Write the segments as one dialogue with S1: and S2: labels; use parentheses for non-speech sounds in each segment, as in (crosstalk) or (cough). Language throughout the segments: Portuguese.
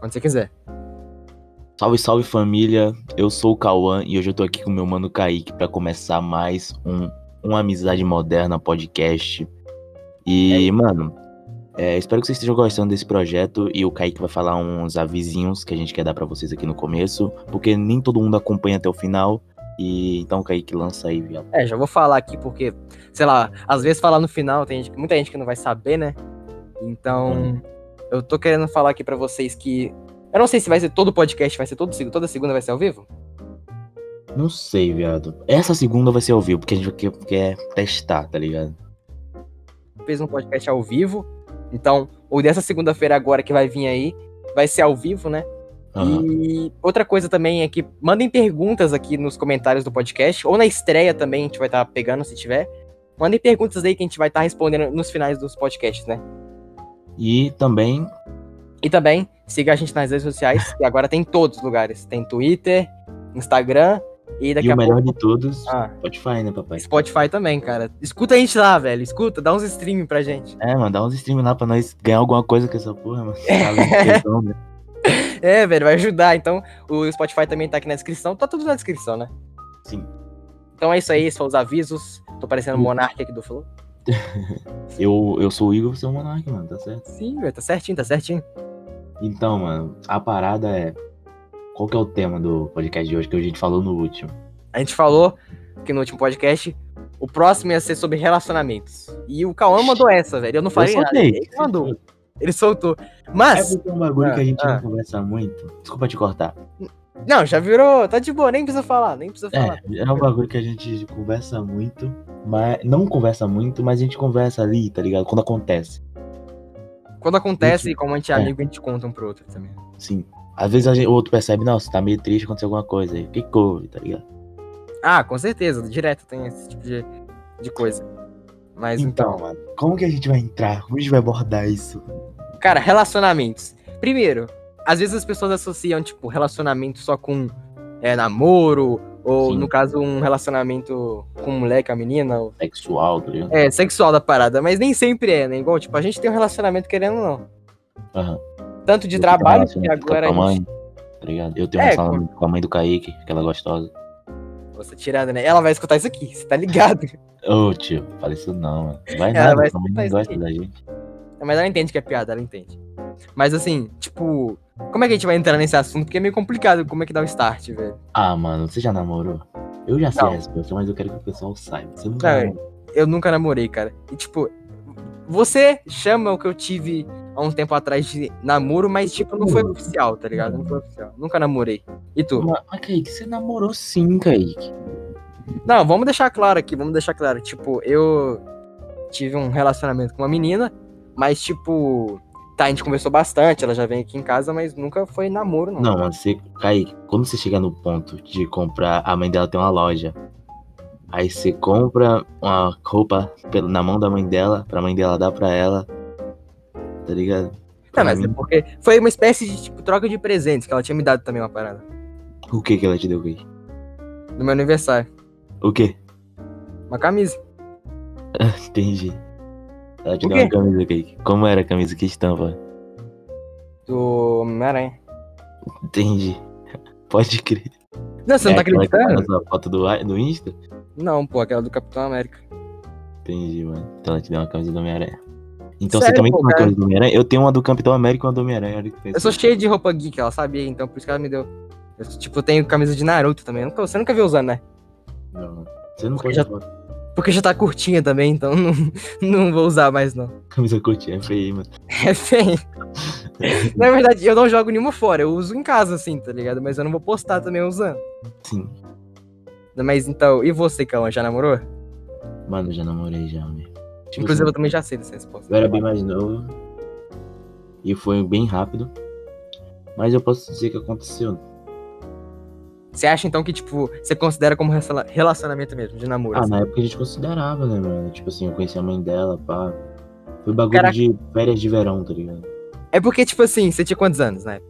S1: Quando você quiser.
S2: Salve, salve família. Eu sou o Cauã e hoje eu tô aqui com meu mano Kaique pra começar mais um Uma Amizade Moderna podcast. E, mano, é, espero que vocês estejam gostando desse projeto e o Kaique vai falar uns avisinhos que a gente quer dar pra vocês aqui no começo, porque nem todo mundo acompanha até o final. E então, Kaique, lança aí, viado.
S1: É, já vou falar aqui porque, sei lá, às vezes falar no final tem gente- muita gente que não vai saber, né? Então,
S2: Hum.
S1: eu tô querendo falar aqui pra vocês que. Eu não sei se vai ser todo podcast, vai ser todo, seg- toda segunda vai ser ao vivo?
S2: Não sei, viado. Essa segunda vai ser ao vivo, porque a gente quer, quer testar, tá ligado?
S1: Fez um podcast ao vivo. Então, ou dessa segunda-feira agora que vai vir aí, vai ser ao vivo, né?
S2: Aham.
S1: E outra coisa também é que mandem perguntas aqui nos comentários do podcast, ou na estreia também a gente vai estar pegando, se tiver. Mandem perguntas aí que a gente vai estar respondendo nos finais dos podcasts, né?
S2: E também
S1: E também siga a gente nas redes sociais, que agora tem em todos os lugares. Tem Twitter, Instagram e daqui
S2: e
S1: a
S2: o melhor
S1: pouco.
S2: de todos,
S1: Ah,
S2: Spotify, né, papai?
S1: Spotify também, cara. Escuta a gente lá, velho. Escuta, dá uns streaming pra gente.
S2: É, mano, dá uns streams lá pra nós ganhar alguma coisa com essa porra, mano. Além de
S1: (laughs)
S2: tesão, né?
S1: É, velho, vai ajudar. Então, o Spotify também tá aqui na descrição. Tá tudo na descrição, né?
S2: Sim.
S1: Então é isso aí, esses foram os avisos. Tô parecendo o
S2: Hum.
S1: Monark aqui do Flow.
S2: Eu, eu sou o Igor, você é o Monark, mano, tá certo?
S1: Sim, velho, tá certinho, tá certinho.
S2: Então, mano, a parada é. Qual que é o tema do podcast de hoje que a gente falou no último?
S1: A gente falou que no último podcast o próximo ia ser sobre relacionamentos. E o Cauã mandou essa, velho. Eu não falei
S2: eu
S1: nada.
S2: soltei.
S1: Ele mandou.
S2: É
S1: Ele soltou. Mas,
S2: porque é um bagulho
S1: Ah,
S2: que a gente
S1: ah.
S2: não conversa muito. Desculpa te cortar.
S1: não, já virou. Tá de boa, nem precisa falar, nem precisa falar.
S2: É, é um bagulho que a gente conversa muito, mas. Não conversa muito, mas a gente conversa ali, tá ligado? Quando acontece.
S1: Quando acontece,
S2: Mentira.
S1: como a gente é
S2: É.
S1: amigo, a gente conta um pro outro também.
S2: Sim. Às vezes a gente- o outro percebe, nossa, tá meio triste, aconteceu alguma coisa aí. O que que houve, tá ligado?
S1: Ah, com certeza, direto tem esse tipo de, de coisa. Mas então.
S2: mano, como que a gente vai entrar? Como a gente vai abordar isso?
S1: Cara, relacionamentos. Primeiro, às vezes as pessoas associam, tipo, relacionamento só com é, namoro, ou
S2: Sim.
S1: no caso, um relacionamento com um moleque, a menina, ou-
S2: Sexual, tá ligado?
S1: é, sexual da parada, mas nem sempre é, né? Igual, tipo, a gente tem um relacionamento querendo ou não.
S2: Aham.
S1: Tanto de
S2: Eu tenho
S1: trabalho, que
S2: relacionamento
S1: agora
S2: com a
S1: a
S2: mãe,
S1: gente...
S2: tá ligado? Eu tenho um
S1: É,
S2: relacionamento com a mãe do Kaique, aquela gostosa.
S1: Nossa, tirada, né? Ela vai escutar isso aqui, você tá ligado?
S2: Ô, tio, fala isso não, mano. Vai
S1: Ela
S2: nada,
S1: vai
S2: a mãe
S1: escutar
S2: não
S1: isso
S2: gosta
S1: aqui.
S2: da gente.
S1: Mas ela entende que é piada, ela entende. Mas assim, tipo, como é que a gente vai entrar nesse assunto? Porque é meio complicado como é que dá o start, velho.
S2: Ah, mano, você já namorou? Eu já sei
S1: Não.
S2: a resposta, mas eu quero que o pessoal saiba. Você
S1: Não,
S2: nunca namorou.
S1: Eu nunca namorei, cara. E tipo, você chama o que eu tive há um tempo atrás de namoro, mas tipo, não foi oficial, tá ligado? Não foi oficial. Nunca namorei. E tu?
S2: Mas, mas, Kaique, você namorou sim, Kaique.
S1: Não, vamos deixar claro aqui, vamos deixar claro. Tipo, eu tive um relacionamento com uma menina, mas tipo, tá, a gente conversou bastante, ela já vem aqui em casa, mas nunca foi namoro, não.
S2: Não, mano, você, Kaique, quando você chegar no ponto de comprar, a mãe dela tem uma loja. Aí você compra uma roupa pelo- na mão da mãe dela, pra mãe dela dar pra ela. Tá ligado?
S1: Não,
S2: Pra
S1: mas é
S2: mim,
S1: porque foi uma espécie de tipo, troca de presentes que ela tinha me dado também uma parada.
S2: O que que ela te deu, Kaique?
S1: No meu aniversário.
S2: O quê? (laughs)
S1: Uma camisa.
S2: Entendi. Ela te
S1: O
S2: deu
S1: quê?
S2: uma camisa, Kaique. Como era a camisa que estampa?
S1: Do Homem-Aranha.
S2: Entendi. (laughs) Pode crer.
S1: Não, você não tá
S2: É aquela que tá
S1: acreditando?
S2: na foto do, do Insta?
S1: Não, pô, aquela do Capitão América.
S2: Entendi, mano. Então ela te deu uma camisa do Homem-Aranha. Então
S1: Sério,
S2: você também
S1: pô,
S2: tem uma
S1: cara?
S2: camisa do Homem-Aranha? Eu tenho uma do Capitão América e uma do Homem-Aranha. olha que
S1: Eu sou
S2: coisa.
S1: cheio de roupa geek, ela sabia, então por isso que ela me deu. Eu, tipo, eu tenho camisa de Naruto também. Nunca- Você nunca viu usando, né?
S2: Não, você não
S1: Porque
S2: pode
S1: já-
S2: usar
S1: Porque já tá curtinha também, então (laughs) não, não vou usar mais, não. (laughs)
S2: camisa curtinha, é feio, mano.
S1: É
S2: (laughs)
S1: feio. Na verdade, eu não jogo nenhuma fora. Eu uso em casa, assim, tá ligado? Mas eu não vou postar também usando.
S2: Sim.
S1: Mas então, e você, Cauã, já namorou?
S2: Mano, eu já namorei já, meu. Tipo
S1: Inclusive, eu
S2: assim,
S1: também já sei dessa resposta.
S2: eu era bem mais novo. E foi bem rápido. Mas eu posso dizer que aconteceu.
S1: Você acha, então, que, tipo, você considera como relaciona- relacionamento mesmo, de namoro?
S2: Ah,
S1: assim?
S2: na época a gente considerava, né, mano? Tipo assim, eu conheci a mãe dela, pá. Foi bagulho
S1: Caraca.
S2: de férias de verão, tá ligado?
S1: É porque, tipo assim, você tinha quantos anos, né?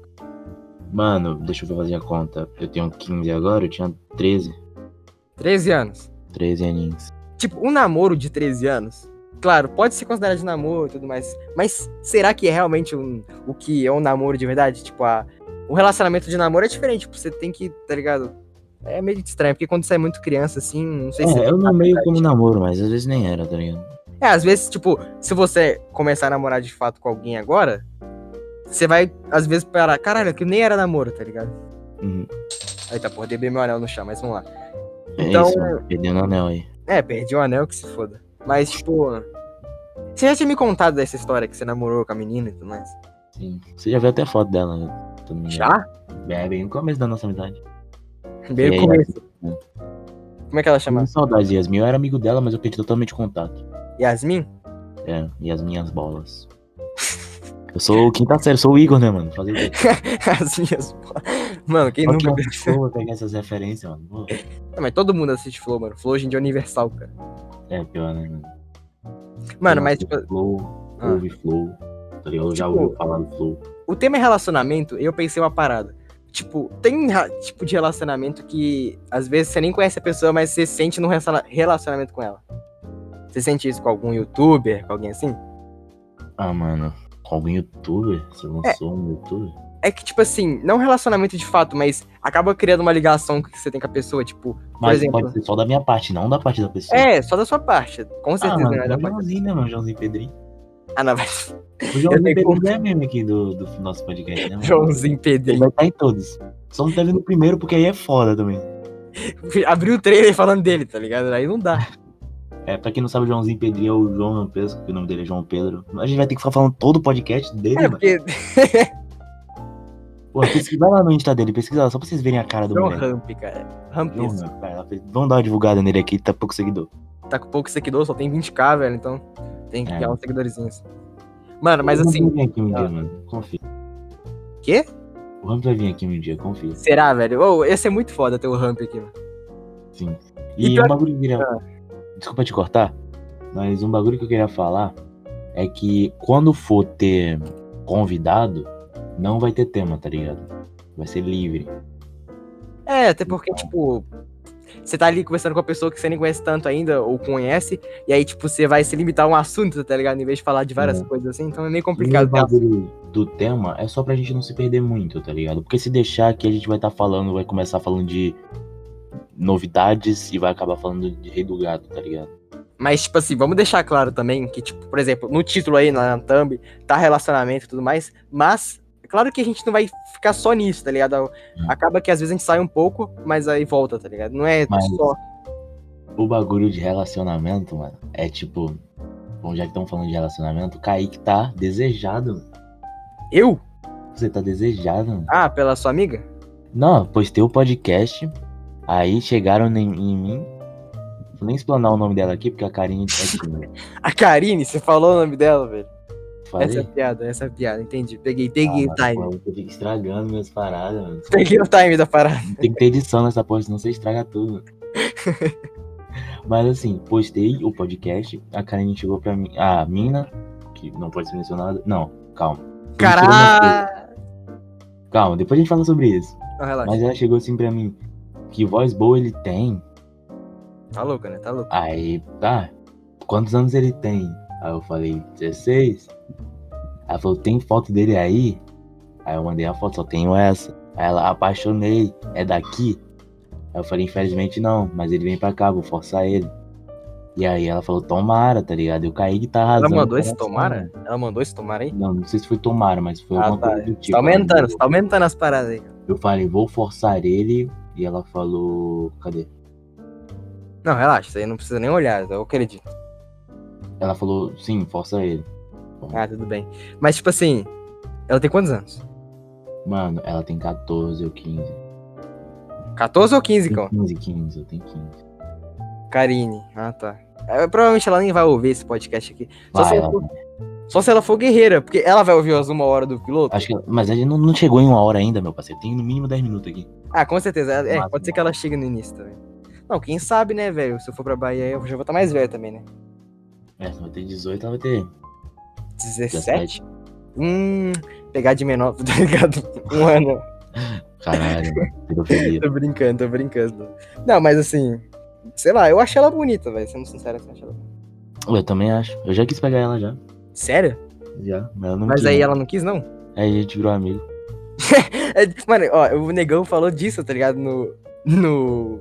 S2: Mano, deixa eu fazer a conta. Eu tenho 15 agora, eu tinha 13.
S1: 13 anos.
S2: 13 aninhos.
S1: Tipo, um namoro de 13 anos claro, pode ser considerado de namoro e tudo mais, mas será que é realmente um, o que é um namoro de verdade? Tipo, a, o relacionamento de namoro é diferente, tipo, você tem que, tá ligado? É meio estranho, porque quando você é muito criança, assim, não sei se...
S2: É, eu
S1: na
S2: não meio
S1: verdade.
S2: como namoro, mas às vezes nem era, tá ligado?
S1: É, às vezes, tipo, se você começar a namorar de fato com alguém agora, você vai, às vezes, parar, caralho, que nem era namoro, tá ligado?
S2: Uhum.
S1: Aí tá, porra, dei meu anel no chão, mas vamos lá.
S2: É
S1: Então,
S2: isso, mano. Perdendo o anel aí.
S1: É, perdi o anel, que se foda. Mas, tipo. Você já tinha me contado dessa história que você namorou com a menina e tudo mais?
S2: Sim. Você já viu até foto dela, né? se eu não me engano.
S1: Já?
S2: É, bem no começo da nossa amizade.
S1: Bem
S2: E
S1: no
S2: aí,
S1: começo. Como é que ela
S2: Tinha
S1: chama?
S2: muita saudade de Yasmin. Eu era amigo dela, mas eu perdi totalmente o contato.
S1: Yasmin? (laughs)
S2: É, e as minhas bolas. Eu sou o quinta série, sou o Igor, né,
S1: (laughs)
S2: mano? Fazer o quê?
S1: As minhas. bolas. Mano, quem
S2: Só
S1: nunca.
S2: que eu vou pegar essas referências, mano. Pô,
S1: Não, mas todo mundo assiste Flow, mano. Flow hoje em dia é universal, cara.
S2: É pior, né, mano?
S1: Mano,
S2: Tem
S1: mas,
S2: o
S1: tipo,
S2: Flow,
S1: Ah.
S2: ouve Flow. Tá ligado? Eu já
S1: Tipo-
S2: ouvi falar do Flow.
S1: o tema é relacionamento, eu pensei uma parada. Tipo, tem ra- tipo de relacionamento que às vezes você nem conhece a pessoa, mas você sente num relaciona- relacionamento com ela. Você sente isso com algum youtuber, com alguém assim?
S2: Ah, mano. Com algum youtuber? Você lançou um youtuber?
S1: É que, tipo assim, não relacionamento de fato, mas acaba criando uma ligação que você tem com a pessoa, tipo.
S2: Mas
S1: exemplo-
S2: pode ser só da minha parte, não da parte da pessoa.
S1: É, só da sua parte. Com
S2: ah,
S1: certeza
S2: mano,
S1: não é da
S2: o
S1: parte.
S2: Joãozinho, né, mano? Joãozinho Pedrinho.
S1: Ah, não, vai.
S2: O Joãozinho
S1: tenho
S2: Pedrinho
S1: como-
S2: é meme aqui do, do nosso podcast, né, mano?
S1: (laughs) Joãozinho
S2: Ele
S1: Pedrinho.
S2: vai estar em todos. Só não tá vendo o primeiro, porque aí é foda também.
S1: Abriu o trailer falando dele, tá ligado? Aí não dá.
S2: É, pra quem não sabe, o Joãozinho Pedrinho é o João Rampesco, que o nome dele é João Pedro. A gente vai ter que ficar falando todo o podcast dele,
S1: É,
S2: mano.
S1: porque.
S2: Pô, pesquisa lá no Insta dele, pesquisa lá, só pra vocês verem a cara do
S1: João
S2: moleque.
S1: é um Ramp, cara. Ramp,
S2: João Ramp, vai lá, Vamos dar uma divulgada nele aqui, tá pouco seguidor.
S1: tá com pouco seguidor, só tem 20k, velho, então tem que
S2: É.
S1: ganhar uns seguidorzinhos. Mano, mas
S2: o Ramp
S1: assim,
S2: vai vir aqui um
S1: ah.
S2: dia, mano. Confia.
S1: Quê?
S2: O Ramp vai vir aqui um dia, confia.
S1: será, velho? Ô, ia ser muito foda ter o ramp aqui, mano.
S2: Sim.
S1: E
S2: E,
S1: pior
S2: um bagulho que eu queria... Desculpa te cortar, mas um bagulho que eu queria falar é que quando for ter convidado, não vai ter tema, tá ligado? Vai ser livre.
S1: É, até porque,
S2: Então.
S1: tipo, você tá ali conversando com a pessoa que você nem conhece tanto ainda, ou conhece, e aí, tipo, você vai se limitar a um assunto, tá ligado? Em vez de falar de várias
S2: Uhum.
S1: coisas assim, então é meio
S2: E o
S1: complicado. né?
S2: bagulho do tema é só pra gente não se perder muito, tá ligado? Porque se deixar aqui, a gente vai estar falando, vai começar falando de novidades e vai acabar falando de rei do gato, tá ligado?
S1: Mas, tipo assim, vamos deixar claro também que, tipo, por exemplo, no título aí, na thumb, tá relacionamento e tudo mais, mas, é claro que a gente não vai ficar só nisso, tá
S2: Uhum.
S1: ligado? Acaba que às vezes a gente sai um pouco, mas aí volta, tá ligado? Não é
S2: Mas-
S1: só.
S2: O bagulho de relacionamento, mano, é tipo. Bom, já que estão falando de relacionamento, o Kaique tá desejado. mano.
S1: Eu?
S2: Você tá desejado, mano.
S1: Ah, pela sua amiga?
S2: Não, postei o podcast. Aí chegaram em, em mim. Vou nem explanar o nome dela aqui, porque a Karine é tímida.
S1: A Karine, você falou o nome dela, velho. (laughs) Essa é a
S2: Falei?
S1: piada, essa é a piada, entendi. Peguei, peguei o
S2: Ah,
S1: time.
S2: mano, eu fico estragando minhas paradas, mano.
S1: Peguei o time da parada.
S2: Tem que ter edição nessa porra, senão você estraga
S1: (laughs)
S2: tudo. Mas assim, postei o podcast, a Karine chegou pra mim. A mina, que não pode ser mencionada. Não, calma. Tô mentirando
S1: Caralho!
S2: as coisas. Calma, depois a gente fala sobre isso.
S1: Não, relaxa.
S2: Mas ela chegou assim pra mim. Que voz boa ele tem.
S1: Tá louca, né? Tá louca.
S2: Aí, tá. Quantos anos ele tem? Aí eu falei, 16. Ela falou, tem foto dele aí? Aí eu mandei a foto, só tenho essa. Aí ela, apaixonei, é daqui? Aí eu falei, infelizmente não, mas ele vem pra cá, vou forçar ele. E aí ela falou, tomara, tá ligado? Eu caí que tá
S1: Ela
S2: arrasando.
S1: mandou esse
S2: coração,
S1: tomara?
S2: né?
S1: Ela mandou esse tomara aí?
S2: Não, não sei se foi tomara, mas foi
S1: Ah,
S2: alguma
S1: tá.
S2: coisa do tipo.
S1: Tá aumentando,
S2: Eu-
S1: tá aumentando as paradas aí.
S2: Eu falei, vou forçar ele. E ela falou, cadê?
S1: Não, relaxa, isso aí não precisa nem olhar, é eu acredito.
S2: Ela falou, sim, força ele.
S1: Ah, tudo bem. Mas, tipo assim, ela tem quantos anos?
S2: Mano, ela tem 14 ou 15.
S1: 14 ou 15,
S2: Tem
S1: cão?
S2: 15, 15, eu tenho 15.
S1: Karine. Ah, tá. É, Provavelmente ela nem vai ouvir esse podcast aqui. Só, se
S2: Vai,
S1: ela
S2: ela,
S1: for, só se ela for guerreira, porque ela vai ouvir as uma hora do piloto.
S2: acho que, ela- mas a gente não, não chegou em uma hora ainda, meu parceiro. Tem no mínimo 10 minutos aqui.
S1: Ah, com certeza. ela- É,
S2: Máximo.
S1: pode ser que ela chegue no início também. Não, quem sabe, né, velho? Se eu for pra Bahia, eu já vou estar mais velho também, né?
S2: É, você vai ter 18, ela vai ter
S1: 17? Hum, pegar de menor, (laughs) tá ligado? Um ano.
S2: Caralho, né?
S1: (laughs)
S2: mano, pedofilia.
S1: Tô brincando, tô brincando. Não, mas assim, sei lá, eu achei ela bonita, velho. Sendo sincero, assim, eu achei ela bonita.
S2: Eu também acho. Eu já quis pegar ela já.
S1: Sério?
S2: Já. Mas, ela não
S1: Mas
S2: quis,
S1: aí
S2: não.
S1: ela não quis, não?
S2: Aí a gente virou amigo.
S1: É, (laughs) Mano, ó, o Negão falou disso, tá ligado? No, no,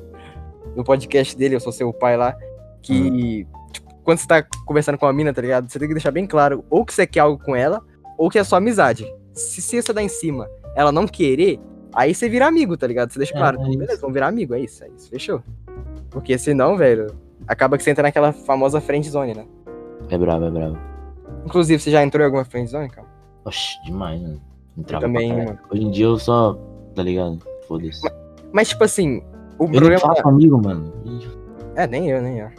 S1: no podcast dele, Eu Sou Seu Pai lá, que,
S2: Uhum.
S1: tipo, quando você tá conversando com a mina, tá ligado? Você tem que deixar bem claro, ou que você quer algo com ela, ou que é só amizade. Se, se você dá em cima, ela não querer, aí você vira amigo, tá ligado? Você deixa
S2: É,
S1: claro,
S2: é
S1: beleza, vamos virar amigo, é isso, é isso, fechou. Porque senão, velho, acaba que você entra naquela famosa friend zone, né?
S2: É brabo, é brabo.
S1: Inclusive, você já entrou em alguma friend zone, cara?
S2: Oxi, demais, né? Entrava
S1: Eu também,
S2: pra caralho. Hoje em dia eu só. Tá ligado? Foda-se.
S1: Mas, tipo assim, o
S2: Eu
S1: problema...
S2: não faço amigo, mano.
S1: É, nem eu, nem eu.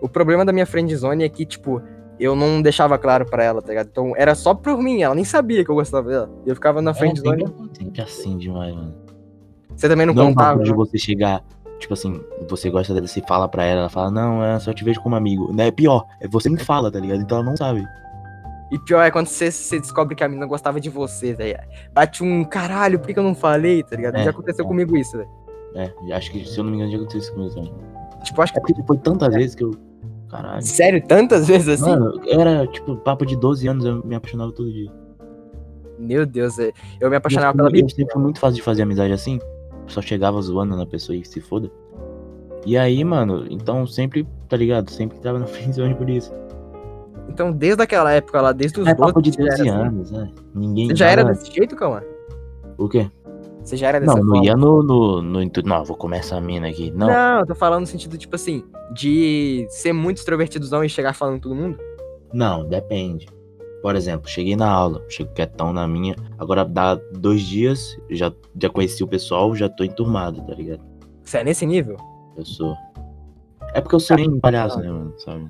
S1: O problema da minha friendzone é que, tipo, eu não deixava claro pra ela, tá ligado? Então era só por mim, ela nem sabia que eu gostava dela. Eu ficava na
S2: É,
S1: friendzone.
S2: sempre- Sempre assim demais, mano.
S1: Você também não,
S2: Não, o
S1: contava?
S2: papo de
S1: né?
S2: você chegar. Tipo assim, você gosta dela, você fala pra ela, ela fala, não, é só te vejo como amigo. Não, é pior, é você me fala, tá ligado? Então ela não sabe.
S1: E pior é quando você, você descobre que a menina gostava de você, tá ligado? Bate um caralho, por que que eu não falei, tá ligado?
S2: É,
S1: Já aconteceu
S2: é.
S1: comigo isso, velho.
S2: É, acho que, se eu não me engano, já aconteceu isso comigo também.
S1: Tipo, acho
S2: É
S1: que.
S2: porque foi tantas vezes que eu. Caralho.
S1: Sério, tantas vezes assim?
S2: Mano, eu era tipo papo de 12 anos, eu me apaixonava todo dia.
S1: Meu Deus, velho. eu me
S2: eu,
S1: apaixonava
S2: fui-
S1: pela
S2: eu
S1: Bibi.
S2: sempre fui muito fácil de fazer amizade assim. Só chegava zoando na pessoa e se foda. E aí, mano, então sempre, tá ligado? Sempre tava na (laughs) friendzone por isso.
S1: Então, desde aquela época lá, desde os
S2: É papo
S1: 12
S2: de
S1: você já
S2: 12
S1: era assim?
S2: anos, né? Ninguém.
S1: Você já era
S2: dava-
S1: desse jeito, Calma?
S2: O quê?
S1: Você já era dessa
S2: Não, não
S1: forma?
S2: ia no. no, no intu- Não, vou começar a mina aqui. Não.
S1: Não. eu tô falando no sentido, tipo assim, de ser muito extrovertidozão e chegar falando com todo mundo.
S2: Não, depende. Por exemplo, cheguei na aula, chego quietão na minha. Agora dá dois dias, já, já conheci o pessoal, já tô enturmado, tá ligado?
S1: Você é nesse nível?
S2: Eu sou. É porque eu sou um palhaço, né, mano? Sabe?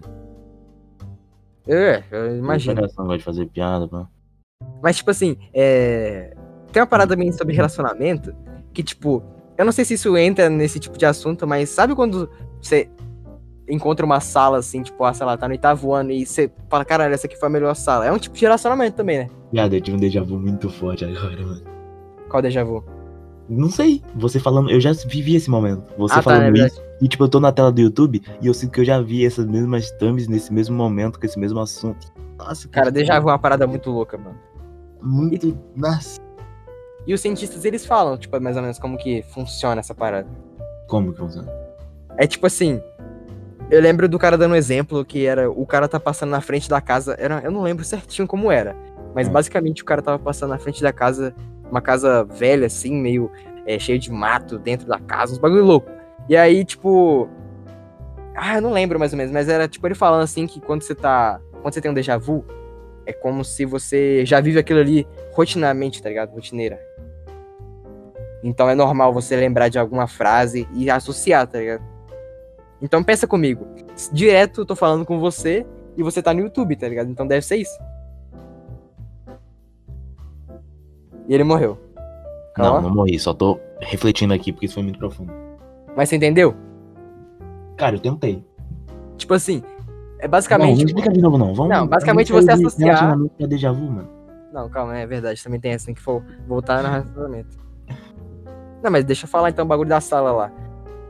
S1: É, eu imagino.
S2: Palhaço não gosta de fazer piada, mano.
S1: Mas, tipo assim, é... tem uma parada também sobre relacionamento que, tipo, eu não sei se isso entra nesse tipo de assunto, mas sabe quando você encontra uma sala assim, tipo, ah, sei lá, tá no oitavo ano e você fala, caralho, essa aqui foi a melhor sala. É um tipo de relacionamento também, né?
S2: Piada, eu tive um déjà vu muito forte agora, mano.
S1: Qual déjà vu?
S2: Não sei, você falando, eu já vivi esse momento. Você
S1: ah, tá, é
S2: falando
S1: verdade.
S2: isso. E tipo, eu tô na tela do YouTube e eu sinto que eu já vi essas mesmas thumbs nesse mesmo momento, com esse mesmo assunto. Nossa,
S1: Cara, déjà vu é uma parada muito louca, mano.
S2: Muito. Nossa.
S1: E os cientistas, eles falam, tipo, mais ou menos como que funciona essa parada.
S2: Como que funciona?
S1: É tipo assim. Eu lembro do cara dando um exemplo que era o cara tá passando na frente da casa. Era, eu não lembro certinho como era. Mas
S2: Hum.
S1: basicamente o cara tava passando na frente da casa, uma casa velha, assim, meio é, cheio de mato dentro da casa, uns bagulho louco. E aí, tipo. Ah, eu não lembro mais ou menos, mas era tipo ele falando assim que quando você tá. Quando você tem um déjà vu, é como se você já vive aquilo ali rotinamente, tá ligado? Rotineira. Então é normal você lembrar de alguma frase e associar, tá ligado? Então pensa comigo. Direto eu tô falando com você e você tá no YouTube, tá ligado? Então deve ser isso. E ele morreu.
S2: Não,
S1: Calma.
S2: não morri, só tô refletindo aqui porque isso foi muito profundo.
S1: Mas você entendeu?
S2: Cara, eu tentei.
S1: Tipo assim, é
S2: Não,
S1: basicamente.
S2: não explica de novo, não. Vamos,
S1: Não, basicamente
S2: vamos sair
S1: você
S2: de
S1: associar-
S2: relacionamento pra déjà vu, mano.
S1: Não, calma, é verdade. Também tem essa, tem que for voltar no relacionamento. Não, mas deixa eu falar então o bagulho da sala lá.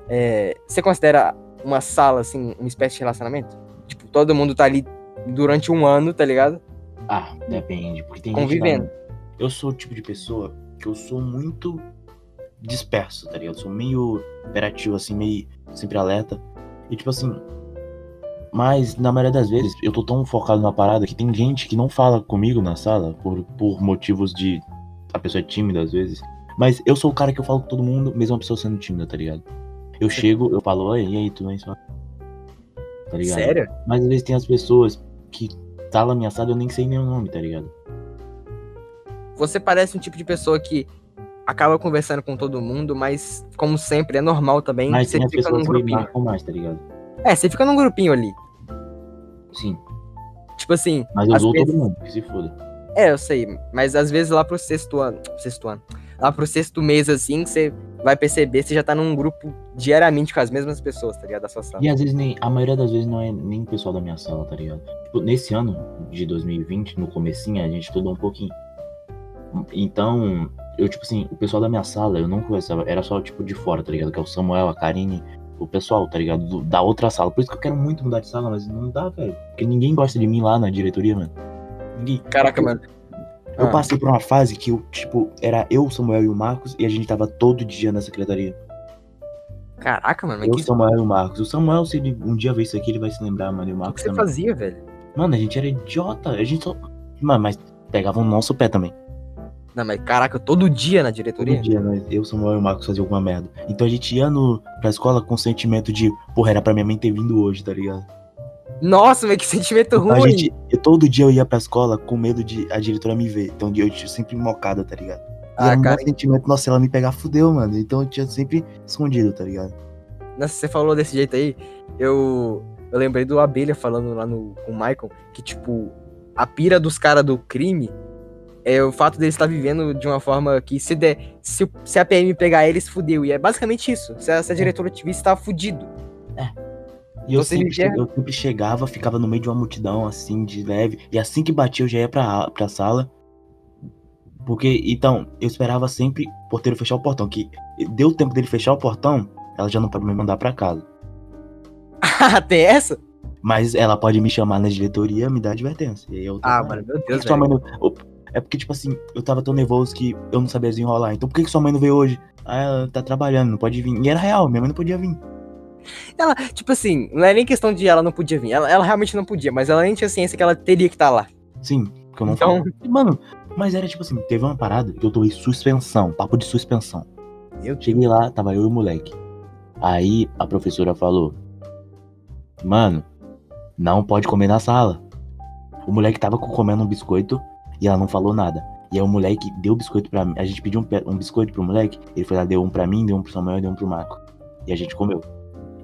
S1: É, você considera uma sala, assim, uma espécie de relacionamento? Tipo, todo mundo tá ali durante um ano, tá ligado?
S2: Ah, depende, porque tem
S1: Convivendo.
S2: gente. lá- Eu sou o tipo de pessoa que eu sou muito disperso, tá ligado? Eu sou meio hiperativo, assim, meio sempre alerta. E tipo assim. Mas na maioria das vezes eu tô tão focado na parada que tem gente que não fala comigo na sala por, por motivos de. A pessoa é tímida às vezes. Mas eu sou o cara que eu falo com todo mundo, mesmo a pessoa sendo tímida, tá ligado? Eu chego, eu falo, oi, e aí, tudo bem, só? Tá ligado?
S1: Sério?
S2: Mas às vezes tem as pessoas que tá lá ameaçada, eu nem sei nem o nome, tá ligado?
S1: Você parece um tipo de pessoa que acaba conversando com todo mundo, mas, como sempre, é normal também.
S2: Mas
S1: você
S2: tem as
S1: fica num
S2: pessoas que
S1: grupinho.
S2: marcam mais, tá ligado?
S1: É, você fica num grupinho ali.
S2: Sim.
S1: Tipo assim,
S2: Mas eu
S1: Às
S2: dou todo
S1: vezes-
S2: mundo, que se foda.
S1: É, eu sei, mas às vezes lá pro sexto ano, sexto ano, lá pro sexto mês, assim, que você vai perceber, você já tá num grupo diariamente com as mesmas pessoas, tá ligado? Da sua sala.
S2: E às vezes nem. A maioria das vezes não é nem o pessoal da minha sala, tá ligado? Tipo, nesse ano de 2020, no comecinho, a gente estudou um pouquinho. Então, eu, tipo assim, o pessoal da minha sala, eu não conversava, era só, tipo, de fora, tá ligado? Que é o Samuel, a Karine, o pessoal, tá ligado? Do- da outra sala. Por isso que eu quero muito mudar de sala, mas não dá, velho. Porque ninguém gosta de mim lá na diretoria, mano. Ninguém.
S1: Caraca, mano.
S2: Eu
S1: Ah.
S2: passei por uma fase que eu, tipo, era eu, Samuel e o Marcos, e a gente tava todo dia na secretaria.
S1: Ah, Caraca, mano. Mas
S2: Eu,
S1: que-
S2: Samuel e o Marcos. O Samuel, se ele um dia ver isso aqui, ele vai se lembrar, mano. E o
S1: o que
S2: Marcos
S1: você
S2: um também.
S1: fazia, velho?
S2: Mano, a gente era idiota. A gente só. Mano, mas pegava o nosso pé também.
S1: Não, mas caraca, todo dia na
S2: Todo
S1: diretoria?
S2: dia, nós, eu, Samuel e o Marcos fazia alguma merda. Então a gente ia no, pra escola com o sentimento de, porra, era pra minha mãe ter vindo hoje, tá ligado?
S1: Nossa, velho, que sentimento
S2: Então, a
S1: ruim.
S2: gente, eu, todo dia eu ia pra escola com medo de a diretora me ver. Então eu tinha sempre mocada, tá ligado? E
S1: Ah,
S2: era um
S1: cara,
S2: mau sentimento, nossa, se ela me pegar, fudeu, mano. Então eu tinha sempre escondido, tá ligado?
S1: Nossa, você falou desse jeito aí, eu, eu lembrei do Abelha falando lá no, com o Michael, que, tipo, a pira dos caras do crime é o fato deles estar vivendo de uma forma que se, der, se, se a PM pegar eles, fudeu. E é basicamente isso. Se a, se a diretora te visse, tá fudido. (laughs)
S2: E eu
S1: Você
S2: sempre,
S1: vivia-
S2: che- eu sempre chegava, ficava no meio de uma multidão, assim, de leve. E assim que batia, eu já ia pra, pra sala. Porque, então, eu esperava sempre o porteiro fechar o portão. Que deu tempo dele fechar o portão, ela já não pode me mandar pra casa.
S1: Até essa?
S2: Mas ela pode me chamar na diretoria me dar advertência. E aí eu tô
S1: Ah,
S2: falando,
S1: mano, meu
S2: Por que
S1: Deus,
S2: que sua
S1: velho.
S2: mãe não... Ô, É porque, tipo assim, eu tava tão nervoso que eu não sabia desenrolar. Então por que, que sua mãe não veio hoje? Ah, ela tá trabalhando, não pode vir. E era real, minha mãe não podia vir.
S1: Ela, tipo assim, não é nem questão de ela não podia vir. Ela, ela realmente não podia, mas ela nem tinha ciência que ela teria que estar lá.
S2: Sim, porque eu não
S1: Então-
S2: falava. Mano, mas era tipo assim, teve uma parada que eu tomei suspensão, papo de suspensão.
S1: Meu Deus.
S2: Cheguei lá, tava eu e o moleque. Aí a professora falou: Mano, não pode comer na sala. O moleque tava co- comendo um biscoito e ela não falou nada. E aí o moleque deu o biscoito pra mim. A gente pediu um, pe- um biscoito pro moleque, ele foi lá, deu um pra mim, deu um pro Samuel e deu um pro Marco. E a gente comeu.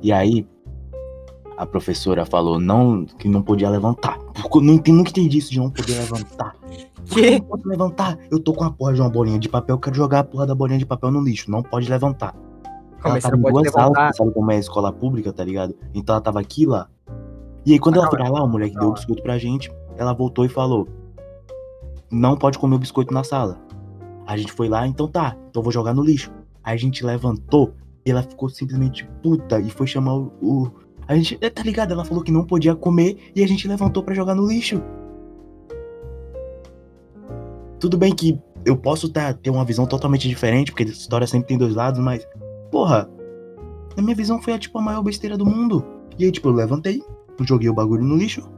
S2: E aí a professora falou não, que não podia levantar. Porque eu não entendi- nunca entendi isso de não poder levantar. Eu
S1: Que?
S2: não posso levantar. Eu tô com a porra de uma bolinha de papel, eu quero jogar a porra da bolinha de papel no lixo. Não pode levantar.
S1: Como é
S2: (laughs) ela
S1: que você
S2: tava
S1: não
S2: em
S1: pode
S2: duas salas,
S1: levantar?
S2: porque sabe como é a escola pública, tá ligado? Então ela tava aqui e lá. E aí quando
S1: Ah,
S2: ela
S1: não,
S2: foi pra lá, o moleque
S1: não,
S2: deu o
S1: é.
S2: biscoito pra gente, ela voltou e falou: Não pode comer o biscoito na sala. A gente foi lá, então tá, então eu vou jogar no lixo. Aí a gente levantou e ela ficou simplesmente puta e foi chamar o. o- A gente, é, tá ligado? Ela falou que não podia comer e a gente levantou pra jogar no lixo. Tudo bem que eu posso tá, ter uma visão totalmente diferente, porque essa história sempre tem dois lados, mas. Porra, na minha visão foi tipo a maior besteira do mundo. E aí, tipo, eu levantei, joguei o bagulho no lixo.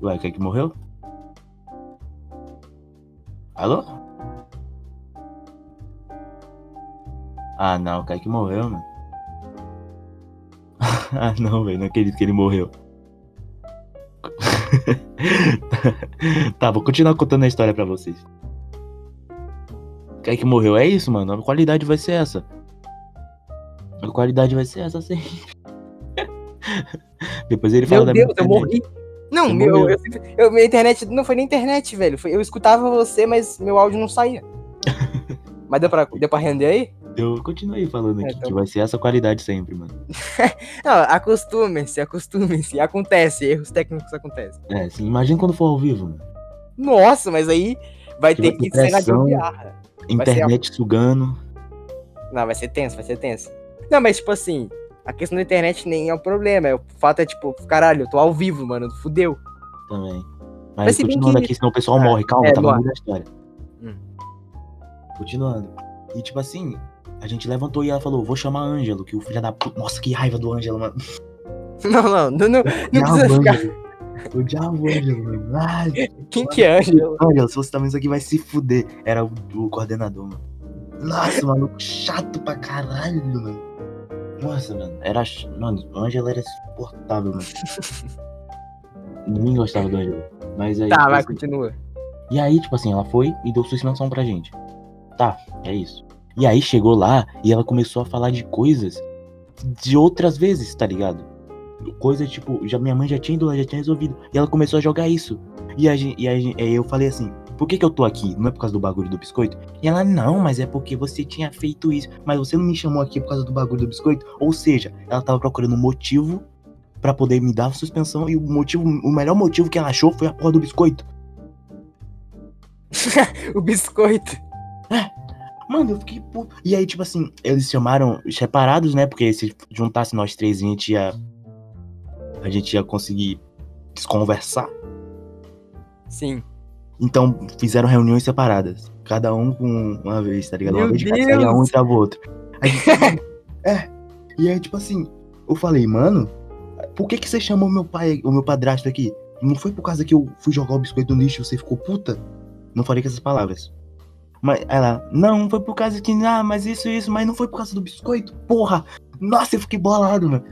S2: Ué, quem é que morreu? Alô? Ah não, o Kaique morreu, mano. (laughs) ah não, velho, não acredito que ele morreu. (laughs) tá, vou continuar contando a história pra vocês. Kaique morreu, é isso, mano. A qualidade vai ser essa. A qualidade vai ser essa sempre. (laughs) Depois ele
S1: Meu
S2: fala da
S1: Deus, eu
S2: minha internet.
S1: morri. Não,
S2: Você
S1: meu,
S2: morreu.
S1: eu, sempre- eu- minha internet não foi nem internet, velho. Foi- eu escutava você, mas meu áudio não
S2: (laughs)
S1: saía. mas deu pra, deu pra render aí?
S2: Eu continuei falando
S1: É,
S2: aqui
S1: então.
S2: que vai ser essa qualidade sempre, mano.
S1: Não, acostumem-se, acostumem-se. Acontece, erros técnicos acontecem.
S2: É, assim, imagina quando for ao vivo, mano.
S1: Nossa, mas aí vai
S2: Que
S1: ter
S2: vai
S1: que
S2: ter
S1: ser na
S2: pressão.
S1: gambiarra. ser
S2: Internet sugando.
S1: Não, vai ser tenso, vai ser tenso. Não, mas tipo assim, a questão da internet nem é o problema. é O fato é tipo, caralho, eu tô ao vivo, mano, fudeu. (laughs)
S2: também.
S1: Mas
S2: Mas,
S1: se bem
S2: continuando
S1: que-
S2: aqui, senão o pessoal
S1: Ah,
S2: morre. Calma,
S1: é,
S2: tá
S1: bora.
S2: mudando a história.
S1: Hum.
S2: Continuando. E tipo assim, a gente levantou e ela falou, vou chamar Ângelo, que o filho da puta. Nossa, que raiva do Ângelo, mano.
S1: Não, não, não, não, não
S2: Odiava
S1: precisa
S2: o
S1: ficar.
S2: Ângelo. Eu odiava o Ângelo, mano. Ai,
S1: Quem que é, Ângelo?
S2: Ângelo, se você tá vendo isso aqui, vai se fuder. Era o, o coordenador, mano. Nossa, maluco, chato pra caralho, mano. Nossa, mano, era. ch- Mano, o Ângelo era
S1: (laughs)
S2: insuportável, mano. Ninguém gostava do Ângelo. Mas aí.
S1: Tá,
S2: tipo
S1: vai,
S2: assim,
S1: continua.
S2: e aí, tipo assim, ela foi e deu suspensão pra gente. Tá, é isso. E aí chegou lá e ela começou a falar de coisas de outras vezes, tá ligado? Coisa tipo, já minha mãe já tinha ido lá, já tinha resolvido. E ela começou a jogar isso. E, a gente, e, a gen- e eu falei assim: por que, que eu tô aqui? Não é por causa do bagulho do biscoito? E ela, não, mas é porque você tinha feito isso. Mas você não me chamou aqui por causa do bagulho do biscoito? Ou seja, ela tava procurando um motivo pra poder me dar suspensão. E o motivo, o melhor motivo que ela achou foi a porra do biscoito.
S1: O biscoito.
S2: Mano, eu fiquei puto. E aí, tipo assim, eles chamaram os separados, né? Porque se juntasse nós três, a gente ia. A gente ia conseguir desconversar.
S1: Sim.
S2: Então, fizeram reuniões separadas. Cada um com uma vez, tá ligado? Uma
S1: Meu
S2: vez de cada
S1: Deus!
S2: saía um e tava outro. Aí,
S1: (laughs)
S2: é. E aí, tipo assim, eu falei, mano, por que que você chamou meu pai, o meu padrasto aqui? Não foi por causa que eu fui jogar o biscoito no lixo e você ficou puta? Não falei com essas palavras. Mas ela, não, foi por causa que, ah, mas isso, isso, mas não foi por causa do biscoito, porra! Nossa, eu fiquei
S1: (laughs)
S2: bolado, mano.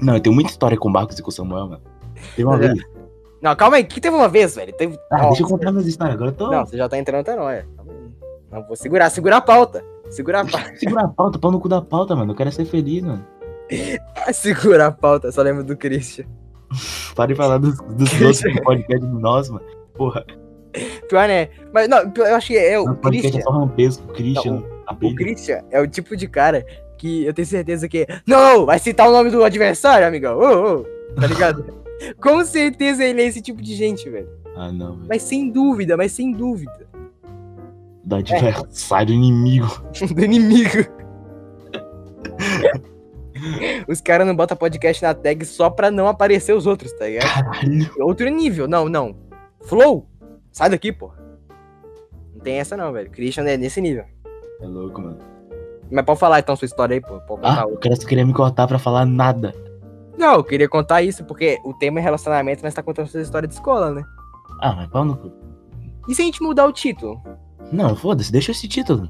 S2: não, eu tenho muita história com o Marcos e com o Samuel, mano. Tem uma
S1: Olha,
S2: vez.
S1: Não, calma aí, que teve uma vez, velho. Teve...
S2: Ah,
S1: Nossa.
S2: deixa eu contar minhas histórias, agora eu tô.
S1: Não, você já tá entrando até nós. Calma aí. Não, vou segurar, segura a pauta. Segura
S2: (laughs)
S1: a pauta.
S2: Segura a pauta, pau no cu da pauta, mano. Eu quero é ser feliz, mano.
S1: (laughs) segura a pauta, só lembro do Christian.
S2: Para de falar dos,
S1: (laughs)
S2: dos outros do podcast do nós, mano. Porra,
S1: Pior, né? Mas não, pior, eu acho que é o
S2: o podcast é
S1: Christian.
S2: só um rampesco, Christian,
S1: O
S2: apelido.
S1: Christian é o tipo de cara que eu tenho certeza que. Não! Vai citar o nome do adversário, amigão! Ô, ô, Tá ligado?
S2: (laughs)
S1: Com certeza ele é esse tipo de gente, velho.
S2: Ah, não, velho.
S1: Mas sem dúvida, mas sem dúvida. É.
S2: Do adversário inimigo.
S1: (laughs) Do
S2: (laughs)
S1: inimigo. Os caras não botam podcast na tag só pra não aparecer os outros, tá ligado?
S2: Caralho.
S1: outro nível. Não, não. Flow, sai daqui, pô. Não tem essa não, velho. Christian é nesse nível.
S2: É louco, mano.
S1: Mas pode falar então sua história aí, pô. Pode contar
S2: Ah,
S1: outra.
S2: o cara só queria me cortar pra falar nada.
S1: Não, eu queria contar isso, porque o tema é relacionamento, mas tá contando sua história de escola, né?
S2: Ah, mas pau no cu.
S1: E se a gente mudar o título?
S2: Não, foda-se, deixa esse título.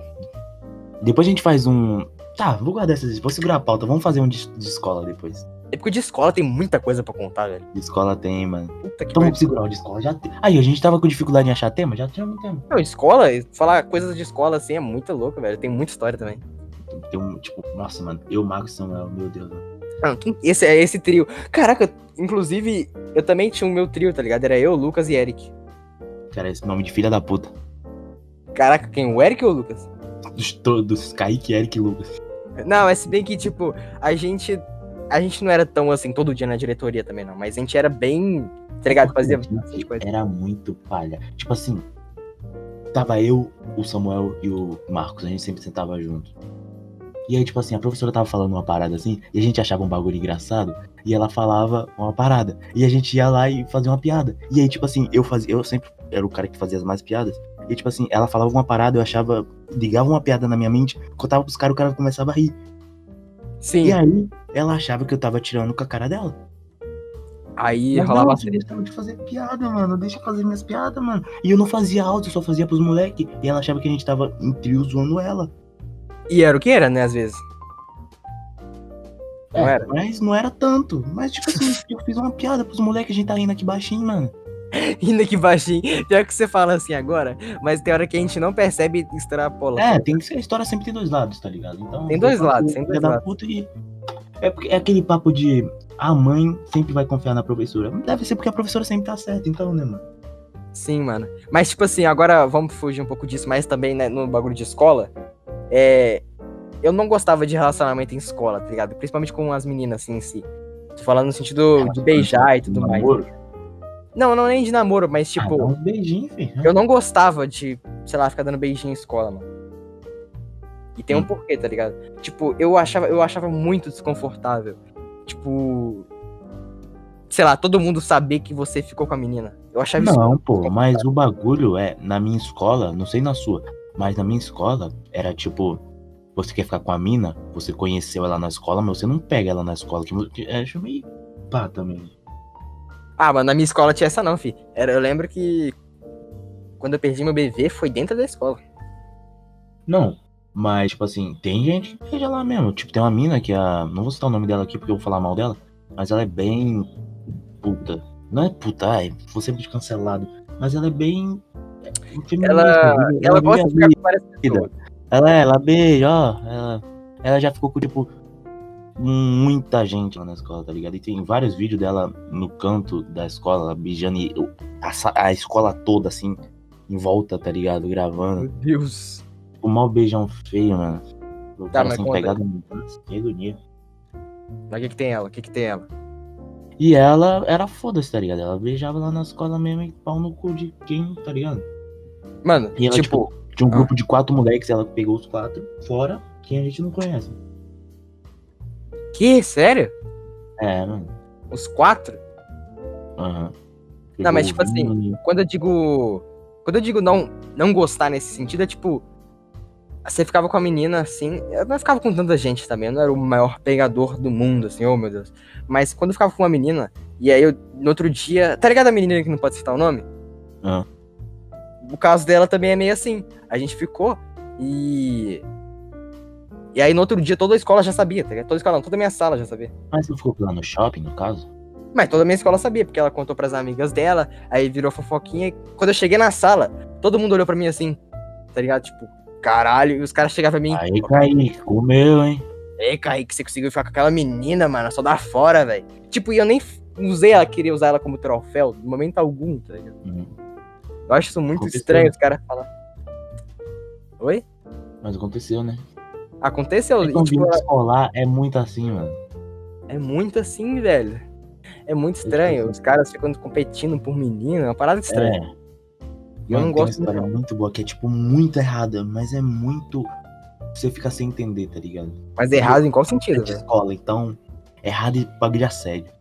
S2: Depois a gente faz um. Tá, vou guardar essas. Vou segurar a pauta. Vamos fazer um de, de escola depois.
S1: É porque o de escola tem muita coisa pra contar, velho.
S2: De escola tem, mano.
S1: Puta que
S2: Então
S1: pariu.
S2: vamos segurar o de escola. Já tem. Aí, a gente tava com dificuldade em achar tema? Já tinha um tema.
S1: Não, escola, falar coisas de escola assim é muito louco, velho. Tem muita história também.
S2: Tem um, tipo, nossa, mano, eu, Marcos e Samuel, meu Deus. mano.
S1: Não, quem- esse, é esse trio. Caraca, inclusive, eu também tinha o meu trio, tá ligado? Era eu, Lucas e Eric.
S2: Cara, esse nome de filha da puta.
S1: Caraca, quem? O Eric ou o Lucas?
S2: Dos todos, Kaique, Eric e Lucas.
S1: Não, mas se bem que, tipo, a gente. A gente não era tão assim todo dia na diretoria também, não. Mas a gente era bem. Tá ligado? Fazia bastante coisa.
S2: Era muito palha. Tipo assim, tava eu, o Samuel e o Marcos, a gente sempre sentava junto. E aí, tipo assim, a professora tava falando uma parada assim, e a gente achava um bagulho engraçado, e ela falava uma parada. E a gente ia lá e fazia uma piada. E aí, tipo assim, eu fazia, eu sempre era o cara que fazia as mais piadas. E tipo assim, ela falava uma parada, eu achava, ligava uma piada na minha mente, contava pros caras, o cara começava a rir.
S1: Sim.
S2: E aí, ela achava que eu tava tirando com a cara dela.
S1: Aí
S2: Mas
S1: rolava
S2: não,
S1: assim.
S2: eu deixava de fazer piada, mano. Deixa eu fazer minhas piadas, mano. E eu não fazia áudio, eu só fazia pros moleques. E ela achava que a gente tava em trio zoando ela.
S1: E era o que era, né? Às vezes. Não era? (laughs)
S2: Mas não era tanto. Mas, tipo assim, eu fiz uma piada pros moleques, a gente tá rindo aqui baixinho, mano.
S1: Ainda que baixinho. Pior que você fala assim agora, mas tem hora que a gente não percebe e extrapola.
S2: É, tem que ser. A história sempre tem dois lados, tá ligado? Então,
S1: Tem dois
S2: eu falo
S1: lados,
S2: que
S1: tem
S2: filha
S1: dois
S2: da
S1: lados.
S2: puta e- É, porque- é aquele papo de a mãe sempre vai confiar na professora. Deve ser porque a professora sempre tá certa, então, né, mano?
S1: Sim, mano. Mas, tipo assim, agora vamos fugir um pouco disso, mas também né, no bagulho de escola. É. Eu não gostava de relacionamento em escola, tá ligado? Principalmente com as meninas, assim, em si. Tô falando no sentido Tipo, de beijar e tudo mais.
S2: Ah, Namoro?
S1: Não, não nem de namoro, mas tipo,
S2: ah, dá uns beijinhos, filho.
S1: eu não gostava de, sei lá, ficar dando beijinho em escola, mano. E tem um
S2: Hum.
S1: porquê, tá ligado? Tipo, eu achava, eu achava muito desconfortável. Tipo, sei lá, todo mundo saber que você ficou com a menina. Eu achava isso.
S2: Não, pô, mas o bagulho é, na minha escola, não sei na sua, mas na minha escola era tipo, você quer ficar com a mina, você conheceu ela na escola, mas você não pega ela na escola, que que- é, acho meio pá também.
S1: Ah, mano, na minha escola tinha essa não, fi. Era, eu lembro que quando eu perdi meu bebê foi dentro da escola.
S2: Não, mas tipo assim, tem gente que beija lá mesmo, tipo, tem uma mina que a, não vou citar o nome dela aqui porque eu vou falar mal dela, mas ela é bem puta, não é puta, ai, vou ser muito cancelado, mas ela é bem... é feminista,
S1: Ela, ela,
S2: vive-
S1: gosta
S2: vive
S1: de
S2: a
S1: ficar com várias
S2: vida.
S1: pessoas.
S2: Ela, ela beija, ó. Ela, ela já ficou com, tipo, muita gente lá na escola, tá ligado? E tem vários vídeos dela no canto da escola, ela beijando e o- a, sa- a escola toda, assim, em volta, tá ligado? Gravando.
S1: Meu Deus.
S2: O mau beijão feio, mano. O cara
S1: Tá, mas
S2: sendo
S1: conta.
S2: pegado no braço, que agonia.
S1: Mas o que que tem ela? O que que tem ela?
S2: E ela era foda-se, tá ligado? Ela beijava lá na escola mesmo e pau no cu de quem, tá ligado?
S1: Mano,
S2: E ela,
S1: tipo,
S2: tipo, tinha um
S1: ah.
S2: grupo de quatro moleques, ela pegou os quatro fora, quem a gente não conhece.
S1: que? Sério?
S2: É, mano.
S1: Os quatro?
S2: Aham.
S1: Não, mas,
S2: Pegou o
S1: tipo assim,
S2: Vini,
S1: Quando eu digo. Quando eu digo não, não gostar nesse sentido, é tipo. Você ficava com a menina assim. Eu não ficava com tanta gente também, eu não era o maior pegador do mundo, assim, oh meu Deus. Mas quando eu ficava com uma menina, e aí eu, no outro dia. Tá ligado a menina que não pode citar o nome?
S2: Ah.
S1: O caso dela também é meio assim. A gente ficou e. E aí no outro dia toda a escola já sabia, tá ligado? Toda a escola não, toda a minha sala já sabia.
S2: Mas Ah, você ficou lá no shopping, no caso?
S1: Mas toda a minha escola sabia, porque ela contou pras amigas dela, aí virou fofoquinha. E quando eu cheguei na sala, todo mundo olhou pra mim assim, tá ligado? Tipo, caralho, e os caras chegavam pra mim.
S2: Aí, Kaique, comeu, hein?
S1: Ei, Kaique, você conseguiu ficar com aquela menina, mano, só da fora, velho. Tipo, e eu nem f- usei ela, queria usar ela como troféu, no momento algum, tá ligado?
S2: Uhum.
S1: Eu acho isso muito
S2: Aconteceu.
S1: estranho os caras falar. Oi?
S2: Mas aconteceu, né?
S1: Aconteceu,
S2: É
S1: e,
S2: que um
S1: tipo,
S2: vínculo
S1: ela-
S2: escolar é muito assim, mano.
S1: é muito assim, velho. É muito
S2: tipo
S1: estranho,
S2: assim.
S1: os caras ficando competindo por menina, é uma parada estranha.
S2: É.
S1: Eu não
S2: Mano, tem
S1: gosto
S2: uma história muito boa, que é, tipo, muito errada, mas é muito... Você fica sem entender, tá ligado?
S1: Mas errado em qual
S2: É
S1: sentido,
S2: de
S1: velho?
S2: escola, então... Errado e bagulho de assédio.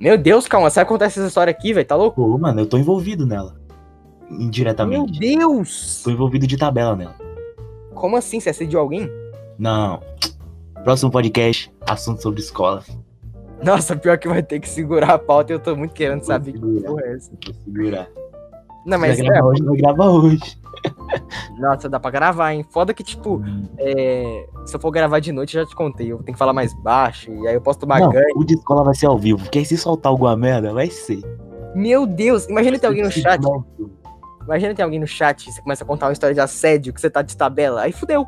S1: Meu Deus, calma, sabe acontece essa história aqui, velho? Tá louco?
S2: Pô, mano, eu tô envolvido nela.
S1: Meu
S2: Indiretamente.
S1: Deus!
S2: Tô envolvido de tabela nela.
S1: Como assim? Você assediou alguém?
S2: Não. Próximo podcast, assunto sobre escola.
S1: Nossa, pior que vai ter que segurar a pauta e eu tô muito querendo
S2: Vou
S1: saber que
S2: segurar.
S1: porra é essa.
S2: Vou segurar.
S1: Não, Ah, mas
S2: vai gravar hoje, não grava hoje.
S1: é, nossa, dá pra gravar, hein? Foda que, tipo, é, se eu for gravar de noite, eu já te contei. Eu tenho que falar mais baixo e aí eu posso tomar
S2: Não,
S1: ganho.
S2: o de escola vai ser ao vivo, porque aí se soltar alguma merda, vai ser.
S1: Meu Deus, imagina ter alguém no
S2: Se
S1: chat.
S2: não,
S1: Imagina ter alguém no chat e você começa a contar uma história de assédio que você tá de tabela. Aí fudeu.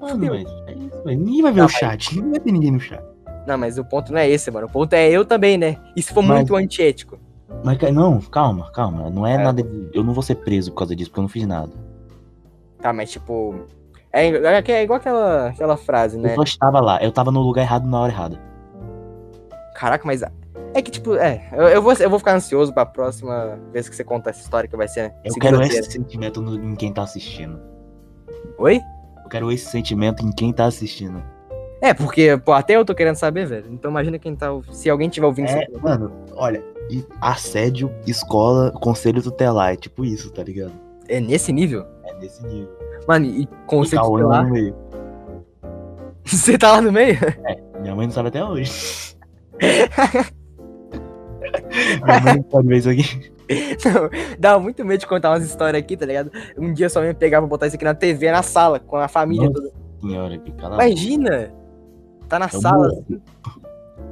S2: Mano,
S1: Fudeu.
S2: mas é isso, velho. Ninguém vai ver
S1: um- Não,
S2: o chat. Ninguém vai ter ninguém no chat.
S1: Não, mas o ponto não é esse, mano. O ponto é eu também, né? E se for
S2: Mas-
S1: muito antiético?
S2: Mas ca- não, calma, calma. Não é,
S1: É.
S2: nada. de- Eu não vou ser preso por causa disso, porque eu não fiz nada.
S1: Tá, mas tipo. É, é- é igual aquela, aquela frase, né?
S2: Eu só estava lá. Eu tava no lugar errado na hora errada.
S1: Caraca, mas. É que, tipo, é. Eu, eu vou, eu vou ficar ansioso pra próxima vez que você conta essa história que vai ser.
S2: Eu quero
S1: segunda-feira.
S2: esse sentimento no- em quem tá assistindo.
S1: Oi?
S2: Eu quero esse sentimento em quem tá assistindo.
S1: É, porque, pô, até eu tô querendo saber, velho. Então imagina quem tá. Se alguém tiver ouvindo
S2: É,
S1: isso.
S2: mano, olha. e Assédio, escola, conselho tutelar. É tipo isso, tá ligado?
S1: É nesse nível?
S2: É desse nível.
S1: Mano, e com
S2: E
S1: você tá
S2: Cauã
S1: lá.
S2: no meio.
S1: (laughs) Você tá lá no meio? (laughs)
S2: Minha mãe não sabe até hoje. Minha mãe não sabe ver isso aqui.
S1: Dá muito medo de contar umas histórias aqui, tá ligado? Um dia só me pegar pra botar isso aqui na TV, na sala, com a família
S2: Nossa
S1: toda.
S2: Senhora, que cala a boca.
S1: Imagina! Tá na
S2: Eu
S1: sala.
S2: morro.
S1: (laughs)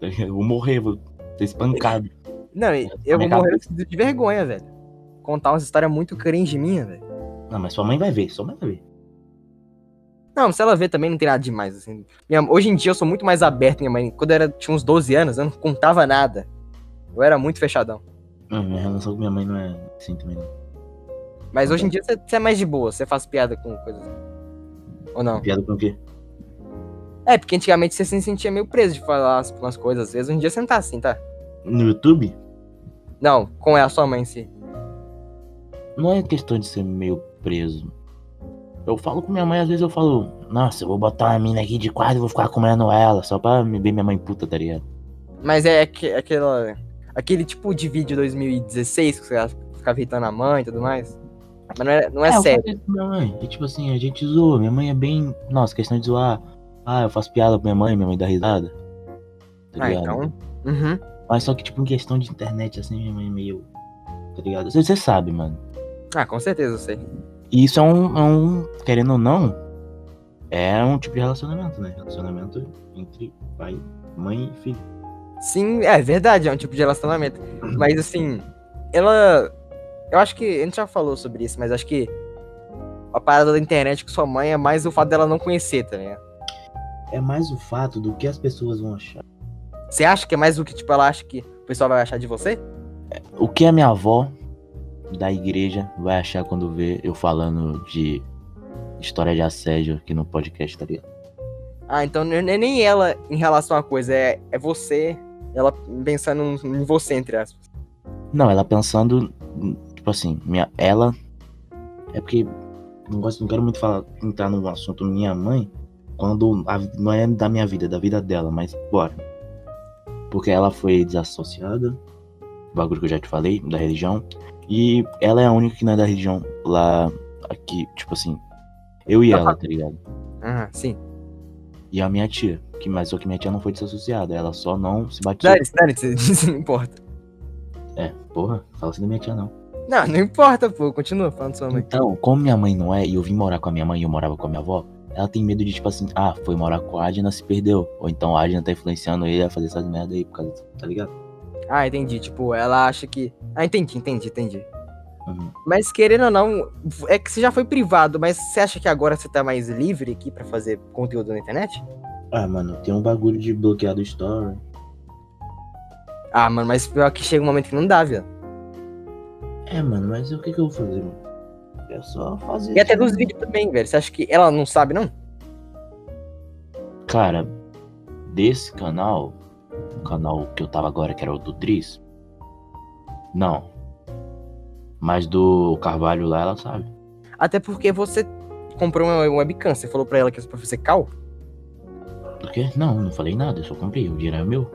S2: Tá ligado? Eu vou morrer, vou ser espancado.
S1: Não, e eu vou
S2: minha
S1: morrer de vergonha, velho. Contar umas histórias muito cringe minha, velho.
S2: Não, mas sua mãe vai ver, sua mãe vai ver.
S1: Não, se ela ver também não tem nada demais, assim. Minha- hoje em dia eu sou muito mais aberto, minha mãe. Quando eu era, tinha uns 12 anos, eu não contava nada. Eu era muito fechadão.
S2: Não, minha relação com minha mãe não é assim também, não.
S1: Mas hoje em dia você você é mais de boa, você faz piada com coisas. Ou não?
S2: Piada com o quê?
S1: É, porque antigamente você se sentia meio preso de falar as- umas coisas, às vezes. Hoje em dia você não tá assim, tá?
S2: No YouTube?
S1: Não, com a sua mãe em si.
S2: Não é questão de ser meio preso. Eu falo com minha mãe, às vezes eu falo, nossa, eu vou botar uma mina aqui de quadro e vou ficar comendo ela, só pra me ver minha mãe puta, tá ligado?
S1: Mas é, aque- aquela, aquele tipo de vídeo 2016 que você ficava irritando a mãe e tudo mais. Mas não é, não é
S2: eu
S1: sério.
S2: falo isso com Minha mãe. E tipo assim, a gente zoa. Minha mãe é bem. Nossa, questão de zoar. Ah, eu faço piada com minha mãe, minha mãe dá risada. Tá
S1: Ah,
S2: ligado?
S1: então. Uhum.
S2: Mas só que, tipo, em questão de internet, assim, minha mãe é meio. Tá ligado? Você, você sabe, mano.
S1: Ah, com certeza eu sei.
S2: E isso é um, é um- Querendo ou não, é um tipo de relacionamento, né? Relacionamento entre pai, mãe e filho.
S1: Sim, é verdade, é um tipo de relacionamento. Mas assim, ela. Eu acho que. A gente já falou sobre isso, mas acho que. A parada da internet com sua mãe é mais o fato dela não conhecer, tá ligado?
S2: É mais o fato do que as pessoas vão achar.
S1: Você acha que é mais o que, tipo, ela acha que o pessoal vai achar de você?
S2: O que a minha avó da igreja vai achar quando vê eu falando de história de assédio aqui no podcast, tá ligado?
S1: Ah, então não é nem ela em relação à coisa, é, é você, ela pensando em você, entre aspas.
S2: Não, ela pensando tipo assim, minha, ela. É porque não gosto, não quero muito falar, entrar no assunto minha mãe, quando a- não é da minha vida, é da vida dela, mas bora. Porque ela foi desassociada, bagulho que eu já te falei, da religião, e ela é a única que não é da religião lá, aqui, tipo assim, eu e
S1: Tá
S2: ela, tá ligado?
S1: Ah, sim.
S2: E a minha tia, que mas só que minha tia não foi desassociada, ela só não se batizou.
S1: Dane-se, dane-se, (laughs) isso não importa.
S2: É, porra, fala assim da minha tia não.
S1: Não, não importa, pô. Continua falando da sua mãe.
S2: Então, como minha mãe não é, e eu vim morar com a minha mãe e eu morava com a minha avó, ela tem medo de, tipo assim, ah, foi morar com a Adina, se perdeu. Ou então a Adina tá influenciando ele a fazer essas merda aí, por causa disso, tá ligado?
S1: Ah, entendi. Tipo, ela acha que. Ah, entendi, entendi, entendi.
S2: Uhum.
S1: Mas querendo ou não, é que você já foi privado, mas você acha que agora você tá mais livre aqui pra fazer conteúdo na internet?
S2: Ah, mano, tem um bagulho de bloqueado story.
S1: Ah, mano, mas pior que chega um momento que não dá, viu?
S2: É, mano, mas o que que eu vou fazer, mano? É só fazer.
S1: E até dos vídeos também, velho. Você acha que ela não sabe, não?
S2: Cara, desse canal, o canal que eu tava agora, que era o do Driz, não. Mas do Carvalho lá, ela sabe.
S1: Até porque você comprou uma webcam, você falou pra ela que é era pra fazer cal?
S2: Do quê? Não, não falei nada, eu só comprei, o dinheiro é meu.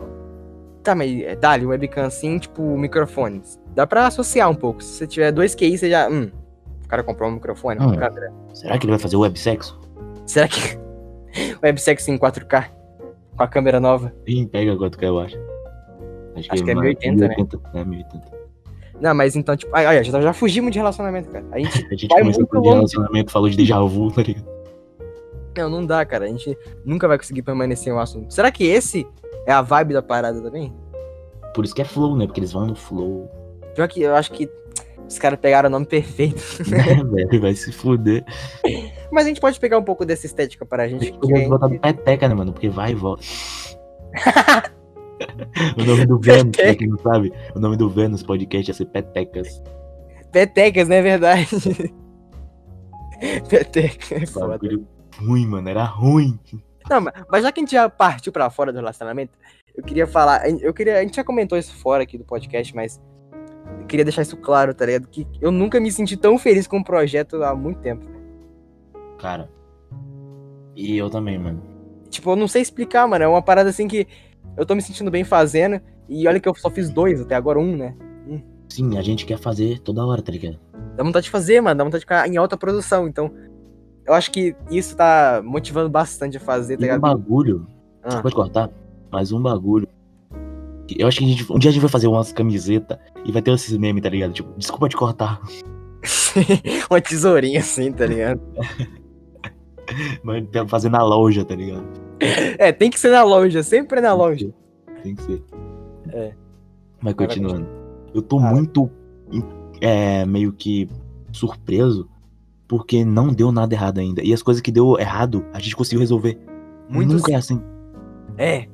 S1: Tá, mas é, dá-lhe webcam assim, tipo, microfones. Dá pra associar um pouco. Se você tiver dois QI, você já. Hum, o cara comprou um microfone, uma
S2: Hum.
S1: câmera.
S2: Será que ele vai fazer websexo?
S1: Será que. (laughs) Websex em 4K? Com a câmera nova?
S2: Ih, pega quanto que eu acho.
S1: Acho que é
S2: mano,
S1: 1080, né?
S2: 1080, É 1080.
S1: Não, mas então, tipo. Ai, ai, já, já fugimos de relacionamento, cara. A
S2: (laughs)
S1: gente.
S2: A gente
S1: Vai
S2: começou
S1: muito
S2: com
S1: longe.
S2: relacionamento, falou de déjà vu, tá ligado?
S1: Não, não dá, cara. A gente nunca vai conseguir permanecer em um assunto. Será que esse é a vibe da parada também?
S2: Por isso que é flow, né? Porque eles vão
S1: (laughs)
S2: no flow.
S1: Pior que eu acho que os caras pegaram o nome perfeito.
S2: Né, velho? Vai se fuder.
S1: Mas a gente pode pegar um pouco dessa estética pra gente. é
S2: Eu vou botar no peteca, né, mano? Porque vai e volta. (laughs) o nome do Vênus, pra quem não sabe, o nome do Vênus podcast ia ser Petecas.
S1: É Petecas, não é verdade? (laughs) Peteca é foda.
S2: Bagulho ruim, mano. Era ruim.
S1: Não, ma- mas já que a gente já partiu pra fora do relacionamento, eu queria falar. Eu queria, a gente já comentou isso fora aqui do podcast, mas eu queria deixar isso claro, tá ligado? Que eu nunca me senti tão feliz com um projeto há muito tempo.
S2: Cara. E eu também, mano.
S1: Tipo, eu não sei explicar, mano. É uma parada assim que eu tô me sentindo bem fazendo. E olha que eu só fiz dois até agora, um, né?
S2: Sim, a gente quer fazer toda hora, tá ligado?
S1: Dá vontade de fazer, mano. Dá vontade de ficar em alta produção. Então, eu acho que isso tá motivando bastante a fazer, tá
S2: E um
S1: ligado?
S2: bagulho
S1: Ah.
S2: Pode cortar? Mais um bagulho. Que Eu acho que a gente, um dia a gente vai fazer umas camisetas e vai ter esses memes, tá ligado? Tipo, desculpa te cortar.
S1: (laughs)
S2: (laughs)
S1: uma tesourinha assim, tá ligado?
S2: Mas tem que fazer na loja, tá ligado?
S1: É, tem que ser na loja, sempre é na loja.
S2: Tem que ser.
S1: É. Vai, vai,
S2: Mas continuando. Eu tô
S1: Cara.
S2: muito é, meio que surpreso porque não deu nada errado ainda. E as coisas que deu errado, a gente conseguiu resolver.
S1: Muito
S2: Nunca é assim.
S1: É.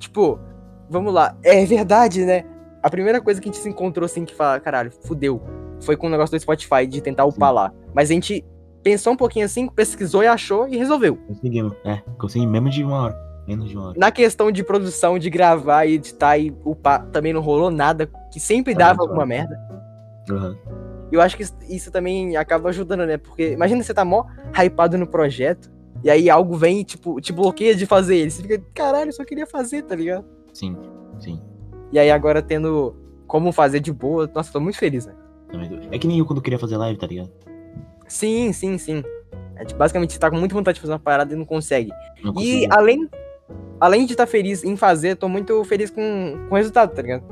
S1: Tipo, vamos lá. É verdade, né? A primeira coisa que a gente se encontrou assim que fala, caralho, fudeu. Foi com o negócio do Spotify de tentar upar lá. Mas a gente pensou um pouquinho assim, pesquisou e achou e resolveu.
S2: Conseguimos. É, consegui menos de uma hora. Menos de uma hora.
S1: Na questão de produção, de gravar e editar e upar, também não rolou nada, que sempre
S2: Tá
S1: dava
S2: bom,
S1: alguma
S2: tá.
S1: merda.
S2: Aham.
S1: E eu acho que isso- isso também acaba ajudando, né? Porque imagina você tá mó hypado no projeto, e aí algo vem e, tipo, te bloqueia de fazer ele. Você fica, caralho, eu só queria fazer, tá ligado?
S2: Sim, sim.
S1: E aí agora tendo como fazer de boa, nossa, tô muito feliz, né?
S2: Também deu. É que nem eu quando queria fazer live, tá ligado?
S1: Sim, sim, sim. É, tipo, basicamente, você tá com muita vontade de fazer uma parada e não consegue.
S2: Não
S1: E
S2: consegui.
S1: além, além de estar feliz em fazer, tô muito feliz com, com o resultado, tá ligado?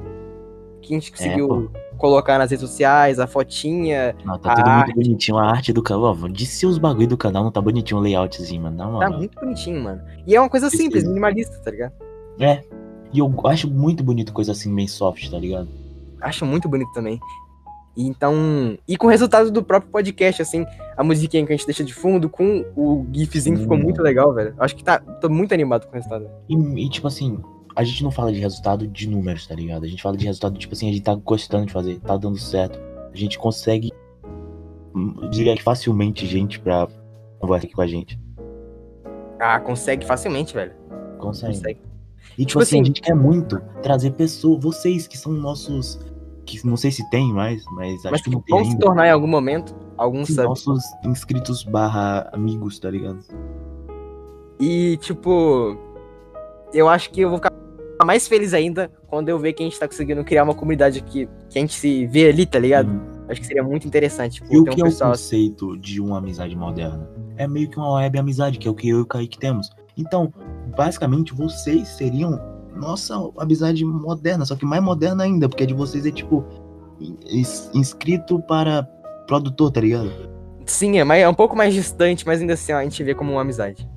S1: Que a gente
S2: É,
S1: conseguiu colocar nas redes sociais, a fotinha.
S2: Não, tá
S1: A
S2: tudo
S1: arte.
S2: muito bonitinho. A arte do canal, ó, de se os bagulho do canal não tá bonitinho o layoutzinho, mano. Não,
S1: Tá
S2: mano.
S1: muito bonitinho, mano. E é uma coisa
S2: Precisa.
S1: simples, minimalista, tá ligado?
S2: É. E eu acho muito bonito coisa assim, bem soft, tá ligado?
S1: Acho muito bonito também. E Então, e com o resultado do próprio podcast, assim, a musiquinha que a gente deixa de fundo com o gifzinho que ficou
S2: Hum.
S1: muito legal, velho. Acho que tá, tô muito animado com o resultado.
S2: E, e, tipo assim, a gente não fala de resultado de números, tá ligado? A gente fala de resultado, tipo assim, a gente tá gostando de fazer, tá dando certo. A gente consegue hum, diria que facilmente gente pra conversar aqui com a gente.
S1: Ah, consegue facilmente, velho.
S2: Consegue.
S1: Consegue.
S2: E tipo,
S1: Tipo
S2: assim, a
S1: assim-
S2: gente quer muito trazer pessoas, vocês que são nossos que não sei se tem mais, mas,
S1: Mas
S2: acho que
S1: que
S2: não tem
S1: vão se
S2: ainda.
S1: tornar em algum momento alguns
S2: Sim,
S1: sub.
S2: nossos inscritos barra amigos, tá ligado?
S1: E, tipo, eu acho que eu vou ficar mais feliz ainda quando eu ver que a gente tá conseguindo criar uma comunidade que, que a gente se vê ali, tá ligado?
S2: Hum.
S1: Acho que seria muito interessante. Tipo,
S2: E o
S1: ter um
S2: que é o
S1: pessoal assim.
S2: conceito de uma amizade moderna? É meio que uma web amizade, que é o que eu e o Kaique temos. Então, basicamente, vocês seriam nossa amizade moderna, só que mais moderna ainda, porque a de vocês é tipo in- ins- inscrito para produtor, tá ligado?
S1: Sim, é, mais, é um pouco mais distante, mas ainda assim ó, a gente vê como uma amizade.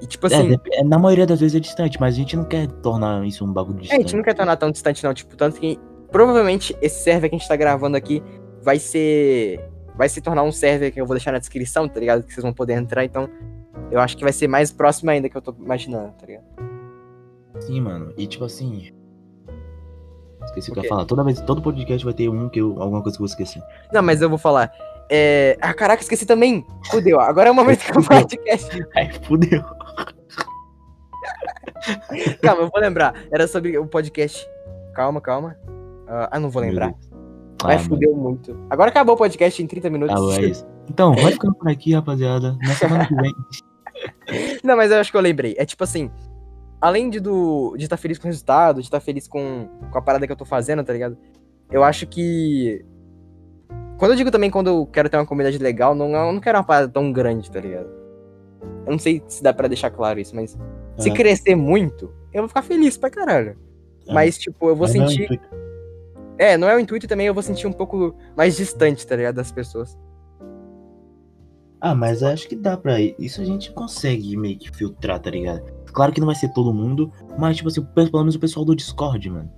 S1: E, tipo
S2: É,
S1: assim,
S2: dep- é, na maioria das vezes é distante, mas a gente não quer tornar isso um
S1: É,
S2: bagulho
S1: a
S2: distante.
S1: gente não quer tornar tão distante, não. Tipo, tanto que provavelmente esse server que a gente tá gravando aqui vai ser. Vai se tornar um server que eu vou deixar na descrição, tá ligado? Que vocês vão poder entrar, então. Eu acho que vai ser mais próximo ainda que eu tô imaginando, tá ligado?
S2: Sim, mano. E tipo assim. Esqueci o que
S1: Ok.
S2: eu ia falar. Toda vez, todo podcast vai ter um que eu, alguma coisa que eu vou esquecer.
S1: Não, mas eu vou falar. É... Ah, caraca, esqueci também! Fudeu, agora é o momento que eu podcast.
S2: Ai, fudeu.
S1: Calma, eu vou lembrar. Era sobre o podcast. Calma, calma. Ah, ah, não vou lembrar. Vai
S2: Ah,
S1: fudeu muito. Agora acabou o podcast em 30 minutos. (laughs)
S2: Ah, é isso. Então, vai ficando por aqui, rapaziada. Na semana que vem.
S1: (laughs) Não, mas eu acho que eu lembrei. É tipo assim, além de do de estar feliz com o resultado, de estar feliz com, com a parada que eu tô fazendo, tá ligado? Eu acho que quando eu digo também quando eu quero ter uma comunidade legal, não é, eu não quero uma parada tão grande, tá ligado? Eu não sei se dá pra deixar claro isso, mas se
S2: É.
S1: crescer muito, eu vou ficar feliz pra caralho.
S2: É.
S1: Mas tipo, eu vou
S2: Mas não é o
S1: sentir
S2: intuito.
S1: é, não é o intuito também, eu vou sentir um pouco mais distante, tá ligado, das pessoas.
S2: Ah, mas acho que dá pra ir. Isso a gente consegue meio que filtrar, tá ligado? Claro que não vai ser todo mundo, mas tipo assim, pelo pelo menos o pessoal do Discord, mano.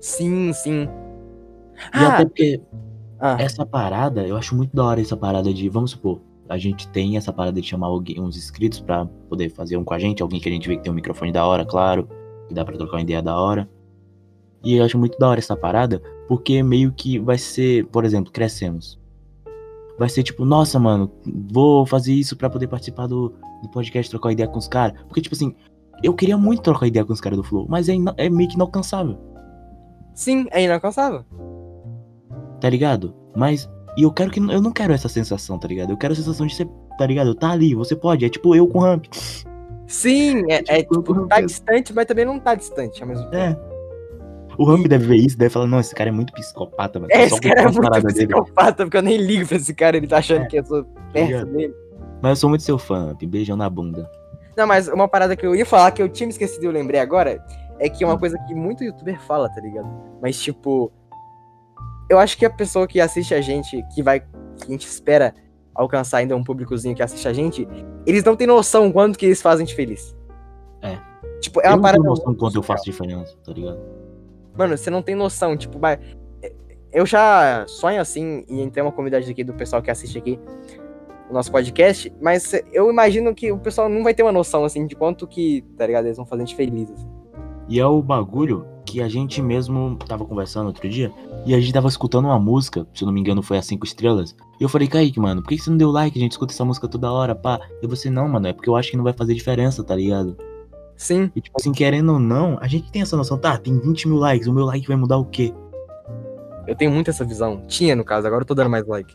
S1: Sim, sim.
S2: E
S1: Ah,
S2: até porque
S1: ah,
S2: essa parada, eu acho muito da hora essa parada de, vamos supor, a gente tem essa parada de chamar alguém, uns inscritos pra poder fazer um com a gente, alguém que a gente vê que tem um microfone da hora, claro, que dá pra trocar uma ideia da hora. E eu acho muito da hora essa parada, porque meio que vai ser, por exemplo, crescemos. Vai ser tipo, nossa, mano, vou fazer isso pra poder participar do, do podcast, trocar ideia com os caras. Porque, tipo assim, eu queria muito trocar ideia com os caras do Flow, mas é, ina- é meio que inalcançável
S1: sim, é inalcançável.
S2: tá ligado? Mas e eu quero que eu não quero essa sensação, tá ligado? Eu quero a sensação de ser, tá ligado? Tá ali, você pode, é tipo eu com o Ramp.
S1: Sim, é, é,
S2: Tipo,
S1: tipo,
S2: não
S1: tá
S2: tem-
S1: distante, mas também não tá distante ao mesmo tempo.
S2: É. O Ramp deve ver isso, deve falar, não, esse cara é muito psicopata, mano. Tá
S1: É,
S2: Só
S1: esse cara é
S2: vou falar uma
S1: muito
S2: parada dele,
S1: psicopata, porque eu nem ligo pra esse cara, ele tá achando
S2: É,
S1: que eu sou perto
S2: ligado?
S1: dele.
S2: Mas eu sou muito seu fã, Ramp. Beijão na bunda.
S1: Não, mas uma parada que eu ia falar, que eu tinha me esquecido e eu lembrei agora, é que é uma
S2: Hum.
S1: coisa que muito youtuber fala, tá ligado? Mas, tipo, eu acho que a pessoa que assiste a gente, que vai, que a gente espera alcançar ainda um públicozinho que assiste a gente, eles não têm noção quanto que eles fazem de feliz.
S2: É.
S1: Tipo, é
S2: eu
S1: uma
S2: não
S1: parada.
S2: tenho noção
S1: muito
S2: quanto
S1: surreal.
S2: eu faço diferença, tá ligado?
S1: Mano, você não tem noção, tipo, vai- eu já sonho assim em entrar uma comunidade aqui do pessoal que assiste aqui o nosso podcast, mas eu imagino que o pessoal não vai ter uma noção assim de quanto que, tá ligado? Eles vão fazer a gente feliz. assim.
S2: E é o bagulho que a gente mesmo tava conversando outro dia, e a gente tava escutando uma música, se eu não me engano foi a cinco estrelas, e eu falei, Kaique, mano, por que que você não deu like? A gente escuta essa música toda hora, pá. E você, não, mano, é porque eu acho que não vai fazer diferença, tá ligado?
S1: Sim,
S2: E tipo assim, querendo ou não, a gente tem essa noção, tá, tem 20 mil likes, o meu like vai mudar o quê?
S1: eu tenho muito essa visão. Tinha no caso, agora eu tô dando mais like.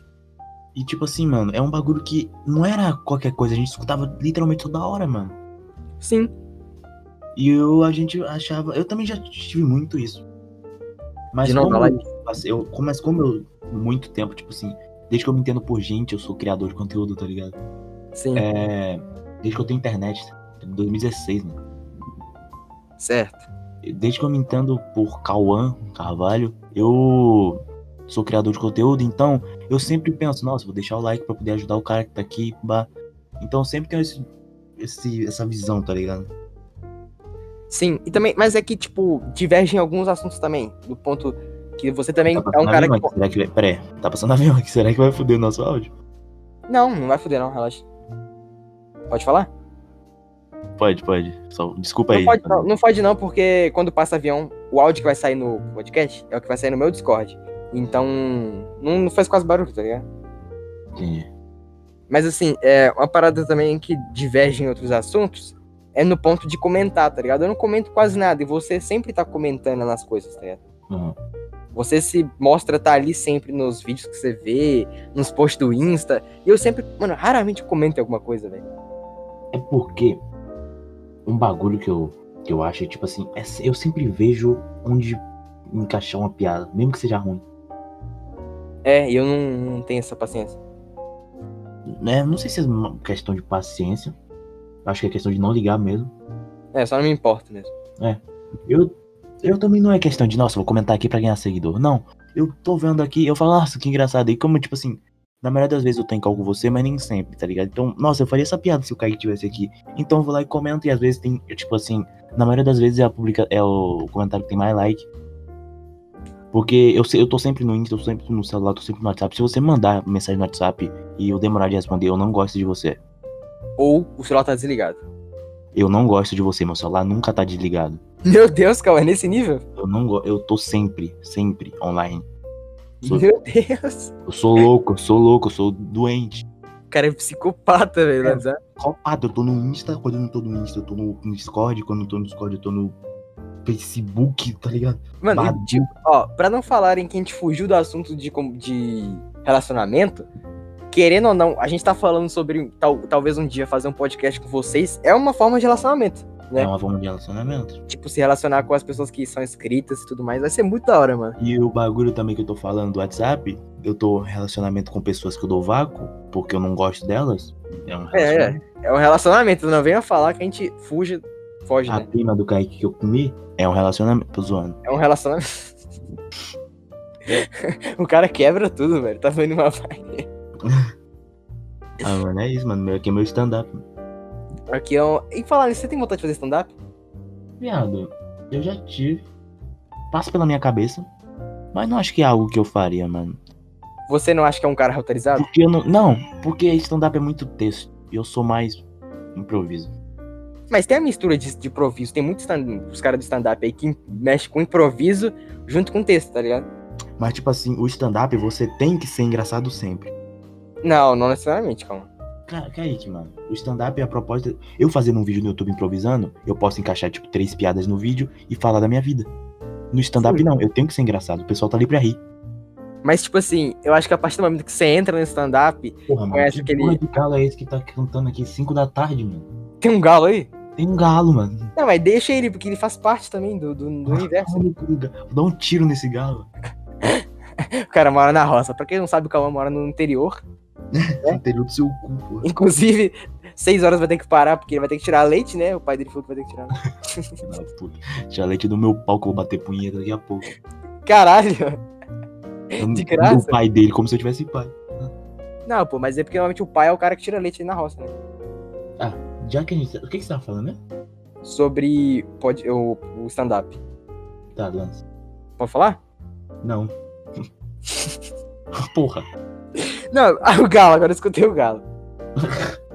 S2: E tipo assim, mano, é um bagulho que não era qualquer coisa, a gente escutava literalmente toda hora, mano.
S1: Sim.
S2: E eu, a gente achava, eu também já tive muito isso. Mas
S1: De não
S2: como,
S1: dar
S2: eu, passei- eu, como- mas como eu, muito tempo, tipo assim, desde que eu me entendo por gente, eu sou criador de conteúdo, tá ligado?
S1: Hum. Sim.
S2: É, desde que eu tenho internet, 2016, mano.
S1: Certo.
S2: desde que eu me entendo por Cauã Carvalho, eu sou criador de conteúdo, então eu sempre penso, nossa, vou deixar o like pra poder ajudar o cara que tá aqui, bah. Então eu sempre tenho esse, esse- essa visão, tá ligado?
S1: Sim. E também, mas é que tipo divergem alguns assuntos também, do ponto que você
S2: Tá
S1: também é um cara
S2: avião
S1: que
S2: aqui, será que vai... Pera aí, tá passando avião aqui, será que vai foder o nosso áudio?
S1: Não, não vai foder não, relaxa. Pode falar?
S2: Pode, pode. Só... Desculpa
S1: Não
S2: aí.
S1: pode,
S2: tá
S1: não, não pode não, porque quando passa avião, o áudio que vai sair no podcast é o que vai sair no meu Discord. Então, não, não faz quase barulho, tá ligado?
S2: Entendi.
S1: Mas assim, é uma parada também que diverge em outros assuntos é no ponto de comentar, tá ligado? Eu não comento quase nada e você sempre tá comentando nas coisas, tá ligado?
S2: Uhum.
S1: Você se mostra tá ali sempre nos vídeos que você vê, nos posts do Insta. E eu sempre, mano, raramente comento alguma coisa, velho.
S2: É porque um bagulho que eu, que eu acho é tipo assim, é se- eu sempre vejo onde encaixar uma piada, mesmo que seja ruim.
S1: É, e eu não, não tenho essa paciência.
S2: Né? Não sei se é uma questão de paciência. Acho que é questão de não ligar mesmo.
S1: É, só não me importa mesmo.
S2: Eu, eu também não é questão de, nossa, vou comentar aqui pra ganhar seguidor. Não. Eu tô vendo aqui, eu falo, nossa, que engraçado. E como, tipo assim, na maioria das vezes eu tô em call com você, mas nem sempre, tá ligado? Então, nossa, eu faria essa piada se o Kaique tivesse aqui. Então eu vou lá e comento, e às vezes tem, eu, tipo assim, na maioria das vezes é, a publica, é o comentário que tem mais like. Porque eu, se- eu tô sempre no Insta, eu tô sempre no celular, tô sempre no WhatsApp. Se você mandar mensagem no WhatsApp e eu demorar de responder, eu não gosto de você.
S1: Ou o celular tá desligado.
S2: Eu não gosto de você, meu celular nunca tá desligado.
S1: Meu Deus, Cauê, nesse nível?
S2: Eu não go- eu tô sempre, sempre online. Sou-
S1: Meu Deus.
S2: Eu sou louco, eu sou louco, eu sou doente.
S1: O cara é psicopata, velho.
S2: É.
S1: mas é-
S2: Copado, eu tô no Insta quando eu não tô no Insta, eu tô no, no Discord, quando eu não tô no Discord, eu tô no Facebook, tá ligado?
S1: Mano,
S2: Badu.
S1: e, tipo, ó, pra não falarem que a gente fugiu do assunto de, com- de relacionamento, querendo ou não, a gente tá falando sobre tal, talvez um dia fazer um podcast com vocês, é uma forma de relacionamento.
S2: É.
S1: É.
S2: uma forma de relacionamento.
S1: Tipo, se relacionar com as pessoas que são inscritas e tudo mais, vai ser muito da hora, mano.
S2: E o bagulho também que eu tô falando do WhatsApp, eu tô em relacionamento com pessoas que eu dou vácuo, porque eu não gosto delas. É um
S1: É,
S2: relacionamento.
S1: é um relacionamento, não venha falar que a gente fuge, foge,
S2: A
S1: né?
S2: prima do Kaique que eu comi é um relacionamento. Tô zoando.
S1: É um relacionamento. (laughs) o cara quebra tudo, velho. Tá vendo uma
S2: Ah, mano, é isso, mano. Meu- Aqui é meu stand-up.
S1: Aqui é um... E falar nisso, você tem vontade de fazer stand-up?
S2: Viado, eu já tive. Passa pela minha cabeça. Mas não acho que é algo que eu faria, mano.
S1: Você não acha que é um cara autorizado?
S2: Porque eu não. Não, porque stand-up é muito texto. E eu sou mais improviso.
S1: Mas tem a mistura de, de improviso. Tem muitos stand- os caras do stand-up aí que mexe com improviso junto com texto, tá ligado?
S2: Mas, tipo assim, o stand-up você tem que ser engraçado sempre.
S1: Não, não necessariamente, calma.
S2: Cara, Kaique, mano. O stand-up é a proposta. Eu fazendo um vídeo no YouTube improvisando, eu posso encaixar, tipo, três piadas no vídeo e falar da minha vida. No stand-up,
S1: Sim.
S2: não. Eu tenho que ser engraçado. O pessoal tá ali pra rir.
S1: Mas, tipo assim, eu acho que a partir do momento que você entra no stand-up,
S2: Porra, mano.
S1: Conhece
S2: Que
S1: aquele-
S2: porra de galo é esse que tá cantando aqui 5 da tarde, mano?
S1: tem um galo aí.
S2: Tem um galo, mano.
S1: Não, mas deixa ele, porque ele faz parte também do, do, do universo.
S2: Dá um tiro nesse galo.
S1: O cara mora na roça. Pra quem não sabe, o Cauã mora no interior.
S2: É? Interior do seu cu, porra.
S1: Inclusive, seis horas vai ter que parar, porque ele vai ter que tirar leite, né? O pai dele falou que vai ter que tirar.
S2: Filha da puta. Tira leite do meu pau que eu vou bater punheta daqui a pouco.
S1: Caralho! (laughs)
S2: Eu-
S1: De graça?
S2: O pai dele, como se eu tivesse pai.
S1: Não, pô, mas é porque normalmente o pai é o cara que tira leite aí na roça, né?
S2: Já que a gente. O que, que você tava falando, né?
S1: Sobre pode, o, o stand-up.
S2: Tá, Lance.
S1: Pode falar?
S2: Não. (laughs) porra.
S1: Não, (laughs) ah, o Galo, agora eu escutei o Galo.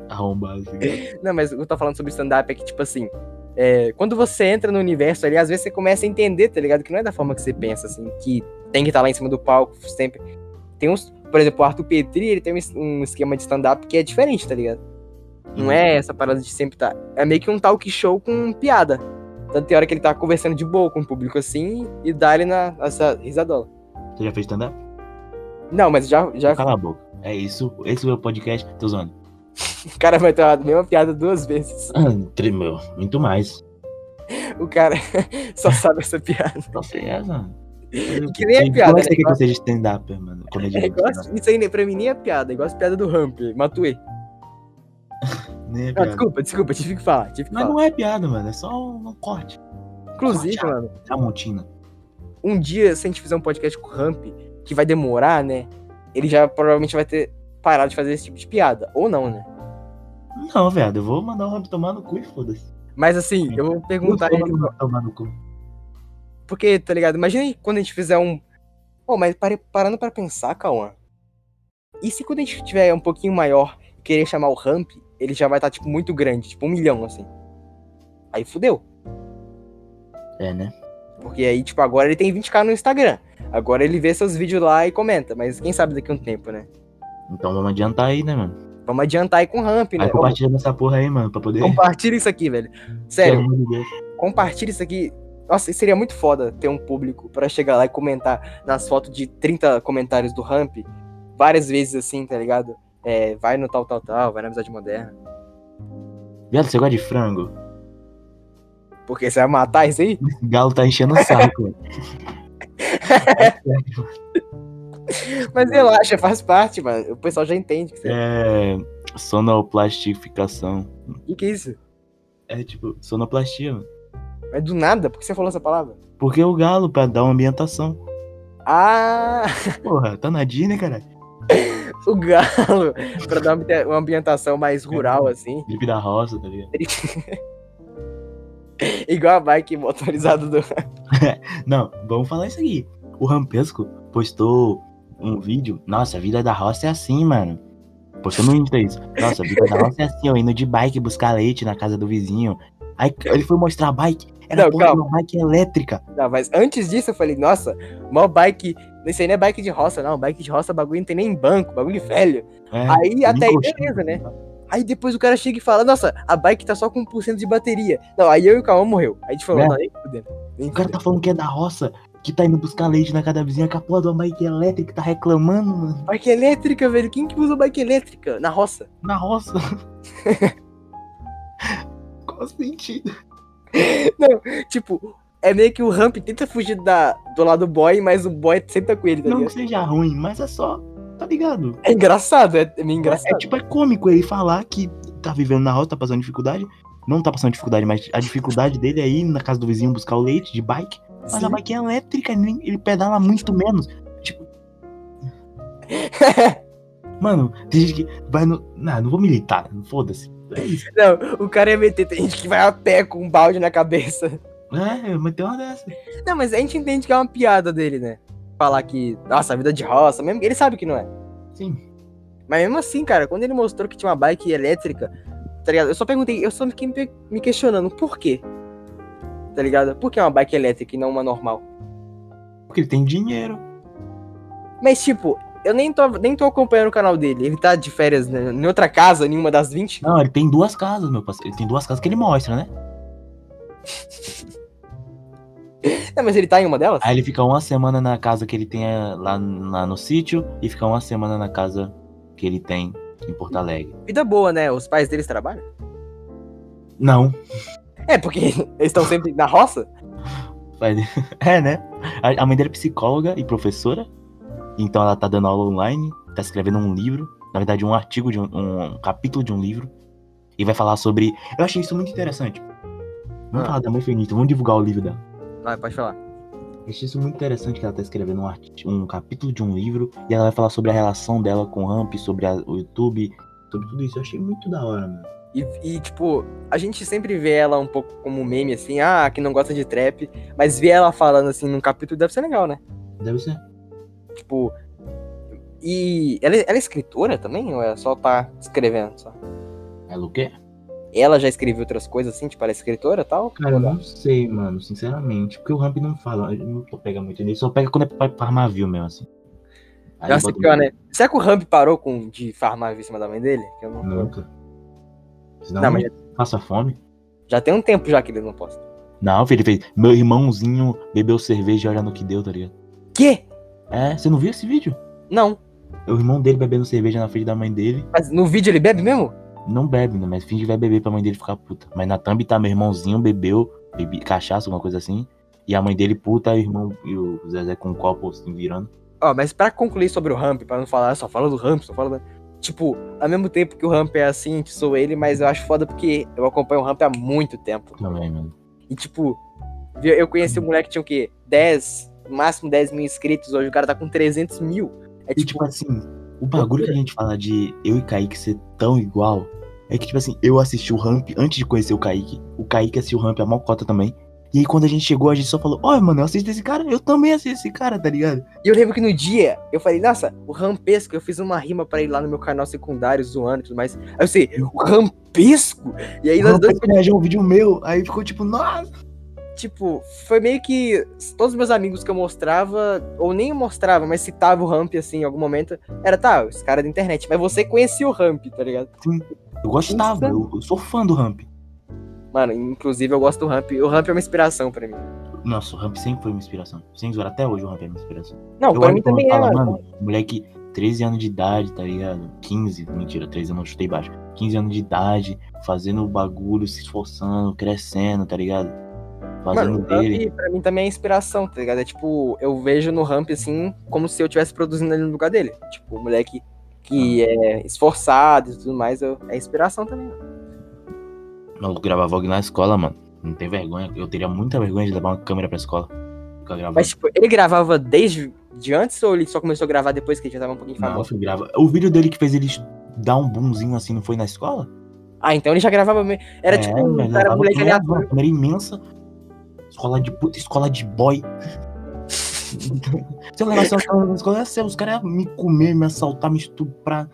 S2: Arrombado. esse cara.
S1: Não, mas o que eu tô falando sobre stand-up é que, tipo assim, é, quando você entra no universo ali, às vezes você começa a entender, tá ligado? Que não é da forma que você pensa, assim, que tem que estar lá em cima do palco sempre. Tem uns. Por exemplo, o Arthur Petri, ele tem um es- um esquema de stand-up que é diferente, tá ligado? Não é
S2: Uhum.
S1: essa parada de sempre tá. É meio que um talk show com piada. Tanto tem hora que ele tá conversando de boa com o público assim e dá ele na essa risadola.
S2: Você já fez stand-up?
S1: Não, mas já, já
S2: Cala a boca. É isso. Esse é o meu podcast. Tô zoando.
S1: o cara vai ter a mesma piada duas vezes.
S2: Ah, tre- meu, Muito mais.
S1: O cara (laughs) só sabe essa piada.
S2: Não sei essa.
S1: Que nem a piada,
S2: Como é que
S1: né?
S2: você quer que eu seja stand-up, mano?
S1: (laughs) É
S2: Comediante.
S1: igual,
S2: stand-up.
S1: isso aí nem- pra mim nem é piada, é igual as piadas do Humper, Matuê.
S2: Nem é
S1: Ah,
S2: piada.
S1: desculpa, desculpa, tive que falar, tive que
S2: Mas
S1: falar.
S2: não é piada, mano. É só um corte.
S1: Inclusive,
S2: Corte,
S1: mano,
S2: Tramontina.
S1: um dia, se a gente fizer um podcast com o Hump, que vai demorar, né? Ele já provavelmente vai ter parado de fazer esse tipo de piada, ou não, né?
S2: Não, viado, eu vou mandar o Ramp tomar no cu e foda-se.
S1: Mas assim, eu vou perguntar
S2: Toma
S1: ele,
S2: no cu, tomar no cu.
S1: porque, tá ligado? Imagina aí quando a gente fizer um. Pô, mas pare- parando pra pensar, Cauã. E se quando a gente tiver um pouquinho maior e querer chamar o Ramp, ele já vai estar, tipo, muito grande, tipo, um milhão, assim. Aí fudeu.
S2: É, né?
S1: Porque aí, tipo, agora ele tem 20k no Instagram. Agora ele vê seus vídeos lá e comenta. Mas quem sabe daqui a um tempo, né?
S2: Então vamos adiantar aí, né, mano?
S1: Vamos adiantar aí com o Ramp, né?
S2: Vai compartilhando essa porra aí, mano, pra poder.
S1: Ô, compartilha isso aqui, velho.
S2: Pelo
S1: Sério,
S2: amor de Deus.
S1: compartilha isso aqui. Nossa, seria muito foda ter um público pra chegar lá e comentar nas fotos de 30 comentários do Ramp várias vezes assim, tá ligado? É, vai no tal, tal, tal, vai na amizade moderna.
S2: Viado, você gosta de frango?
S1: Porque você vai matar isso aí?
S2: O galo tá enchendo o saco.
S1: (laughs) Mas relaxa, faz parte, mano. O pessoal já entende. Que você...
S2: é. Sonoplastificação.
S1: E que é isso?
S2: É tipo, sonoplastia. mano.
S1: Mas do nada, por que você falou essa palavra?
S2: Porque o galo, pra dar uma ambientação.
S1: Ah, (laughs)
S2: Porra, tá na Disney, cara.
S1: o galo. pra dar uma ambi- uma ambientação mais rural, assim.
S2: Gripe da roça, tá ligado?
S1: Igual a bike motorizada do.
S2: Não, vamos falar isso aqui. O Rampesco postou um vídeo. Nossa, a vida da roça é assim, mano. Postou no Insta isso. Nossa, a vida da roça é assim, eu indo de bike buscar leite na casa do vizinho. Aí ele foi mostrar a bike. Era
S1: Não,
S2: porra de
S1: calma.
S2: uma bike elétrica.
S1: Não, mas antes disso eu falei, nossa, mó bike. Isso aí não é bike de roça, não. Bike de roça, bagulho não tem nem banco, bagulho velho.
S2: É,
S1: Aí até aí,
S2: encostado.
S1: beleza, né? Aí depois o cara chega e fala, nossa, a bike tá só com 1% de bateria. Não, aí eu e o Cauã morreu. Aí a gente falou,
S2: É.
S1: não, nem fudendo. Nem
S2: O cara
S1: fudendo.
S2: tá falando que é da roça, que tá indo buscar leite na casa da vizinha, com a porra de uma bike elétrica, tá reclamando, mano.
S1: Bike elétrica, velho. Quem que usa bike elétrica? Na roça. (laughs)
S2: Na roça. Qual sentido?
S1: Tipo, é meio que o Ramp tenta fugir da, do lado do boy, mas o boy sempre tá com ele, tá
S2: Não
S1: ligado?
S2: que seja ruim, mas é só, tá ligado?
S1: É engraçado, é, é meio
S2: É
S1: engraçado.
S2: tipo, é cômico ele falar que tá vivendo na roça, tá passando dificuldade. Não tá passando dificuldade, mas a dificuldade dele é ir na casa do vizinho buscar o leite de bike. Mas a
S1: Sim.
S2: bike é elétrica, nem- ele pedala muito menos. Tipo. Mano, tem gente que vai no. Não, não vou militar, foda-se. É isso.
S1: (laughs) Não, o cara ia meter, tem gente que vai a pé com um balde na cabeça.
S2: É, mas tem uma dessa.
S1: Não, mas a gente entende que é uma piada dele, né? Falar que, nossa, a vida de roça, mesmo ele sabe que não é.
S2: Sim.
S1: Mas mesmo assim, cara, quando ele mostrou que tinha uma bike elétrica, tá ligado? Eu só perguntei, eu só fiquei me- me questionando por quê? Tá ligado? Por que uma bike elétrica e não uma normal?
S2: Porque ele tem dinheiro.
S1: Mas, tipo, eu nem tô, nem tô acompanhando o canal dele. Ele tá de férias né, em outra casa, em uma das 20.
S2: Não, ele tem duas casas, meu parceiro. Ele tem duas casas que ele mostra, né?
S1: Não, mas ele tá em uma delas?
S2: Aí ele fica uma semana na casa que ele tem eh, lá, lá no sítio e fica uma semana na casa que ele tem em Porto Alegre.
S1: Vida boa, né? Os pais deles trabalham?
S2: Não.
S1: É, porque (laughs) eles estão sempre na roça?
S2: Vai- (laughs) É, né? A a mãe dele é psicóloga e professora. Então ela tá dando aula online, tá escrevendo um livro. Na verdade, um artigo de um, um capítulo de um livro. E vai falar sobre. Eu achei isso muito interessante. Vamos
S1: Ah.
S2: falar da mãe feminista, vamos divulgar o livro dela.
S1: Vai, pode falar.
S2: Eu achei isso muito interessante que ela tá escrevendo um, arti- um capítulo de um livro e ela vai falar sobre a relação dela com o Ramp, sobre a- o YouTube, sobre tudo isso. Eu achei muito da hora, mano.
S1: E, e, tipo, a gente sempre vê ela um pouco como meme, assim, ah, que não gosta de trap, mas ver ela falando assim num capítulo deve ser legal, né?
S2: Deve ser.
S1: Tipo. E ela, ela é escritora também? Ou ela só tá escrevendo? Só?
S2: Ela o É quê?
S1: Ela já escreveu outras coisas, assim, tipo, ela é escritora e tal?
S2: Cara, eu não sei, mano, sinceramente. Porque o Ramp não fala, ele não pega muito nisso, só pega quando é pra farmar view mesmo, assim. Aí
S1: Nossa,
S2: bota
S1: pior,
S2: um-
S1: né? Será que o Ramp parou com, de farmar em cima da mãe dele? Que eu não,
S2: Nunca. Senão
S1: Não, mas
S2: passa fome.
S1: já tem um tempo já que ele não posta.
S2: Não, filho, ele fez. Meu irmãozinho bebeu cerveja e olha no que deu, tá ligado?
S1: Quê?
S2: É, você não viu esse vídeo?
S1: Não.
S2: O irmão dele bebendo cerveja na frente da mãe dele.
S1: Mas no vídeo ele bebe mesmo?
S2: Não bebe, né? Mas finge que vai beber pra mãe dele ficar puta. Mas na thumb tá meu irmãozinho, bebeu, bebi cachaça, alguma coisa assim. E a mãe dele puta, e o irmão e o Zezé com um copo assim, virando.
S1: Ó, mas pra concluir sobre o Ramp, pra não falar, só fala do Ramp, só fala do... Tipo, ao mesmo tempo que o Ramp é assim, a gente sou ele, mas eu acho foda porque eu acompanho o Ramp há muito tempo.
S2: Também, mano.
S1: E tipo, vi- eu conheci um moleque que tinha o quê? 10, no máximo 10 mil inscritos, hoje o cara tá com 300 mil. É
S2: E
S1: tipo,
S2: tipo assim, o bagulho que a gente fala de eu e Kaique ser tão igual é que, tipo assim, eu assisti o Ramp antes de conhecer o Kaique. O Kaique assistiu o Ramp a mocota também. E aí quando a gente chegou, a gente só falou, ó, mano, eu assisto esse cara, eu também assisto esse cara, tá ligado?
S1: E eu lembro que no dia eu falei, nossa, o rampesco, eu fiz uma rima pra ele lá no meu canal secundário, zoando e tudo mais. Aí eu sei, o rampesco? E aí
S2: E
S1: nós dois,
S2: um vídeo meu, aí ficou tipo, nossa.
S1: tipo, foi meio que todos os meus amigos que eu mostrava, ou nem mostrava, mas citava o ramp assim em algum momento, era tá, esse cara é da internet, mas você conhecia o ramp, tá ligado?
S2: Eu gostava, eu, eu sou fã do Ramp.
S1: Mano, inclusive eu gosto do ramp, o ramp é uma inspiração pra mim.
S2: Nossa, o Ramp sempre foi uma inspiração. Sem zoar, até hoje o Ramp é uma inspiração.
S1: Não,
S2: eu
S1: pra
S2: olho
S1: mim
S2: pro Ramp
S1: também
S2: e
S1: é.
S2: falo,
S1: mano.
S2: mano, moleque, 13 anos de idade, tá ligado? 15, mentira, 13 anos eu chutei baixo. 15 anos de idade, fazendo o bagulho, se esforçando, crescendo, tá ligado? Fazendo
S1: Mano, o
S2: dele.
S1: Ramp, pra mim, também é inspiração, tá ligado? É tipo, eu vejo no Ramp, assim, como se eu estivesse produzindo ali no lugar dele. Tipo, o moleque que
S2: Ah.
S1: é esforçado e tudo mais, eu- é inspiração também.
S2: O maluco gravava vlog na escola, mano. Não tem vergonha. Eu teria muita vergonha de levar uma câmera pra escola. Ficar gravando.
S1: Mas, tipo, ele gravava desde de antes ou ele só começou a gravar depois que ele já tava um pouquinho
S2: Não,
S1: famoso?
S2: filho, grava. O vídeo dele que fez ele dar um boomzinho assim, não foi na escola?
S1: Ah, então ele já gravava mesmo. Era
S2: É,
S1: tipo um
S2: velho,
S1: cara
S2: tava
S1: moleque
S2: com uma
S1: aleatório.
S2: câmera imensa. Escola de puta, escola de boy. Se eu levasse uma câmera na escola, ia ser, os caras iam me comer, me assaltar, me estuprar.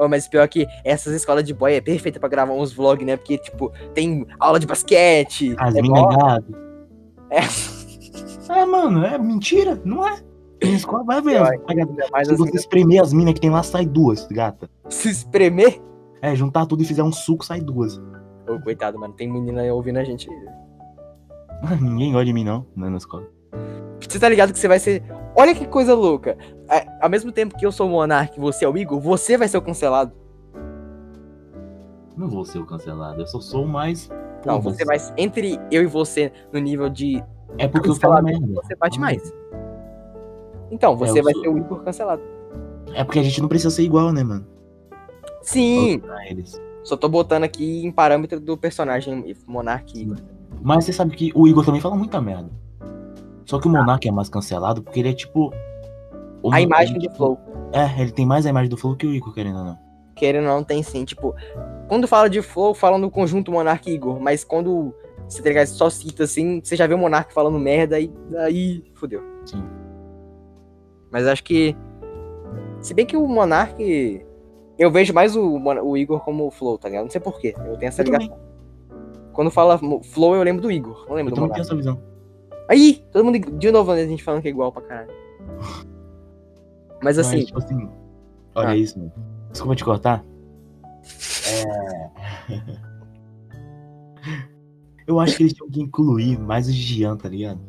S1: Oh, mas pior que essas escolas de boy é perfeita pra gravar uns vlogs, né? Porque, tipo, tem aula de basquete.
S2: As
S1: é
S2: minas
S1: mó-
S2: gado.
S1: É.
S2: É, mano, é mentira, não é? Na escola vai ver.
S1: Pior,
S2: pega-
S1: ainda mais
S2: Se
S1: as
S2: você espremer as minas que tem lá, sai duas, gata.
S1: minas se espremer.
S2: É, juntar tudo e fizer um suco, sai duas. (laughs)
S1: Ô, coitado, mano, tem menina aí ouvindo a gente.
S2: Ninguém gosta de mim, não, né, na escola.
S1: Você tá ligado que você vai ser. Olha que coisa louca. A- Ao mesmo tempo que eu sou o Monark e você é o Igor, você vai ser o cancelado.
S2: Não vou ser o cancelado, eu só sou o mais.
S1: Não,
S2: Pô,
S1: você vai. Entre eu e você no nível de
S2: É porque eu falo merda.
S1: você bate
S2: Ah.
S1: mais. Então, você
S2: É, eu
S1: vai
S2: sou-
S1: ser o Igor cancelado.
S2: É porque a gente não precisa ser igual, né, mano?
S1: Sim,
S2: Pra eles.
S1: só tô botando aqui em parâmetro do personagem Monark e Igor.
S2: Mas você sabe que o Igor também fala muita merda. Só que o Monark é mais cancelado porque ele é tipo. o-
S1: Ah. A imagem do
S2: tipo,
S1: Flow.
S2: É, ele tem mais a imagem do Flow que o Igor, querendo ou não.
S1: Querendo ou não, tem sim. Tipo, quando fala de Flow, fala no conjunto Monark e Igor. Mas quando você tá ligado, só cita assim, você já vê o Monark falando merda e aí fodeu.
S2: Sim.
S1: Mas acho que. Se bem que o Monark. Eu vejo mais o, Mon- o Igor como o Flow, tá ligado? Não sei porquê. Eu tenho essa
S2: Eu também,
S1: ligação. Quando fala mo- Flow, eu lembro do Igor. Não
S2: eu
S1: lembro do
S2: também tenho
S1: Monark.
S2: essa visão.
S1: Aí! Todo mundo. ig- De novo, né, a gente falando que é igual pra caralho. Mas assim.
S2: Mas, tipo assim. Olha
S1: Ah.
S2: isso, mano. Desculpa
S1: (laughs)
S2: te cortar. É. eu acho que eles tinham que incluir mais o Jean, tá ligado?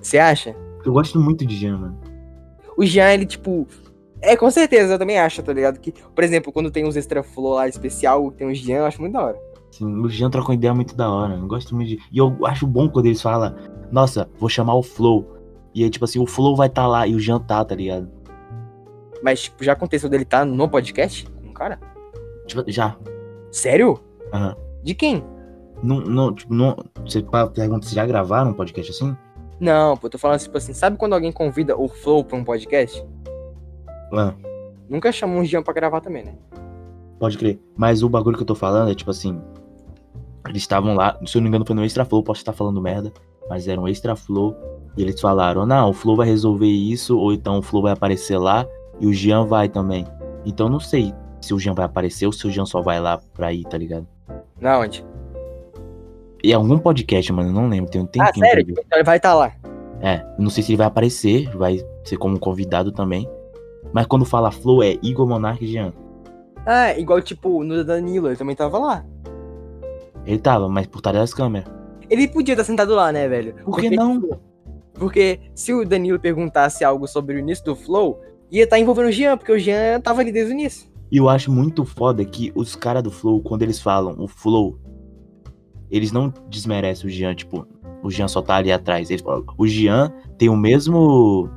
S1: Você acha?
S2: Porque eu gosto muito de Jean, mano.
S1: O Jean, ele, tipo. É, com certeza, eu também acho, tá ligado? Que, por exemplo, quando tem uns extra flow lá especial, tem o Jean, eu acho muito da hora.
S2: Sim, Assim, o Jean troca uma ideia muito da hora. Eu gosto muito de. E eu acho bom quando eles falam, nossa, vou chamar o Flow. E aí, tipo assim, o Flow vai estar lá e o Jean tá, tá ligado?
S1: Mas, tipo, já aconteceu dele tá no podcast? Um cara?
S2: Tipo, já.
S1: Sério?
S2: Aham.
S1: De quem?
S2: Não, não, tipo, não. Você pa- pergunta se já gravaram um podcast assim?
S1: Não, pô, eu tô falando tipo assim, sabe quando alguém convida o Flow pra um podcast?
S2: Ah,
S1: Nunca chamou o Jean pra gravar também, né?
S2: pode crer. Mas o bagulho que eu tô falando é tipo assim. Eles estavam lá, se eu não me engano, foi no Extra Flow, posso estar falando merda, mas era um Extra Flow. E eles falaram, não, o Flow vai resolver isso, ou então o Flow vai aparecer lá e o Jean vai também. Então eu não sei se o Jean vai aparecer ou se o Jean só vai lá pra ir, tá ligado?
S1: Na onde?
S2: E algum podcast, mano, eu não lembro, tem um tempinho.
S1: Ah,
S2: pra
S1: sério?
S2: ver.
S1: Tipo, então ele vai tá lá.
S2: É, eu não sei se ele vai aparecer, vai ser como convidado também. Mas quando fala Flow é Igor Monark e Jean.
S1: Ah, igual, tipo, no Danilo, ele também tava lá.
S2: Ele tava, mas por trás das câmeras.
S1: Ele podia estar sentado lá, né, velho?
S2: Por que não?
S1: Porque se o Danilo perguntasse algo sobre o início do Flow, ia estar envolvendo o Jean, porque o Jean tava ali desde o início.
S2: E eu acho muito foda que os caras do Flow, quando eles falam o Flow, eles não desmerecem o Jean, tipo, o Jean só tá ali atrás. Eles falam, o Jean tem o mesmo.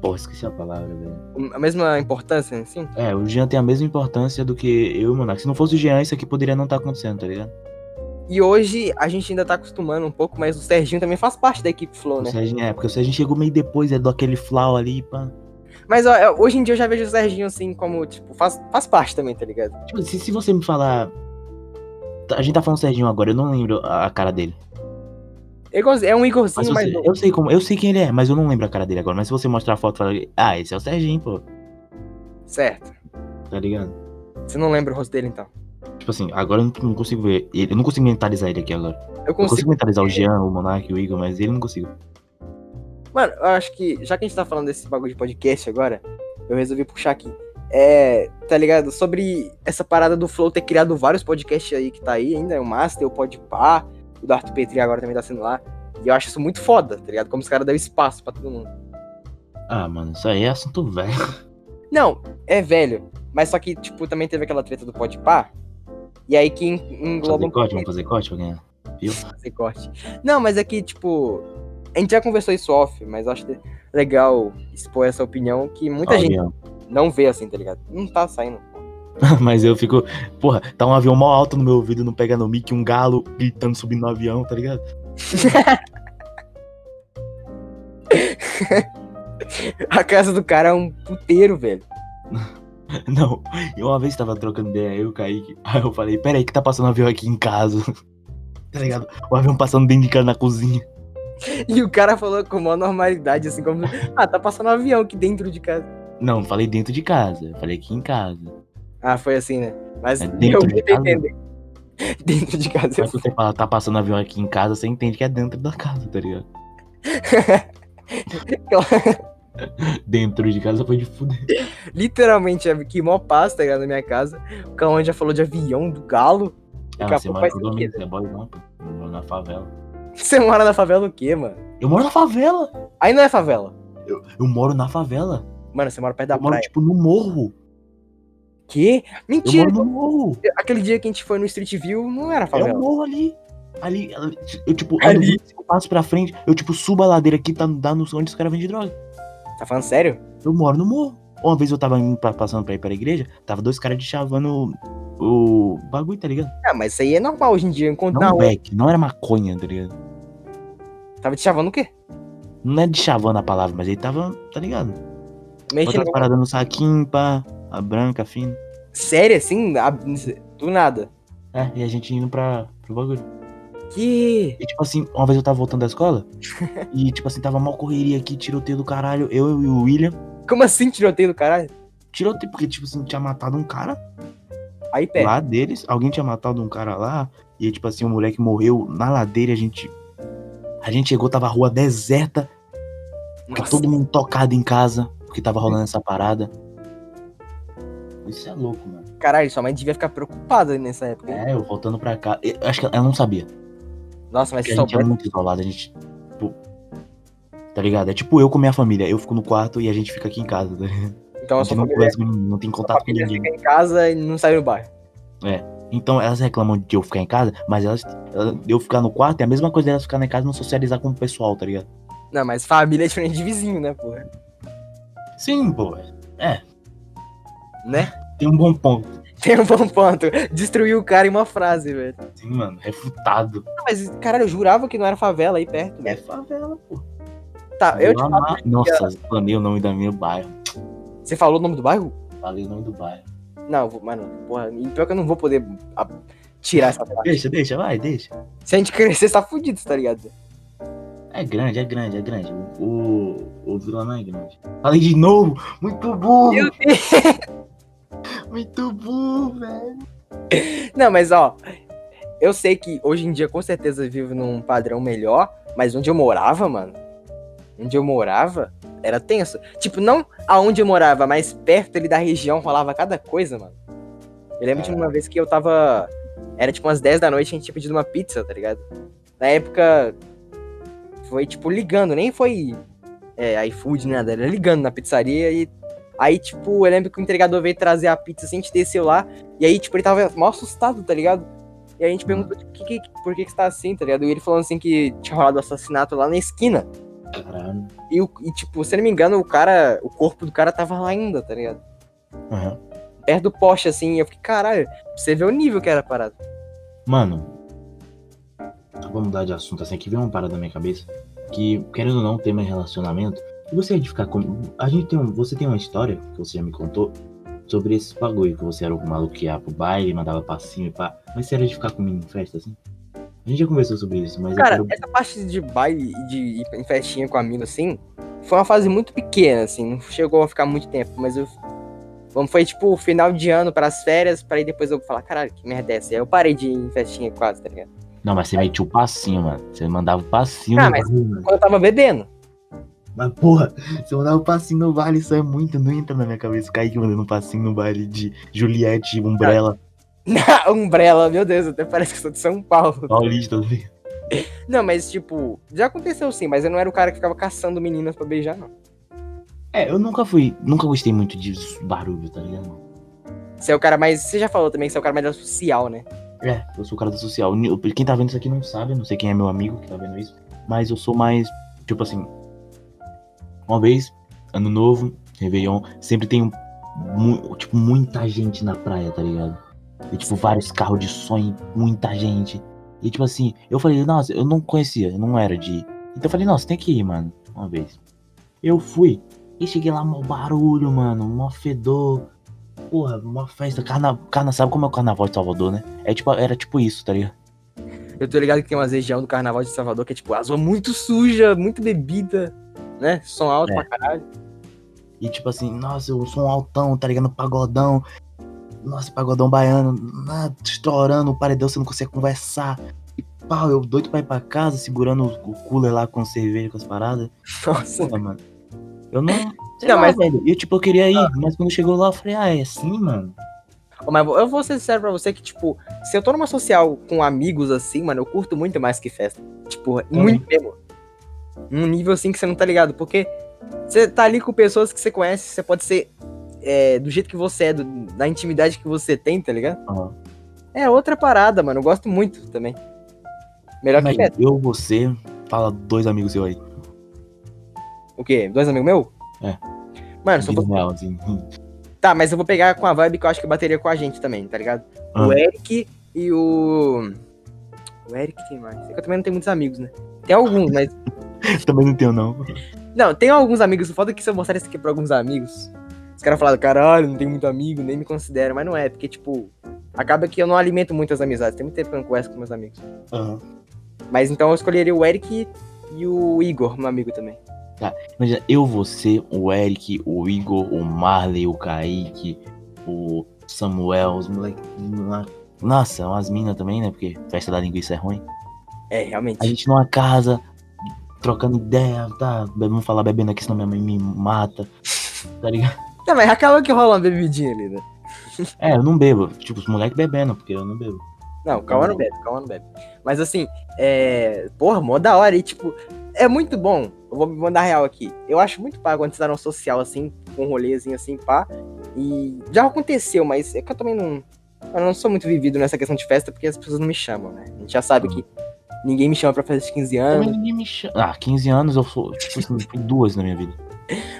S2: Porra, esqueci a palavra, velho.
S1: A mesma importância, assim?
S2: É, o Jean tem a mesma importância do que eu e o Monark. Se não fosse o Jean, isso aqui poderia não estar acontecendo, tá ligado?
S1: E hoje a gente ainda tá acostumando um pouco, mas o Serginho também faz parte da equipe Flow,
S2: O
S1: né?
S2: Serginho, é, porque o Serginho chegou meio depois, é do aquele flau ali, pá.
S1: Mas ó, eu- hoje em dia eu já vejo o Serginho assim como, tipo, faz, faz parte também, tá ligado?
S2: Tipo, se, se você me falar. tá, A gente tá falando Serginho agora, eu não lembro a, a cara dele.
S1: É igual- É um
S2: Mas
S1: Igorzinho
S2: eu,
S1: mais
S2: sei,
S1: novo.
S2: eu sei como, eu sei quem ele é, mas eu não lembro a cara dele agora. Mas se você mostrar a foto e falar, ah, esse é o Serginho, pô,
S1: Certo.
S2: tá ligado?
S1: Você não lembra o rosto dele, então.
S2: Tipo assim, agora eu não, não consigo ver. Ele, eu não consigo mentalizar ele aqui agora.
S1: Eu
S2: Eu consigo
S1: consigo.
S2: mentalizar o Jean, o Monark, o Igor, mas ele não consigo.
S1: Mano, eu acho que, já que a gente tá falando desse bagulho de podcast agora, eu resolvi puxar aqui. É, tá ligado? Sobre essa parada do Flow ter criado vários podcasts aí que tá aí ainda, o Master, o Podpah, O do Arthur Petri agora também tá sendo lá. E eu acho isso muito foda, tá ligado? Como os caras dão espaço pra todo mundo.
S2: Ah, mano, isso aí é assunto velho.
S1: Não, é velho. Mas só que, tipo, também teve aquela treta do pode pá. E aí que en- engloba
S2: Fazer
S1: um
S2: corte, vamos fazer corte pra ganhar.
S1: fazer corte. Não, mas é que, tipo, a gente já conversou isso off, mas acho que é legal expor essa opinião que muita
S2: Ó,
S1: gente
S2: avião.
S1: não vê assim, tá ligado? Não tá saindo.
S2: (laughs) Mas eu fico. Porra, tá um avião mó alto no meu ouvido, não pega no mic, um galo gritando subindo no avião, tá ligado?
S1: (laughs)
S2: (laughs)
S1: A casa do cara é um puteiro, velho.
S2: Não, eu uma vez tava trocando ideia, eu, Kaique. Aí eu falei, peraí, que tá passando avião aqui em casa. (laughs) Tá ligado? O avião passando dentro de casa na cozinha.
S1: E o cara falou com maior normalidade, assim, como. Ah, tá passando um avião aqui dentro de casa.
S2: Não, não falei dentro de casa. eu Falei aqui em casa.
S1: Ah, foi assim, né? Mas
S2: É
S1: eu
S2: dentro de
S1: tentei
S2: casa?
S1: entender. (laughs) Dentro de casa.
S2: Mas você fala, tá passando avião aqui em casa, você entende que é dentro da casa,
S1: (laughs)
S2: tá ligado? dentro de casa foi de fuder.
S1: Literalmente, é que mó pasta, tá ligado? Na minha casa. O Cauã já falou de avião, do galo. (laughs)
S2: Ah,
S1: Daqui a
S2: você
S1: pouco
S2: mora
S1: faz
S2: com domingo,
S1: sentido.
S2: você é boy não, pô. Eu moro na favela.
S1: Você mora na favela o quê, mano?
S2: Eu moro na favela!
S1: Aí não é favela.
S2: Eu moro na favela.
S1: Mano, você mora perto da
S2: eu moro,
S1: praia.
S2: tipo, no morro.
S1: Quê?
S2: Eu
S1: Mentira!
S2: moro no morro.
S1: Aquele dia que a gente foi no Street View, não era
S2: É um
S1: favela.
S2: morro ali. Ali, ali, eu, tipo, ando
S1: Ali.
S2: 25 passos pra frente, eu, tipo, subo a ladeira aqui, tá, dá no onde os caras vendem droga.
S1: Tá falando sério?
S2: Eu moro no morro. Uma vez eu tava indo pra- passando pra ir pra igreja, tava dois caras de chavando o o bagulho, tá ligado?
S1: Ah, mas isso aí é normal hoje em dia. Eu encontro na
S2: Não, é
S1: rua.
S2: Beck, não era maconha, tá ligado?
S1: Tava te chavando o quê?
S2: Não é de chavando a palavra, mas ele tava, tá ligado?
S1: Mexendo
S2: Botando as paradas no saquinho, pá, a branca, fina.
S1: Sério, assim? A- Do nada.
S2: É, e a gente indo pra, pro bagulho.
S1: Que.
S2: E tipo assim, uma vez eu tava voltando da escola e tipo assim, tava mal correria aqui, tiroteio do caralho, eu e o William.
S1: Como assim tiroteio do caralho?
S2: Tiroteio porque tipo assim, tinha matado um cara
S1: Aí pé.
S2: lá deles, alguém tinha matado um cara lá e tipo assim, o moleque morreu na ladeira, a gente a gente chegou, tava a rua deserta, porque
S1: Nossa,
S2: todo mundo tocado em casa, porque tava rolando essa parada. Isso é louco, mano.
S1: caralho, sua mãe devia ficar preocupada nessa época. hein?
S2: É, eu voltando pra cá, eu acho que ela não
S1: É
S2: sabia.
S1: Nossa, mas
S2: Porque
S1: se
S2: a gente é
S1: souber.
S2: muito isolado, a gente tipo, Tá ligado? É tipo eu com minha família. Eu fico no quarto e a gente fica aqui em casa, tá ligado?
S1: Então a
S2: A gente
S1: sua
S2: não
S1: família,
S2: conversa com ninguém, não tem
S1: sua
S2: contato com
S1: família
S2: ninguém.
S1: fica em casa e não sai do bairro.
S2: Então elas reclamam de eu ficar em casa, mas elas, ela- eu ficar no quarto é a mesma coisa delas ficar na casa e não socializar com o pessoal, tá ligado?
S1: Não, mas família é diferente de vizinho, né, porra?
S2: Sim, pô. É.
S1: Né?
S2: Tem um bom ponto.
S1: (laughs) Tem um bom ponto. Destruiu o cara em uma frase, velho.
S2: Sim, mano. É Refutado.
S1: Não, mas, caralho, eu jurava que não era favela aí perto,
S2: É
S1: velho.
S2: favela, pô.
S1: Tá, eu te
S2: Lá
S1: falo.
S2: na- Nossa, planei o nome da minha bairro.
S1: Você falou o nome do bairro?
S2: Falei o nome do bairro.
S1: Não, eu vou- mano, porra, e pior que eu não vou poder a- tirar essa parte.
S2: Deixa, deixa, vai, deixa.
S1: Se a gente crescer, tá fudido, tá ligado?
S2: É grande, é grande, é grande. O, o, o Vila não é grande. Falei de novo. Muito bom.
S1: Meu
S2: Muito bom, velho.
S1: Não, mas ó, eu sei que hoje em dia com certeza eu vivo num padrão melhor, mas onde eu morava, mano, onde eu morava, era tenso. Tipo, não aonde eu morava, mas perto ali da região rolava cada coisa, mano. Eu lembro de uma vez que eu tava. Era tipo umas 10 da noite e a gente tinha pedido uma pizza, tá ligado? Na época. Foi tipo ligando, nem foi é, iFood, nem nada, era ligando na pizzaria e. Aí, tipo, eu lembro que o entregador veio trazer a pizza assim, a gente desceu lá. E aí, tipo, ele tava mal assustado, tá ligado? E aí a gente perguntou, tipo, que, que- por que que você tá assim, tá ligado? E ele falando assim que tinha rolado assassinato lá na esquina.
S2: Caralho.
S1: E, o- e, tipo, se eu não me engano, o cara, o corpo do cara tava lá ainda, tá ligado?
S2: Aham.
S1: Perto do poste, assim. E eu fiquei, caralho, pra você ver o nível que era a parada.
S2: Mano, vamos mudar de assunto assim, que vem uma parada na minha cabeça. Que, querendo ou não, o tema é relacionamento. E você é de ficar com. A gente tem um- Você tem uma história que você já me contou sobre esses bagulho, que você era o maluco que ia pro baile, mandava passinho e pá. Mas você era de ficar com menino em festa, assim? A gente já conversou sobre isso, mas
S1: Cara,
S2: eu quero.
S1: essa parte de baile e de ir em festinha com amigo, assim, foi uma fase muito pequena, assim. Não chegou a ficar muito tempo, mas eu... Vamos, foi, tipo, final de ano pras férias, pra aí depois eu falar, caralho, que merda é essa? E aí eu parei de ir em festinha quase, tá ligado?
S2: Não, mas você metia o passinho, mano. Você mandava o passinho
S1: Ah,
S2: no
S1: mas-
S2: vale, mano.
S1: quando eu tava bebendo.
S2: Mas porra, você mandava o passinho no vale, isso é muito. Não entra na minha cabeça. Kaique mandando um passinho no vale de Juliette, Umbrella,
S1: Na Umbrella, meu Deus, até parece que eu sou de São Paulo.
S2: Paulista, tá ligado?
S1: Não, mas tipo, já aconteceu sim, mas eu não era o cara que ficava caçando meninas pra beijar, não.
S2: É, eu nunca fui. Nunca gostei muito de barulho, tá ligado?
S1: Você é o cara mais. Você já falou também que você é o cara mais social, né?
S2: É, eu sou o cara do social. Ni- Quem tá vendo isso aqui não sabe, não sei quem é meu amigo que tá vendo isso. Mas eu sou mais. Tipo assim. Uma vez, ano novo, Réveillon, sempre tem um, mu- tipo, muita gente na praia, tá ligado? E tipo, vários carros de sonho, muita gente. E tipo assim, eu falei, nossa, eu não conhecia, eu não era de. ir. Então eu falei, nossa, tem que ir, mano. Uma vez. Eu fui. E cheguei lá, mó barulho, mano. Mó fedor. Porra, uma festa. Carna... Carna... Sabe como é o carnaval de Salvador, né? É tipo, era tipo isso, tá ligado?
S1: Eu tô ligado que tem umas região do carnaval de Salvador que é tipo, as ruas muito suja, muita bebida, né? Som alto
S2: É.
S1: pra caralho. (laughs)
S2: E tipo assim, nossa, eu sou um altão, tá ligado? Pagodão. Nossa, pagodão baiano. Ah, estourando o paredão, você não consegue conversar. E pau, eu doido pra ir pra casa, segurando o o cooler lá com cerveja, com as paradas.
S1: Nossa.
S2: Porra, mano. Eu não. Sei
S1: Não,
S2: lá,
S1: mas-
S2: velho. Eu, tipo, eu queria ir, mas quando chegou lá, eu falei, ah, é assim, mano?
S1: Ô, Mas eu vou ser sincero pra você que, tipo, se eu tô numa social com amigos assim, mano, eu curto muito mais que festa. Tipo, muito mesmo. Num nível assim que você não tá ligado, porque você tá ali com pessoas que você conhece, você pode ser é, do jeito que você é, do- da intimidade que você tem, tá ligado?
S2: Ah.
S1: É outra parada, mano. Eu gosto muito também. Melhor que
S2: Velho,
S1: festa.
S2: eu, você, fala dois amigos seus aí.
S1: O quê? Dois amigos meus?
S2: É.
S1: Mano, se eu
S2: Vida
S1: fosse-
S2: real, assim. (laughs)
S1: Tá, mas eu vou pegar com a vibe que eu acho que bateria com a gente também, tá ligado? O
S2: Ah.
S1: Eric e o. O Eric quem mais? É que Eu também não tenho muitos amigos, né? Tem alguns, mas.
S2: Também não tenho, não.
S1: Não, tem alguns amigos. O foda é que se eu mostrar isso aqui pra alguns amigos, os caras falaram, caralho, não tenho muito amigo, nem me considero. Mas não é, porque, tipo, acaba que eu não alimento muito as amizades. Tem muito tempo que eu não converso com meus amigos.
S2: Aham.
S1: Mas então eu escolheria o Eric e o Igor, meu amigo também.
S2: Imagina, é, eu, você, o Eric, o Igor, o Marley, o Kaique, o Samuel, os moleques. Nossa, umas minas também, né? Porque festa da linguiça é ruim.
S1: É,
S2: A
S1: realmente.
S2: gente numa casa, trocando ideia, tá? Be- Vamos falar bebendo aqui, senão minha mãe me mata. (laughs) Tá ligado?
S1: Não, mas acaba que rola uma bebidinha ali, né?
S2: É, eu não bebo. Tipo, os moleques bebendo, porque eu não bebo.
S1: Não, Cauã não bebe, Cauã não bebe. Mas assim, é. Porra, mó da hora. E tipo, é muito bom. Eu vou me mandar real aqui. Eu acho muito pago quando você tá num social, assim, com um rolezinho assim, pá. E já aconteceu, mas é que eu também não. Eu não sou muito vivido nessa questão de festa, porque as pessoas não me chamam, né? A gente já sabe que ninguém me chama pra festa de 15
S2: Também
S1: anos.
S2: ninguém me chama. Ah, 15 anos eu sou. Tipo assim, fui duas na minha vida.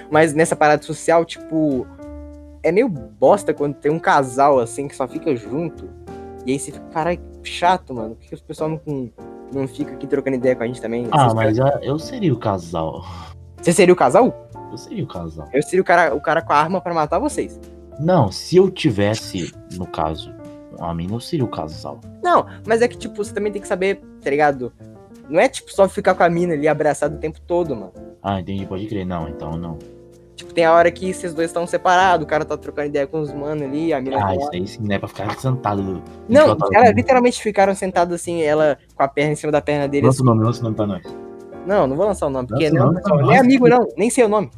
S1: Mas nessa parada social, tipo. É meio bosta quando tem um casal assim que só fica junto. E aí você fica, caralho, que chato, mano. Por que que os pessoal não, não fica aqui trocando ideia com a gente também?
S2: Ah,
S1: Esses
S2: mas ah, eu seria o casal.
S1: Você seria o casal?
S2: Eu seria o casal.
S1: Eu seria o cara, o cara com a arma pra matar vocês.
S2: Não, se eu tivesse, no caso, a mina, eu seria o casal.
S1: Não, mas é que, tipo, você também tem que saber, tá ligado? Não é, tipo, só ficar com a mina ali abraçado o tempo todo, mano.
S2: Ah, entendi, pode crer. Não, então não.
S1: Tipo, tem a hora que vocês dois estão separados, o cara tá trocando ideia com os manos ali, a mina. tá
S2: Ah,
S1: lá.
S2: isso aí sim, né? Pra ficar (laughs) sentado.
S1: Não, os
S2: Idiota,
S1: caras
S2: né?
S1: literalmente ficaram sentados assim, ela com a perna em cima da perna dele.
S2: Lança o nome, lança o nome pra nós.
S1: assim. Não, não vou lançar o nome, porque
S2: Lança o
S1: não, é
S2: nome,
S1: pessoal,
S2: lança.
S1: nem amigo não, nem sei o nome.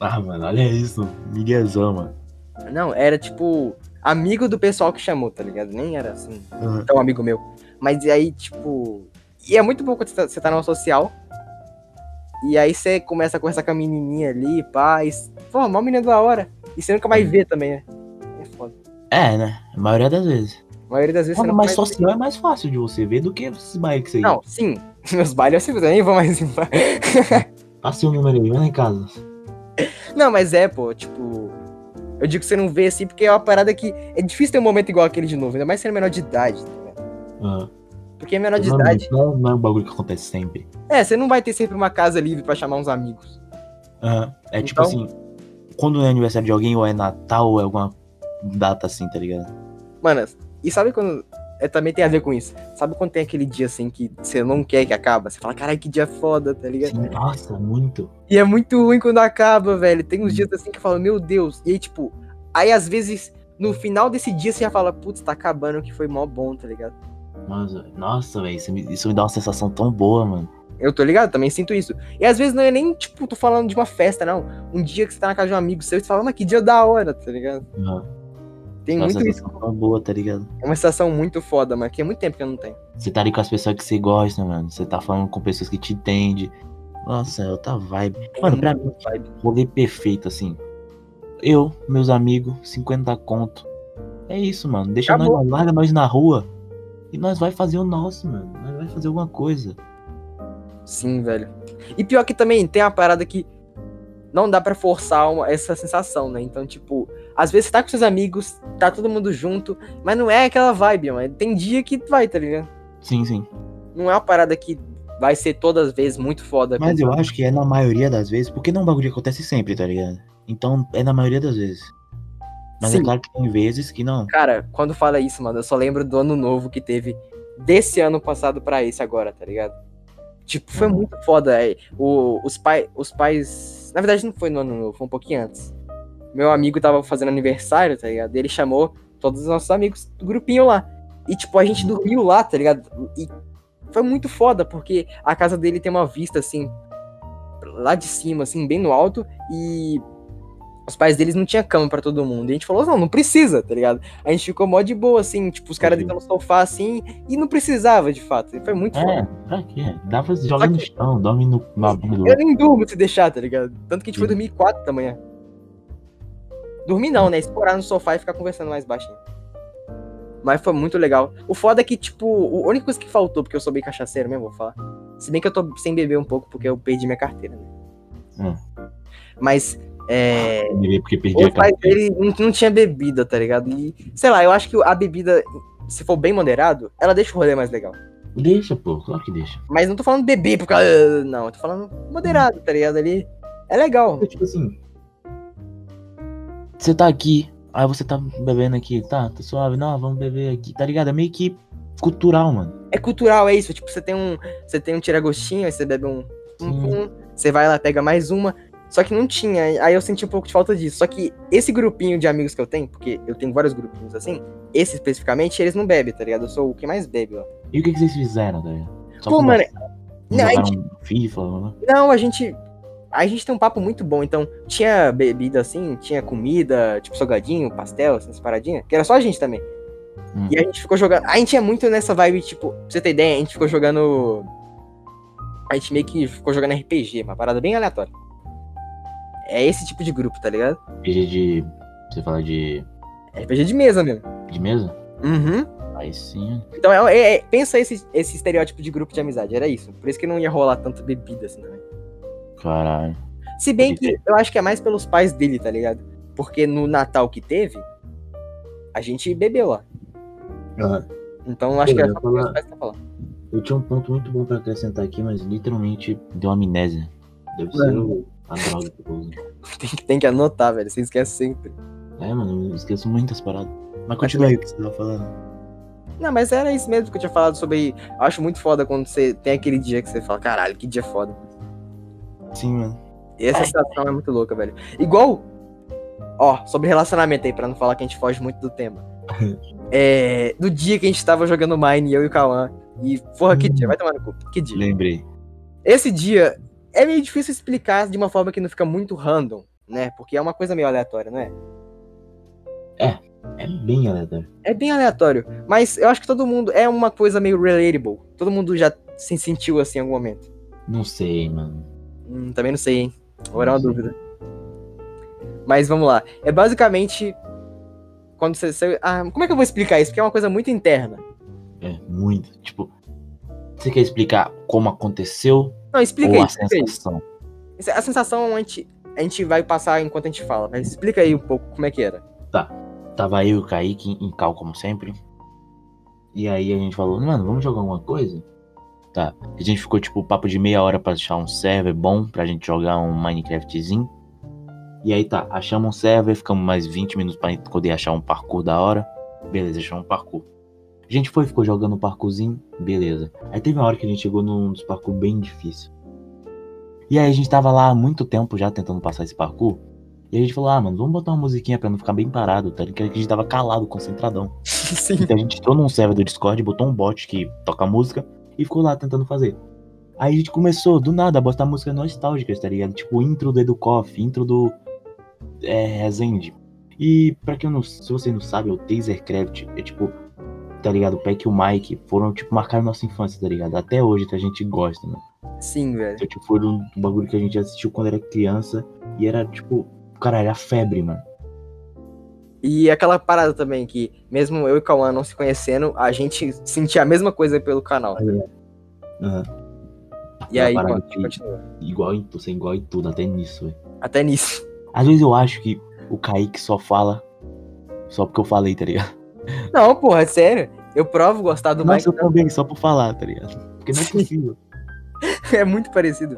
S2: Ah, mano, olha isso. Miguezão, mano.
S1: Não, era tipo, amigo do pessoal que chamou, tá ligado? Nem era assim.
S2: Ah,
S1: é um amigo meu. Mas e aí, tipo. E é muito bom quando você tá, você tá numa social. E aí você começa a conversar com a menininha ali, pá. E, s- pô, mó menina da hora. E você nunca mais vê também, né? É foda.
S2: É, né? A maioria das vezes.
S1: A maioria das vezes
S2: Mano,
S1: você
S2: mas
S1: nunca mais
S2: social é mais fácil de você ver do que esses bailes que você
S1: vê. Não, sim. (laughs) Meus bailes eu nem vou mais em baile.
S2: Passa o um número aí, vai lá em casa.
S1: Não, mas é, pô, tipo. Eu digo que você não vê assim, porque é uma parada que. É difícil ter um momento igual aquele de novo, ainda mais sendo menor de idade. tá ligado?
S2: Ah,
S1: Porque menor de
S2: não, é-
S1: idade.
S2: não, é- não é um bagulho que acontece sempre.
S1: É, você não vai ter sempre uma casa livre pra chamar uns amigos.
S2: Ah, é tipo
S1: Então-
S2: assim, quando é aniversário de alguém, ou é Natal, ou é alguma data assim, tá ligado?
S1: Mano, e sabe quando. É, também tem a ver com isso. Sabe quando tem aquele dia assim que você não quer que acaba? Você fala, caralho, que dia foda, tá ligado?
S2: Sim, nossa, muito.
S1: E é muito ruim quando acaba, velho. Tem uns dias assim que eu falo, meu Deus. E aí, tipo, aí às vezes, no final desse dia, você já fala, putz, tá acabando que foi mó bom, tá ligado?
S2: Nossa, nossa, velho, isso, me- isso me dá uma sensação tão boa, mano.
S1: Eu tô ligado, também sinto isso. E às vezes não é nem, tipo, tô falando de uma festa, não. Um dia que você tá na casa de um amigo seu e você fala, mas que dia da hora, tá ligado? Tem
S2: Nossa,
S1: muito
S2: essa
S1: isso.
S2: é uma boa, tá ligado?
S1: É uma sensação muito foda, mano, que é muito tempo que eu não tenho.
S2: Você tá ali com as pessoas que você gosta, mano. Você tá falando com pessoas que te entendem. Nossa, é outra vibe. Mano, pra mim,
S1: vibe.
S2: rolê perfeito, assim. Eu, meus amigos, 50 conto. É isso, mano. Deixa
S1: Acabou.
S2: nós, lá, larga nós na rua. E nós vai fazer o nosso, mano. Nós vai fazer alguma coisa.
S1: Sim, velho. E pior que também tem uma parada que não dá pra forçar uma- essa sensação, né? Então, tipo, às vezes você tá com seus amigos, tá todo mundo junto, mas não é aquela vibe, mano. Tem dia que vai, tá ligado?
S2: Sim, sim.
S1: Não é uma parada que vai ser todas as vezes muito foda.
S2: Mas eu acho que é na maioria das vezes, porque não é um bagulho que acontece sempre, tá ligado? Então é na maioria das vezes. Mas é
S1: Sim.
S2: claro que tem vezes que não.
S1: Cara, quando fala isso, mano, eu só lembro do ano novo que teve desse ano passado pra esse agora, tá ligado? Tipo, foi
S2: Uhum.
S1: muito foda. É. O, os, pai, os pais. Na verdade, não foi no ano novo, foi um pouquinho antes. Meu amigo tava fazendo aniversário, tá ligado? Ele chamou todos os nossos amigos do grupinho lá. E, tipo, a gente dormiu lá, tá ligado? E foi muito foda, porque a casa dele tem uma vista, assim, lá de cima, assim, bem no alto. E os pais deles não tinham cama pra todo mundo. E a gente falou, não, não precisa, tá ligado? A gente ficou mó de boa, assim, tipo, os caras
S2: Entendi.
S1: deitam no sofá, assim, e não precisava, de fato. E foi muito
S2: É,
S1: foda.
S2: pra quê? Dá pra jogar
S1: Só
S2: no
S1: que-
S2: chão, dorme no, na bunda do
S1: Eu nem durmo se deixar, tá ligado? Tanto que a gente foi
S2: Sim.
S1: dormir 4 da manhã. Dormir não, né? Explorar no sofá e ficar conversando mais baixinho. Mas foi muito legal. O foda é que, tipo, o- a única coisa que faltou, porque eu sou bem cachaceiro mesmo, vou falar. Se bem que eu tô sem beber um pouco, porque eu perdi minha carteira, né?
S2: Hum.
S1: Mas, é.
S2: outro, porque perdi
S1: O
S2: a
S1: pai
S2: cara.
S1: dele não, não tinha bebida, tá ligado? E, sei lá, eu acho que a bebida, se for bem moderado, ela deixa o rolê mais legal.
S2: Deixa, pô, claro que deixa.
S1: Mas não tô falando beber porque. ah, Não, eu tô falando moderado, tá ligado? Ali é legal.
S2: Tipo assim. Você tá aqui, aí você tá bebendo aqui, tá, tá suave, não, vamos beber aqui, tá ligado? É meio que cultural, mano.
S1: É cultural, é isso. Tipo, você tem um. Você tem um tiragostinho, aí você bebe um. um,
S2: Sim.
S1: um, você vai lá, pega mais uma. Só que não tinha. Aí eu senti um pouco de falta disso. Só que esse grupinho de amigos que eu tenho, porque eu tenho vários grupinhos assim, esse especificamente, eles não bebem, tá ligado? Eu sou o que mais bebe, ó.
S2: E o que, que vocês fizeram, tá ligado? Só
S1: Pô, mano,
S2: conversaram,
S1: não, é a
S2: jogaram um FIFA, né?
S1: Não, a gente. A gente tem um papo muito bom, então tinha bebida assim, tinha comida, tipo salgadinho, pastel, essas paradinhas, que era só a gente também.
S2: Hum.
S1: E a gente ficou jogando. A gente é muito nessa vibe, tipo, pra você ter ideia, a gente ficou jogando. A gente meio que ficou jogando RPG, uma parada bem aleatória. É esse tipo de grupo, tá ligado?
S2: RPG de. Você fala de.
S1: RPG de mesa mesmo.
S2: de mesa?
S1: Uhum.
S2: Aí sim.
S1: Então, é, é- é- pensa esse, esse estereótipo de grupo de amizade, era isso. Por isso que não ia rolar tanta bebida assim também.
S2: Caralho.
S1: Se bem
S2: Pode
S1: que eu acho que é mais pelos pais dele, tá ligado? Porque no Natal que teve, a gente bebeu lá. Então eu acho
S2: Pô,
S1: que era
S2: eu
S1: só
S2: tava-
S1: pelos pais que tava lá.
S2: Eu tinha um ponto muito bom pra acrescentar aqui, mas literalmente deu amnésia. Deve ser o- a droga que eu uso.
S1: Tem que, tem que anotar, velho. Você esquece sempre.
S2: É, mano, eu esqueço muitas paradas. Mas continua aí o que você tava falando.
S1: Não, mas era isso mesmo que eu tinha falado sobre. Eu acho muito foda quando você tem aquele dia que você fala, caralho, que dia foda.
S2: Sim, mano.
S1: E essa sensação é muito louca, velho. Igual. Ó, sobre relacionamento aí, pra não falar que a gente foge muito do
S2: (laughs)
S1: tema. é. Do dia que a gente tava jogando Mine, eu e o Kawan. E, porra, que
S2: Hum.
S1: dia? Vai tomar no cu. Que dia?
S2: Lembrei.
S1: Esse dia é meio difícil explicar de uma forma que não fica muito random, né? Porque é uma coisa meio aleatória, não é?
S2: É bem aleatório.
S1: É bem aleatório, mas eu acho que todo mundo é uma coisa meio relatable. Todo mundo já se sentiu assim em algum momento.
S2: Não sei, mano.
S1: Hum, também não sei, hein? Agora é uma
S2: Não sei.
S1: dúvida. Mas vamos lá. É basicamente quando você, você- ah, como é que eu vou explicar isso? Porque é uma coisa muito interna.
S2: É, muito. Tipo, você quer explicar como aconteceu
S1: Não, explica
S2: ou
S1: aí.
S2: a
S1: Explica aí.
S2: sensação?
S1: Essa- A sensação a gente, a gente vai passar enquanto a gente fala, mas explica aí um pouco como é que era. (laughs)
S2: Tava eu e o Kaique em cal, como sempre. E aí a gente falou, mano, vamos jogar alguma coisa? Tá. A gente ficou, tipo, papo de meia hora pra achar um server bom pra gente jogar um Minecraftzinho. E aí tá, achamos um server, ficamos mais 20 minutos pra gente poder achar um parkour da hora. Beleza, achamos um parkour. A gente foi, ficou jogando um parkourzinho, beleza. Aí teve uma hora que a gente chegou num dos parkour bem difícil. E aí a gente tava lá há muito tempo já tentando passar esse parkour. E a gente falou, ah, mano, vamos botar uma musiquinha pra não ficar bem parado, tá? ligado? Que a gente tava calado,
S1: (laughs)
S2: concentradão.
S1: Sim.
S2: Então a gente entrou num server do Discord, botou um bot que toca música e ficou lá tentando fazer. Aí a gente começou, do nada, a botar música nostálgica, tá ligado? Tipo, intro do Educoff, intro do é, Resende. E pra quem não. Se vocês não sabem, o Tasercraft é tipo. Tá ligado? O Peck e o Mike foram, tipo, marcaram nossa infância, tá ligado? Até hoje que a gente gosta, né?
S1: Sim, velho.
S2: Então, tipo, foi um, um bagulho que a gente assistiu quando era criança. E era, tipo, caralho, era febre, mano.
S1: E aquela parada também que, mesmo eu e o Cauã não se conhecendo, a gente sentia a mesma coisa pelo canal.
S2: Aham.
S1: E
S2: Aquela
S1: aí,
S2: parada
S1: mano,
S2: que-
S1: continua.
S2: Igual em tudo, você é igual em tudo, até nisso, velho.
S1: Até nisso. (laughs)
S2: Às vezes eu acho que o Kaique só fala. Só porque eu falei, tá ligado?
S1: Não, porra, é sério. Eu provo gostar do
S2: Nossa, eu
S1: Mike.
S2: também, só por falar, tá ligado?
S1: (laughs)
S2: Porque não é possível.
S1: É muito parecido.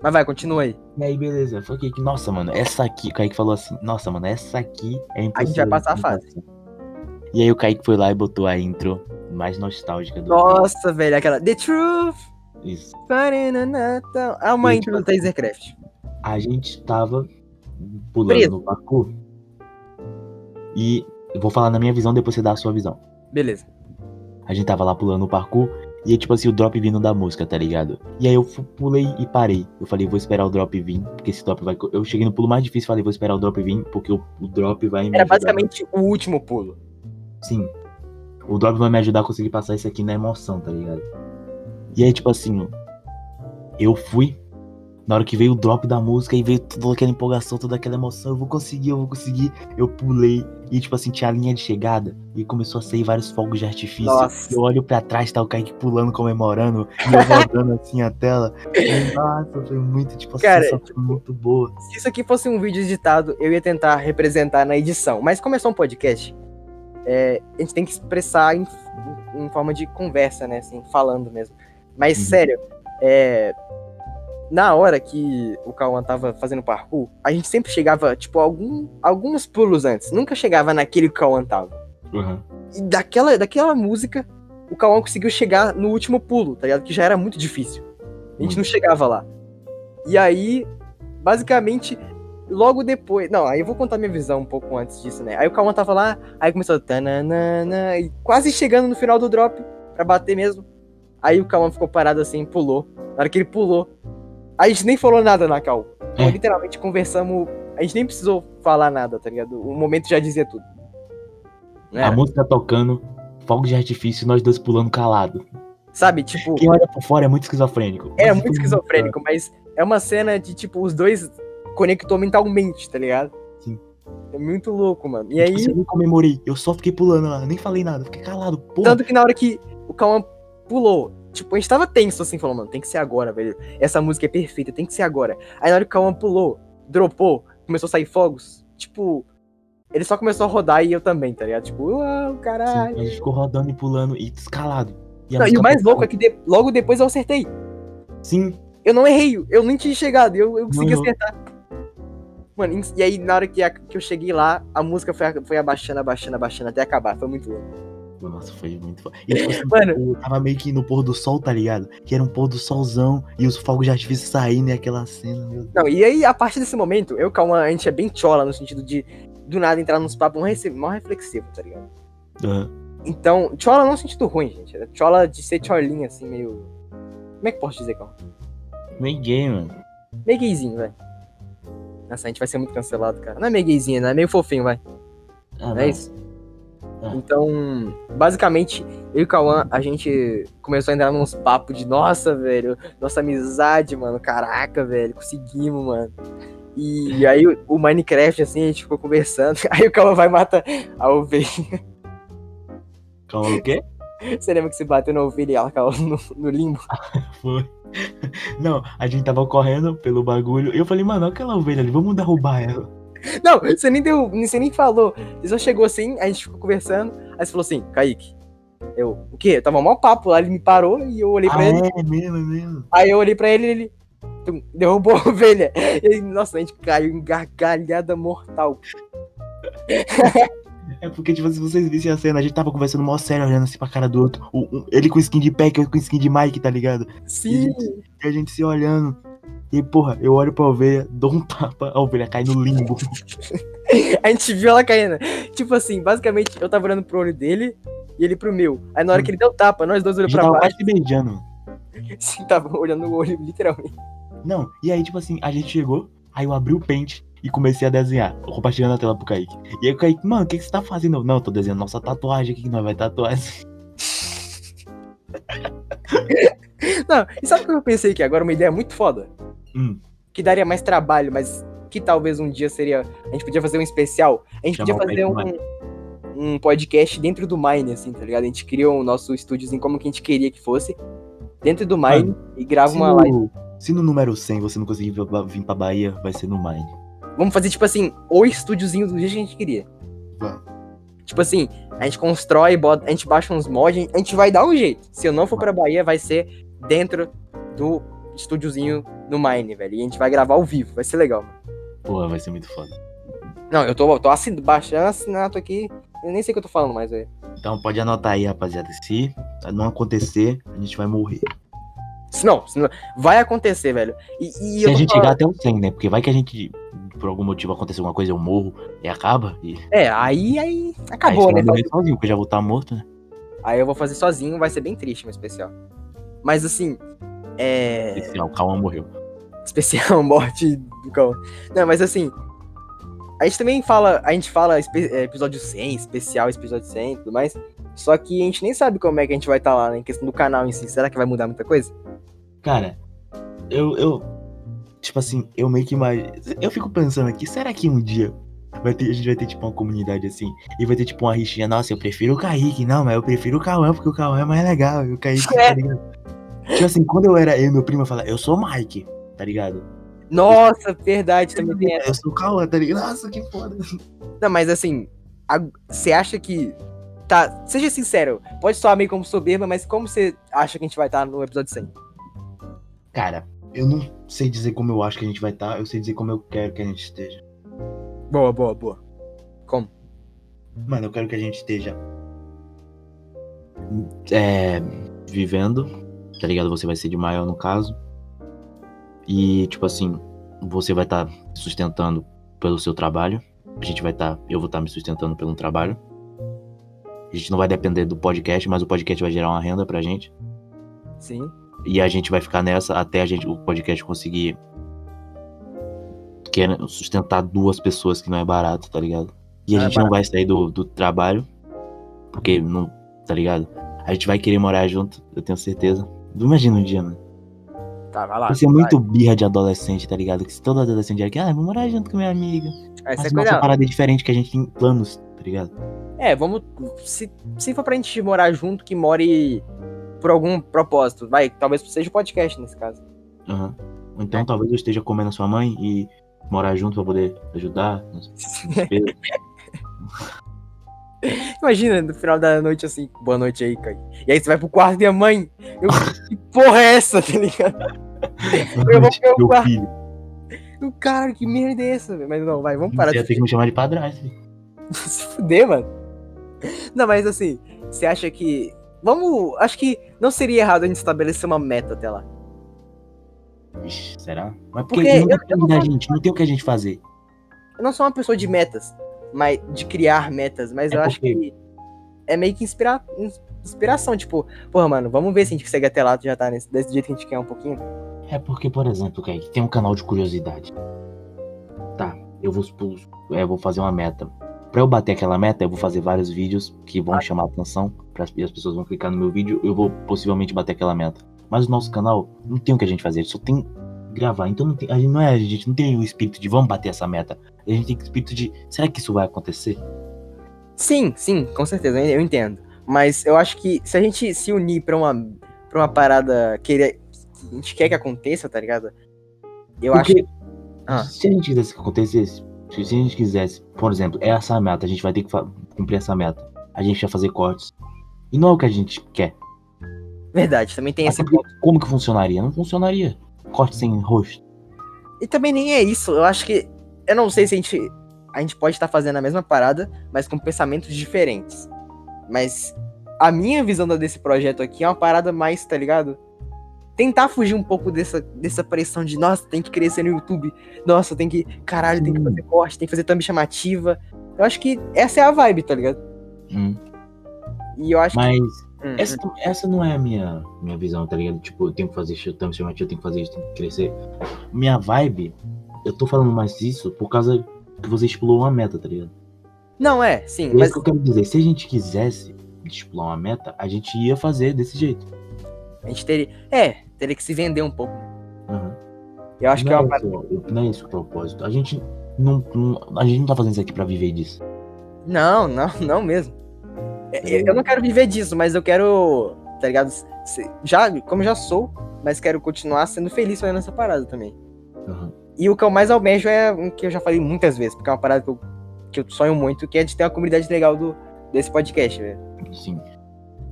S1: Mas vai, continua aí.
S2: E aí, beleza. Foi aqui que, nossa, mano, essa aqui. O Kaique falou assim: Nossa, mano, essa aqui é impossível.
S1: A gente vai passar a
S2: de
S1: fase.
S2: passar." E aí, o Kaique foi lá e botou a intro mais nostálgica do.
S1: Nossa, velho, aquela. The Truth!
S2: Isso.
S1: Parananata. É uma
S2: The
S1: intro do Tasercraft.
S2: A gente tava pulando
S1: Preso.
S2: no parkour. E eu vou falar na minha visão, depois você dá a sua visão.
S1: Beleza.
S2: A gente tava lá pulando o parkour e tipo assim, o drop vindo da música, tá ligado? E aí eu fu- pulei e parei. Eu falei, vou esperar o drop vir, porque esse drop vai. co- Eu cheguei no pulo mais difícil, falei, vou esperar o drop vir, porque o, o drop vai me
S1: Era
S2: ajudar.
S1: basicamente o último pulo.
S2: Sim. O drop vai me ajudar a conseguir passar isso aqui na emoção, tá ligado? E aí, tipo assim, eu fui. Na hora que veio o drop da música e veio toda aquela empolgação, toda aquela emoção, eu vou conseguir, eu vou conseguir. Eu pulei e, tipo assim, tinha a linha de chegada e começou a sair vários fogos de artifício.
S1: Nossa.
S2: Eu olho pra trás, tá o Kaique pulando, comemorando, e eu rodando
S1: (laughs)
S2: assim a tela. E, Nossa, foi muito, tipo, assim,
S1: Cara,
S2: sensação muito boa.
S1: Se isso aqui fosse um vídeo editado, eu ia tentar representar na edição. Mas como é só um podcast, é, a gente tem que expressar em, em forma de conversa, né? Assim, falando mesmo. Mas
S2: Uhum.
S1: sério, é, na hora que o Cauã tava fazendo parkour, a gente sempre chegava, tipo, algum, alguns pulos antes. Nunca chegava naquele que o Cauã tava.
S2: Uhum.
S1: E daquela, daquela música, o Cauã conseguiu chegar no último pulo, tá ligado? Que já era muito difícil. A
S2: Uhum.
S1: gente não chegava lá. E aí, basicamente, logo depois. Não, aí eu vou contar minha visão um pouco antes disso, né? Aí o Cauã tava lá, aí começou. Tananana, e quase chegando no final do drop, pra bater mesmo. Aí o Cauã ficou parado assim, pulou. Na hora que ele pulou, a gente nem falou nada na Cal. Então,
S2: É.
S1: literalmente conversamos. A gente nem precisou falar nada, tá ligado? O momento já dizia tudo. Né?
S2: A música tocando, fogos de artifício, nós dois pulando calado.
S1: Sabe, tipo.
S2: Quem olha por fora é muito esquizofrênico.
S1: É
S2: Mas
S1: muito
S2: foi
S1: esquizofrênico, mas é uma cena de, tipo, os dois conectou mentalmente, tá ligado?
S2: Sim.
S1: É muito louco, mano. E
S2: Tipo,
S1: aí,
S2: assim, Eu nem comemorei, eu só fiquei pulando lá, nem falei nada, fiquei calado, porra.
S1: tanto que na hora que o Cauã pulou, tipo, a gente tava tenso, assim, falou, mano, tem que ser agora, velho. Essa música é perfeita, tem que ser agora. Aí na hora que o Cauã pulou, dropou, começou a sair fogos, tipo, ele só começou a rodar e eu também, tá ligado? Tipo, uau, caralho.
S2: Assim, a gente ficou rodando e pulando e descalado. a
S1: Não, e
S2: música
S1: o mais louco é
S2: tocando.
S1: que de- logo depois eu acertei.
S2: Sim,
S1: Eu não errei, eu nem tinha chegado, eu, eu consegui
S2: errou.
S1: acertar. Mano, ins- e aí na hora que, a- que eu cheguei lá, a música foi, a- foi abaixando, abaixando, abaixando até acabar. Foi muito louco.
S2: nossa, foi muito foda. E tipo assim,
S1: Mano.
S2: eu tava meio que no pôr do sol, tá ligado? Que era um pôr do solzão e os fogos de artifício saindo e aquela cena, meu Deus.
S1: Não, e aí a partir desse momento, eu e o Cauã, a gente é bem chola no sentido de do nada entrar nos papos mal, rece- mal reflexivo, tá ligado?
S2: Aham.
S1: Então, chola não no sentido ruim, gente. É chola de ser cholinha, assim, meio. Como é que eu posso dizer, Cauã?
S2: Meio gay, mano.
S1: Meio gayzinho, vai. Nossa, a gente vai ser muito cancelado, cara. Não é meio gayzinho, né? É meio fofinho, vai.
S2: Ah,
S1: Não é
S2: não.
S1: isso?
S2: Ah.
S1: Então, basicamente, eu e o Cauã, a gente começou a entrar nos papos de nossa, velho, nossa amizade, mano, caraca, velho, conseguimos, mano. E aí o- o Minecraft, assim, a gente ficou conversando. (laughs) Aí o Cauã vai e mata a ovelha.
S2: Calma, o quê?
S1: Você lembra que você bateu na ovelha e ela caiu no, no limbo?
S2: Foi. Não, a gente tava correndo pelo bagulho. E eu falei, mano, olha aquela ovelha ali, vamos derrubar ela.
S1: Não, você nem deu, você nem falou. Você só chegou assim, a gente ficou conversando. Aí você falou assim, Kaique. Eu, o quê? Eu tava mal papo lá, ele me parou e eu olhei pra
S2: Ah,
S1: ele.
S2: é mesmo, é mesmo.
S1: Aí eu olhei pra ele e ele tum, derrubou a ovelha. E aí, nossa, a gente caiu em gargalhada mortal.
S2: É porque, tipo, se vocês vissem a cena, a gente tava conversando mó sério, olhando assim pra cara do outro. O- o- ele com skin de pack, eu com skin de Mike, tá ligado?
S1: Sim,
S2: E a gente se olhando. E, porra, eu olho pra ovelha, dou um (laughs) tapa, a ovelha cai no limbo.
S1: a gente viu ela caindo. Tipo assim, basicamente, eu tava olhando pro olho dele e ele pro meu. Aí na hora que ele deu tapa, nós dois
S2: A
S1: olhamos
S2: gente
S1: pra
S2: tava
S1: baixo.
S2: quase se beijando.
S1: (laughs)
S2: mano.
S1: Sim, tava olhando o olho, literalmente.
S2: Não, e aí, tipo assim, a gente chegou, aí eu abri o pente, e comecei a desenhar, compartilhando a tela pro Kaique. E aí o Kaique, mano, o que, que você tá fazendo? Eu, não, tô desenhando nossa tatuagem aqui que nós vai tatuar. essa-"
S1: Não, e sabe o que eu pensei aqui agora? Uma ideia muito foda.
S2: Hum.
S1: Que daria mais trabalho, mas que talvez um dia seria. A gente podia fazer um especial. A gente
S2: Chamar o
S1: podia fazer
S2: Mike
S1: um, um podcast dentro do Mine, assim, tá ligado? A gente cria o nosso estúdiozinho como que a gente queria que fosse. Dentro do Mine e grava
S2: Se
S1: uma
S2: no-
S1: live.
S2: Se no número 100 você não conseguir vir pra- vir pra Bahia, vai ser no Mine.
S1: Vamos fazer, tipo assim, o estúdiozinho do jeito que a gente queria.
S2: Vamos.
S1: Tipo assim, a gente constrói, bota, a gente baixa uns mods, a gente vai dar um jeito. Se eu não for pra Bahia, vai ser dentro do estúdiozinho no Mine, velho. E a gente vai gravar ao vivo, vai ser legal. mano.
S2: Porra, vai ser muito foda.
S1: Não, eu tô, tô assin- baixando assinato aqui. Eu nem sei o que eu tô falando mais, velho.
S2: Então pode anotar aí, rapaziada. Se não acontecer, a gente vai morrer.
S1: Se não, se não- vai acontecer, velho. E, e
S2: Se
S1: eu
S2: a
S1: tô
S2: gente
S1: falando-
S2: chegar até o 100, né? Porque vai que a gente, por algum motivo, acontece alguma coisa, eu morro e acaba. E
S1: É, aí, aí
S2: aí
S1: acabou,
S2: você
S1: né?
S2: vai morrer sozinho, porque eu já vou estar morto, né?
S1: Aí eu vou fazer sozinho, vai ser bem triste meu especial. Mas assim, é.
S2: Esse, ó, o Cauã morreu.
S1: especial (laughs) morte do cão. Não, mas assim, a gente também fala, a gente fala espe- eh, episódio 100, especial episódio 100 e tudo mais, só que a gente nem sabe como é que a gente vai estar lá, né, em questão do canal em si, será que vai mudar muita coisa?
S2: Cara, eu, eu. Tipo assim, eu meio que imagino. Eu fico pensando aqui, será que um dia vai ter, a gente vai ter, tipo, uma comunidade assim? E vai ter, tipo, uma rixinha, nossa, eu prefiro o Kaique, não, mas eu prefiro o Cauã, porque o Cauã é mais legal, e o Kaique,
S1: (laughs) É.
S2: tá ligado? Tipo assim, quando eu era eu e meu primo, eu falava, eu sou o Mike, tá ligado?
S1: Nossa, verdade, também tem essa.
S2: Eu sou o Cauã, tá ligado? Nossa, que foda.
S1: Não, mas assim, você acha que tá, seja sincero, pode soar meio como soberba, mas como você acha que a gente vai estar no episódio 100?
S2: Cara, eu não sei dizer como eu acho que a gente vai estar, eu sei dizer como eu quero que a gente esteja.
S1: Boa, boa, boa.
S2: Mano, eu quero que a gente esteja. É. Vivendo, tá ligado? Você vai ser de maior no caso. E, tipo assim, você vai estar sustentando pelo seu trabalho. A gente vai estar. eu vou estar me sustentando pelo trabalho. A gente não vai depender do podcast, mas o podcast vai gerar uma renda pra gente.
S1: Sim.
S2: E a gente vai ficar nessa até a gente, o podcast conseguir. Quer sustentar duas pessoas que não é barato, tá ligado? E a
S1: Não é
S2: gente não vai sair do, do trabalho, porque não. tá ligado? A gente vai querer morar junto, eu tenho certeza. Tu Imagina um dia, mano.
S1: Tá, vai lá.
S2: Vai ser muito birra de adolescente, tá ligado? Que se todo adolescente aqui, ah, vou morar junto com minha amiga.
S1: Vai. Essa
S2: Mas
S1: é
S2: nossa
S1: coisa-
S2: parada é diferente, que a gente tem planos, tá ligado?
S1: É, vamos. Se, se for pra gente morar junto, que more por algum propósito. Vai, talvez seja o podcast nesse
S2: (laughs)
S1: caso.
S2: Aham. Ou Então talvez eu esteja comendo sua mãe e morar junto pra poder ajudar. não sei.
S1: Imagina, no final da noite assim, boa noite aí, Kai. E aí você vai pro quarto da mãe. Eu, que porra é essa, tá ligado? Eu vou pegar o
S2: (laughs) Meu
S1: quarto.
S2: filho.
S1: Eu, Cara, que merda é essa, velho? Mas não, vai, vamos parar de
S2: Você ia ter que me chamar de padrasto.
S1: (laughs) se fuder, mano. Não, mas assim, você acha que. Vamos. Acho que não seria errado a gente estabelecer uma meta até lá.
S2: Vixe, será? Mas
S1: Porque
S2: porque, não
S1: eu-
S2: tem
S1: eu
S2: o
S1: não
S2: que a
S1: vou-
S2: gente, não tem o que a gente fazer.
S1: Eu não sou uma pessoa de metas, mas de criar metas, mas
S2: É
S1: eu acho
S2: porque-
S1: que é meio que inspira... ins- inspiração, tipo, porra, mano, vamos ver se a gente consegue até lá, tu já tá nesse... desse jeito que a gente quer um pouquinho.
S2: É porque, por exemplo, Kaique, tem um canal de curiosidade. Tá, eu vou supor- é, eu vou fazer uma meta. Pra eu bater aquela meta, eu vou fazer vários vídeos que vão chamar a atenção, pra, e as pessoas vão clicar no meu vídeo, eu vou possivelmente bater aquela meta. Mas o nosso canal não tem o que a gente fazer, só tem gravar. Então não tem, a gente não é, a gente não tem o espírito de vamos bater essa meta. A gente tem o espírito de será que isso vai acontecer?
S1: Sim, sim, com certeza, eu eu entendo. Mas eu acho que se a gente se unir pra uma, pra uma parada que ele- que a gente quer que aconteça, tá ligado? Eu acho
S2: Porque
S1: Ah.
S2: se a gente quisesse que acontecesse, se se a gente quisesse, por exemplo, é essa meta, a gente vai ter que fa- cumprir essa meta. A gente vai fazer cortes. E não é o que a gente quer.
S1: verdade, também tem esse
S2: Até é porque Como que funcionaria? Não funcionaria. Corte sem rosto.
S1: E também nem é isso. Eu acho que. Eu não sei se a gente. A gente pode estar fazendo a mesma parada, mas com pensamentos diferentes. Mas a minha visão da- desse projeto aqui é uma parada mais, tá ligado? Tentar fugir um pouco dessa, dessa pressão de, nossa, tem que crescer no YouTube. Nossa, tem que. Caralho, tem que
S2: Sim.
S1: fazer corte, tem que fazer thumb chamativa. Eu acho que essa é a vibe, tá ligado?
S2: Hum.
S1: E eu acho
S2: Mas
S1: que. Hum,
S2: essa, essa não é a minha, minha visão, tá ligado? Tipo, eu tenho que fazer chutão, chamativo, eu tenho que fazer isso, eu tenho que crescer. Minha vibe eu tô falando mais isso por causa que você estipulou uma meta, tá ligado?
S1: Não, é, sim,
S2: É
S1: mas.
S2: isso que eu quero dizer. Se a gente quisesse estipular uma meta, a gente ia fazer desse jeito.
S1: A gente teria. É, teria que se vender um pouco.
S2: Aham.
S1: Eu acho que é
S2: não,
S1: uma.
S2: esse o- o- não é esse o propósito. A gente não, não- a gente não tá fazendo isso aqui pra viver disso. tá
S1: Não, não, não mesmo. É, Eu, eu não quero viver disso, mas eu quero, tá ligado? Se- Já, como já sou, mas quero continuar sendo feliz fazendo essa parada também.
S2: Aham.
S1: E o que eu mais almejo é o que eu já falei muitas vezes, porque é uma parada que eu, que eu sonho muito, que é de ter uma comunidade legal do, desse podcast, velho.
S2: Sim.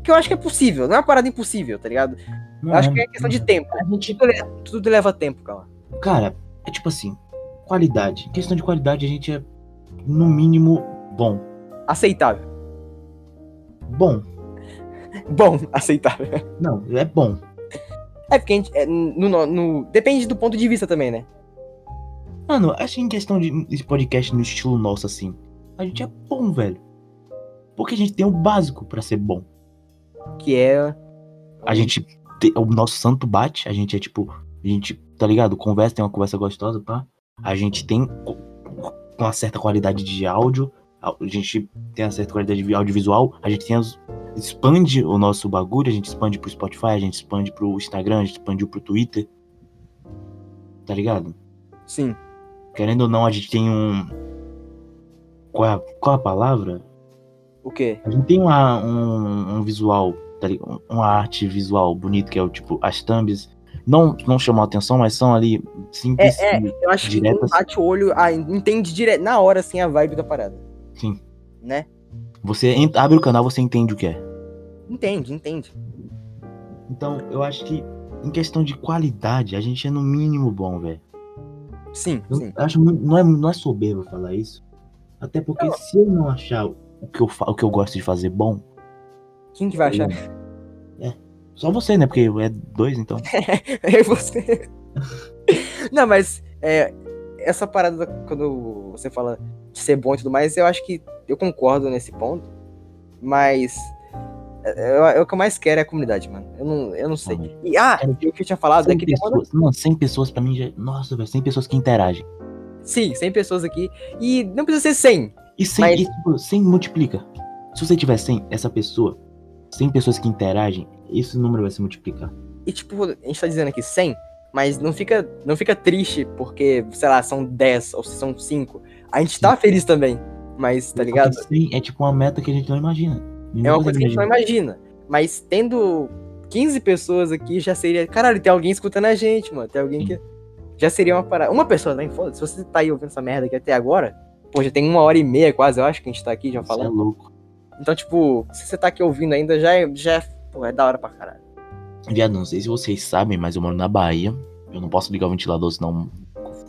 S1: Que eu acho que é possível, não é uma parada impossível, tá ligado? Eu
S2: Não
S1: acho que é questão
S2: Uhum.
S1: de tempo.
S2: A gente
S1: Tudo, le- tudo leva tempo, cara.
S2: Cara, é tipo assim, qualidade. Em questão de qualidade, a gente é, no mínimo, bom.
S1: Aceitável. (laughs)
S2: Bom.
S1: Bom, aceitável.
S2: Não, é bom.
S1: É porque a gente. é, no- no- no, depende do ponto de vista também, né?
S2: Mano, acho que em questão de esse podcast no estilo nosso, assim, a gente é bom, velho. Porque a gente tem o básico pra ser bom.
S1: Que é.
S2: A gente. te- o nosso santo bate, a gente é tipo. A gente, tá ligado? Conversa, tem uma conversa gostosa, pá. A gente tem co- uma certa qualidade de áudio. A a gente tem uma certa qualidade de audiovisual. A gente tem as. Expande o nosso bagulho, a gente expande pro Spotify, a gente expande pro Instagram, a gente expande pro Twitter. Tá ligado?
S1: Sim.
S2: Querendo ou não, a gente tem um. Qual é a, qual é a palavra?
S1: O quê?
S2: A gente tem uma, um, um visual, tá ligado? Um- uma arte visual bonito, que é o tipo, as thumbs. Não, não chamam a atenção, mas são ali simples.
S1: É, Eu acho que
S2: Direto assim.
S1: quem bate o olho, ah, entende direto, na hora, assim, a vibe da parada.
S2: Sim.
S1: Né?
S2: Você en- abre o canal, você entende o que é.
S1: Entende, entende.
S2: Então, eu acho que em questão de qualidade, a gente é no mínimo bom, velho.
S1: Sim,
S2: Eu
S1: sim.
S2: acho muito- não é, não é soberbo falar isso. Até porque se eu não achar o que eu, fa- o que eu gosto de fazer bom,
S1: Quem que vai achar?
S2: né?
S1: (laughs)
S2: só você, né? Porque é dois, então.
S1: É você. (laughs) Não, mas é, essa parada, da- quando você fala de ser bom e tudo mais, eu acho que eu concordo nesse ponto, mas é, é- é o que eu mais quero é a comunidade, mano. Eu não, eu não sei. E, ah, e o que eu tinha falado é
S2: 100
S1: que demora
S2: pessoas, mano, 100 pessoas pra mim já. é, Nossa, velho, 100 pessoas que interagem.
S1: Sim, 100 pessoas aqui. E não precisa ser 100.
S2: E 100,
S1: Mas-
S2: e, tipo, 100 multiplica. Se você tiver 100, essa pessoa, 100 pessoas que interagem, esse número vai se multiplicar.
S1: E tipo, a gente tá dizendo aqui 100, mas não fica, não fica triste porque, sei lá, são 10 ou se são 5. A gente tá feliz também, mas tá ligado?
S2: Porque 100 é tipo uma meta que a gente não imagina.
S1: É uma
S2: Nunca
S1: coisa que a gente não
S2: imagina.
S1: imagina. Mas tendo 15 pessoas aqui já seria. Caralho, tem alguém escutando a gente, mano. Tem alguém que. Já seria uma parada. Uma pessoa, né? Foda-se. Se você tá aí ouvindo essa merda aqui até agora, pô, já tem uma hora e meia quase, eu acho que a gente tá aqui já
S2: Isso é
S1: falando.
S2: louco.
S1: Então, tipo, se você tá aqui ouvindo ainda, já é. Já é pô, é da hora pra caralho.
S2: Viado, não sei se vocês sabem, mas eu moro na Bahia. Eu não posso ligar o ventilador, senão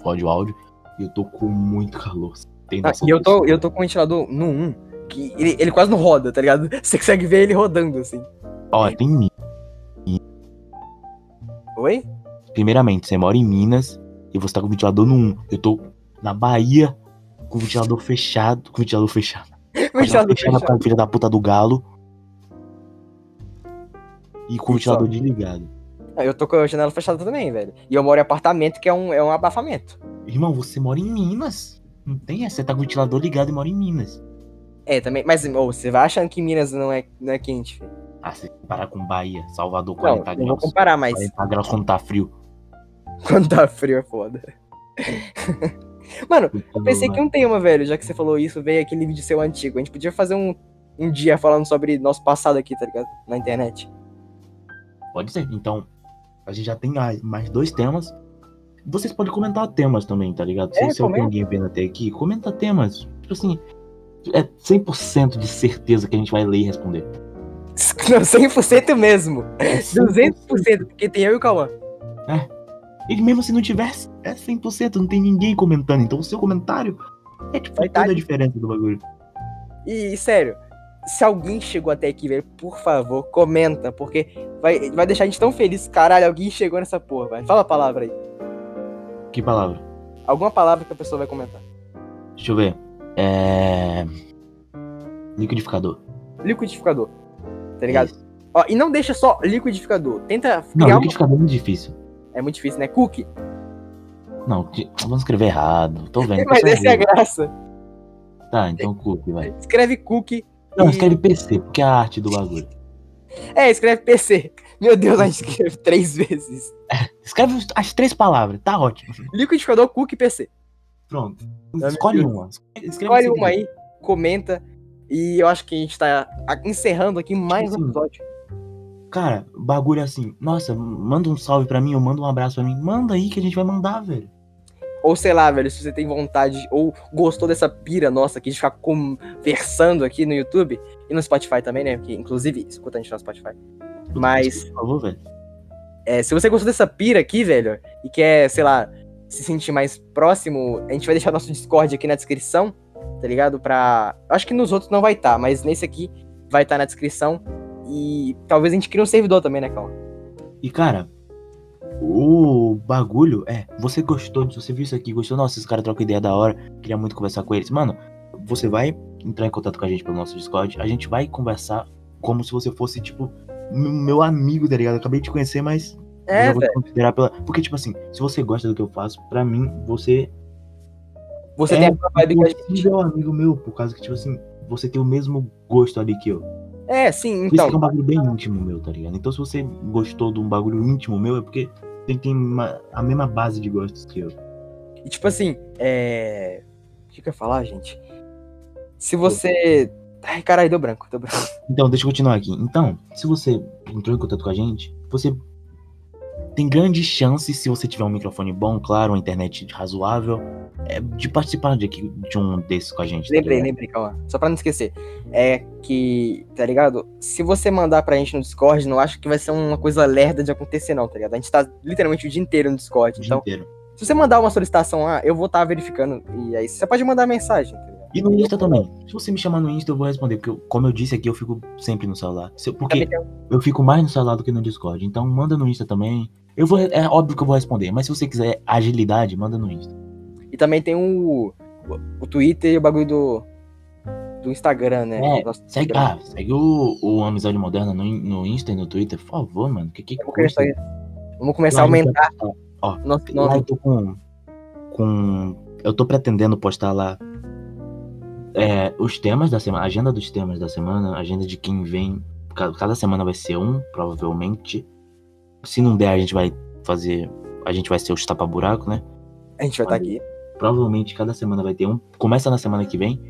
S2: fode o áudio. E eu tô com muito calor. você Tem
S1: Ah,
S2: noção
S1: e eu tô,
S2: disso?
S1: eu tô com o ventilador no 1, que ele, ele quase não roda, tá ligado? (laughs) Você consegue ver ele rodando, assim.
S2: Ó, tem mim.
S1: Oi?
S2: Primeiramente, você mora em Minas e você tá com o ventilador no 1. Eu tô na Bahia com o ventilador fechado. Com o ventilador fechado.
S1: O ventilador
S2: fechado
S1: fechado.
S2: com o filho da puta do galo. E com o
S1: Isso, ó.
S2: ventilador desligado.
S1: Ah, Eu tô com a janela fechada também, velho. E eu moro em apartamento, que é um, é um abafamento.
S2: Irmão, você mora em Minas. Não tem essa. Você tá com o ventilador ligado e mora em Minas.
S1: É, também. Mas ô, você vai achando que Minas não é, não é quente, filho.
S2: Ah, se comparar com Bahia, Salvador,
S1: Não,
S2: 40
S1: eu vou
S2: graus.
S1: comparar, mas
S2: 40 graus quando tá frio.
S1: (laughs) quando tá frio é foda. Mano,
S2: Então,
S1: pensei que um tema, velho, já que você falou isso, veio aquele vídeo seu antigo. A gente podia fazer um, um dia falando sobre nosso passado aqui, tá ligado? Na internet. (laughs)
S2: Pode ser. Então, a gente já tem ah, mais dois temas. Vocês podem comentar temas também, tá ligado?
S1: É,
S2: Se, se eu
S1: comenta.
S2: tenho alguém vendo até aqui, comenta temas. Tipo assim, é 100% de certeza que a gente vai ler e
S1: (laughs)
S2: responder.
S1: Não, 100% mesmo.
S2: É
S1: 200%, porque tem eu e o Cauã.
S2: Ele mesmo se não tivesse, é 100%, não tem ninguém comentando. Então o seu comentário é tipo
S1: Vai
S2: toda
S1: tá-
S2: a diferença do bagulho.
S1: E, sério, se alguém chegou até aqui, velho, por favor, comenta, porque vai, vai deixar a gente tão feliz. Caralho, alguém chegou nessa porra, velho. Fala a palavra aí.
S2: Que palavra?
S1: Alguma palavra que a pessoa vai comentar.
S2: Deixa eu ver. É. Liquidificador.
S1: Liquidificador. Tá ligado?
S2: Isso.
S1: Ó, e não deixa só liquidificador. Tenta
S2: Não,
S1: criar um.
S2: liquidificador é muito difícil.
S1: É muito difícil, né? Cookie.
S2: Não, que- vamos escrever errado. Tô vendo. que eu
S1: Mas
S2: sou
S1: essa é a
S2: burro.
S1: graça.
S2: Tá, então cookie, vai.
S1: Escreve cookie.
S2: Não,
S1: e-
S2: escreve PC, porque é a arte do bagulho.
S1: É, escreve PC. Meu Deus, a gente escreve (laughs) três vezes.
S2: Escreve as três palavras, tá ótimo.
S1: Liquidificador, cookie, PC.
S2: Pronto.
S1: meu
S2: Escolhe
S1: Deus.
S2: uma. assim. Escolhe
S1: Tá Escolhe
S2: esse
S1: uma aí,
S2: livro.
S1: comenta. E eu acho que a gente tá a- encerrando aqui mais um
S2: Sim.
S1: episódio.
S2: Cara, bagulho assim. Nossa, manda um salve pra mim, ou manda um abraço pra mim. Manda aí que a gente vai mandar, velho.
S1: Ou sei lá, velho, se você tem vontade ou gostou dessa pira nossa aqui de ficar conversando aqui no YouTube e no Spotify também, né? Porque, inclusive, escuta a gente no Spotify. Mas-
S2: Por favor, velho.
S1: É, se você gostou dessa pira aqui, velho, e quer, sei lá, se sentir mais próximo, a gente vai deixar nosso Discord aqui na descrição, tá ligado? Pra. Acho que nos outros não vai estar, mas nesse aqui vai estar na descrição. E talvez a gente crie um servidor também, né, Cal?
S2: E, cara, o bagulho é, você gostou, se você viu isso aqui, gostou, nossa, esses caras trocam ideia da hora, queria muito conversar com eles. Mano, você vai entrar em contato com a gente pelo nosso Discord, a gente vai conversar como se você fosse, tipo, m- meu amigo, tá ligado? Acabei de te conhecer, mas eu
S1: É,
S2: já vou
S1: velho.
S2: te considerar pela... Porque, tipo assim, se você gosta do que eu faço, pra mim, você
S1: Você
S2: é
S1: tem a mesma vibe que a gente.
S2: possível amigo meu, por causa que, tipo assim, você tem o mesmo gosto ali que eu.
S1: É, sim,
S2: Por isso que é
S1: então.
S2: um bagulho bem íntimo meu, tá ligado? Então se você gostou de um bagulho íntimo meu, é porque tem, tem uma- a mesma base de gostos que eu.
S1: E tipo assim, é. O que, que eu ia falar, gente? Se você. Ai, caralho, deu branco, deu branco.
S2: Então, deixa eu continuar aqui. Então, se você entrou em contato com a gente, você tem grandes chances, se você tiver um microfone bom, claro, uma internet razoável, é, de participar de, aqui- de um desses com a gente. tá
S1: Lembrei,
S2: ligado?
S1: lembrei, calma. Só pra não esquecer. É que, tá ligado? Se você mandar pra gente no Discord, não acho que vai ser uma coisa lerda de acontecer, não, tá ligado? A gente tá literalmente o dia inteiro no Discord.
S2: O dia
S1: Então,
S2: inteiro.
S1: se você mandar uma solicitação lá, eu vou estar verificando. E aí você pode mandar mensagem, tá ligado?
S2: E no Insta também. Se você me chamar no Insta, eu vou responder. Porque, eu- como eu disse aqui, eu fico sempre no celular. Se eu- Porque
S1: Também
S2: eu fico mais no celular do que no Discord. Então, manda no Insta também. Eu vou, é óbvio que eu vou responder. Mas se você quiser agilidade, manda no Insta.
S1: tem- um, E também tem o, o Twitter e o bagulho do, do Instagram, né?
S2: É,
S1: Nosso
S2: Segue,
S1: Instagram.
S2: ah, segue o, o Amizade Moderna no, in- no Insta e no Twitter, por favor, mano. Que que
S1: Vamos começar,
S2: custa?
S1: vamos começar a
S2: Lá no
S1: aumentar
S2: Insta-
S1: nosso
S2: Lá
S1: nome.
S2: eu tô com, com. Eu tô pretendendo postar lá é, os temas da semana, a agenda dos temas da semana, a agenda de quem vem. Ca- Cada semana vai ser um, provavelmente. Se não der, a gente vai fazer. A gente vai ser os tapa-buraco, né?
S1: A gente vai estar aqui.
S2: Provavelmente cada semana vai ter um. Começa na semana que vem.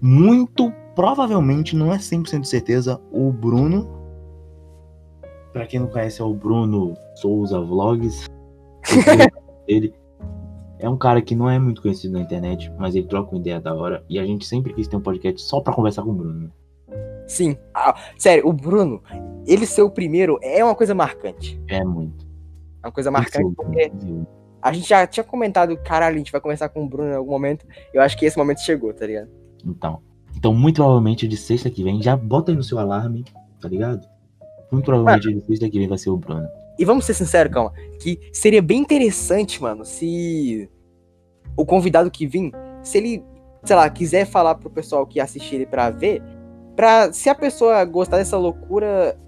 S2: Muito provavelmente, não é 100% de certeza, o Bruno. Pra quem não conhece, é o Bruno Souza Vlogs. ele é um cara que não é muito conhecido na internet, mas ele troca uma ideia da hora. E a gente sempre quis ter um podcast só pra conversar com o Bruno. né?
S1: Sim. Ah, sério, o Bruno, ele ser o primeiro é uma coisa marcante.
S2: É muito.
S1: É uma coisa
S2: Tem que ser
S1: marcante
S2: o Bruno,
S1: porque.
S2: tem que ser o Bruno.
S1: A gente já tinha comentado, caralho, a gente vai conversar com o Bruno em algum momento. Eu acho que esse momento chegou, tá ligado?
S2: Então, então, muito provavelmente de sexta que vem, já bota aí no seu alarme, tá ligado? Muito provavelmente de sexta que vem vai ser o Bruno.
S1: E vamos ser sinceros, calma, que seria bem interessante, mano, se o convidado que vir, se ele, sei lá, quiser falar pro pessoal que assistir ele pra ver, pra se a pessoa gostar dessa loucura,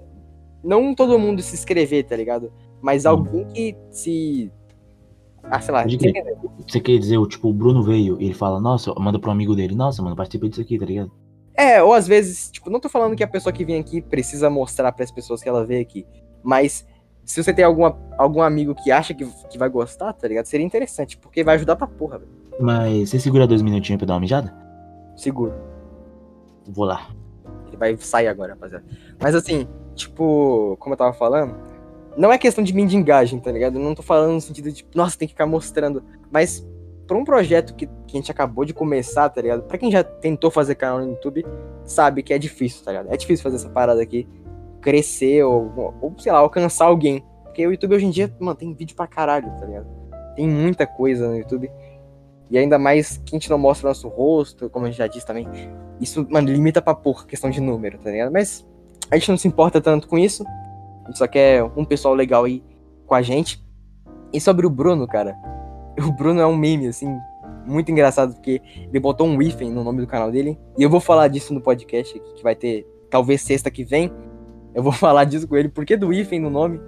S1: não todo mundo se inscrever, tá ligado? Mas
S2: Hum.
S1: alguém que se. Ah, sei lá,
S2: Pode
S1: você
S2: crer.
S1: entendeu?
S2: Você quer dizer, o tipo, o Bruno veio e ele fala, nossa, manda pro amigo dele, nossa, mano, participa disso aqui, tá ligado?
S1: É, ou às vezes, tipo, não tô falando que a pessoa que vem aqui precisa mostrar pras pessoas que ela veio aqui, mas se você tem alguma, algum amigo que acha que, que vai gostar, tá ligado? Seria interessante, porque vai ajudar pra porra, velho.
S2: Mas você segura dois minutinhos pra eu dar uma mijada?
S1: Seguro.
S2: Vou lá.
S1: Ele vai sair agora, rapaziada. Mas assim, tipo, como eu tava falando, não é questão de mendigagem, tá ligado? Eu não tô falando no sentido de, nossa, tem que ficar mostrando, mas pra um projeto que, que a gente acabou de começar, tá ligado? Pra quem já tentou fazer canal no YouTube, sabe que é difícil, tá ligado? É difícil fazer essa parada aqui crescer ou, ou sei lá, alcançar alguém. Porque o YouTube hoje em dia, mano, tem vídeo pra caralho, tá ligado? Tem muita coisa no YouTube. E ainda mais que a gente não mostra o nosso rosto, como a gente já disse também. Isso, mano, limita pra porra a questão de número, tá ligado? Mas a gente não se importa tanto com isso. A gente só quer um pessoal legal aí com a gente. E sobre o Bruno, cara. (laughs) O Bruno é um meme, assim, muito engraçado, porque ele botou um hífen no nome do canal dele. E eu vou falar disso no podcast aqui, que vai ter talvez sexta que vem. Eu vou (laughs) falar disso com ele, porque do hífen no nome.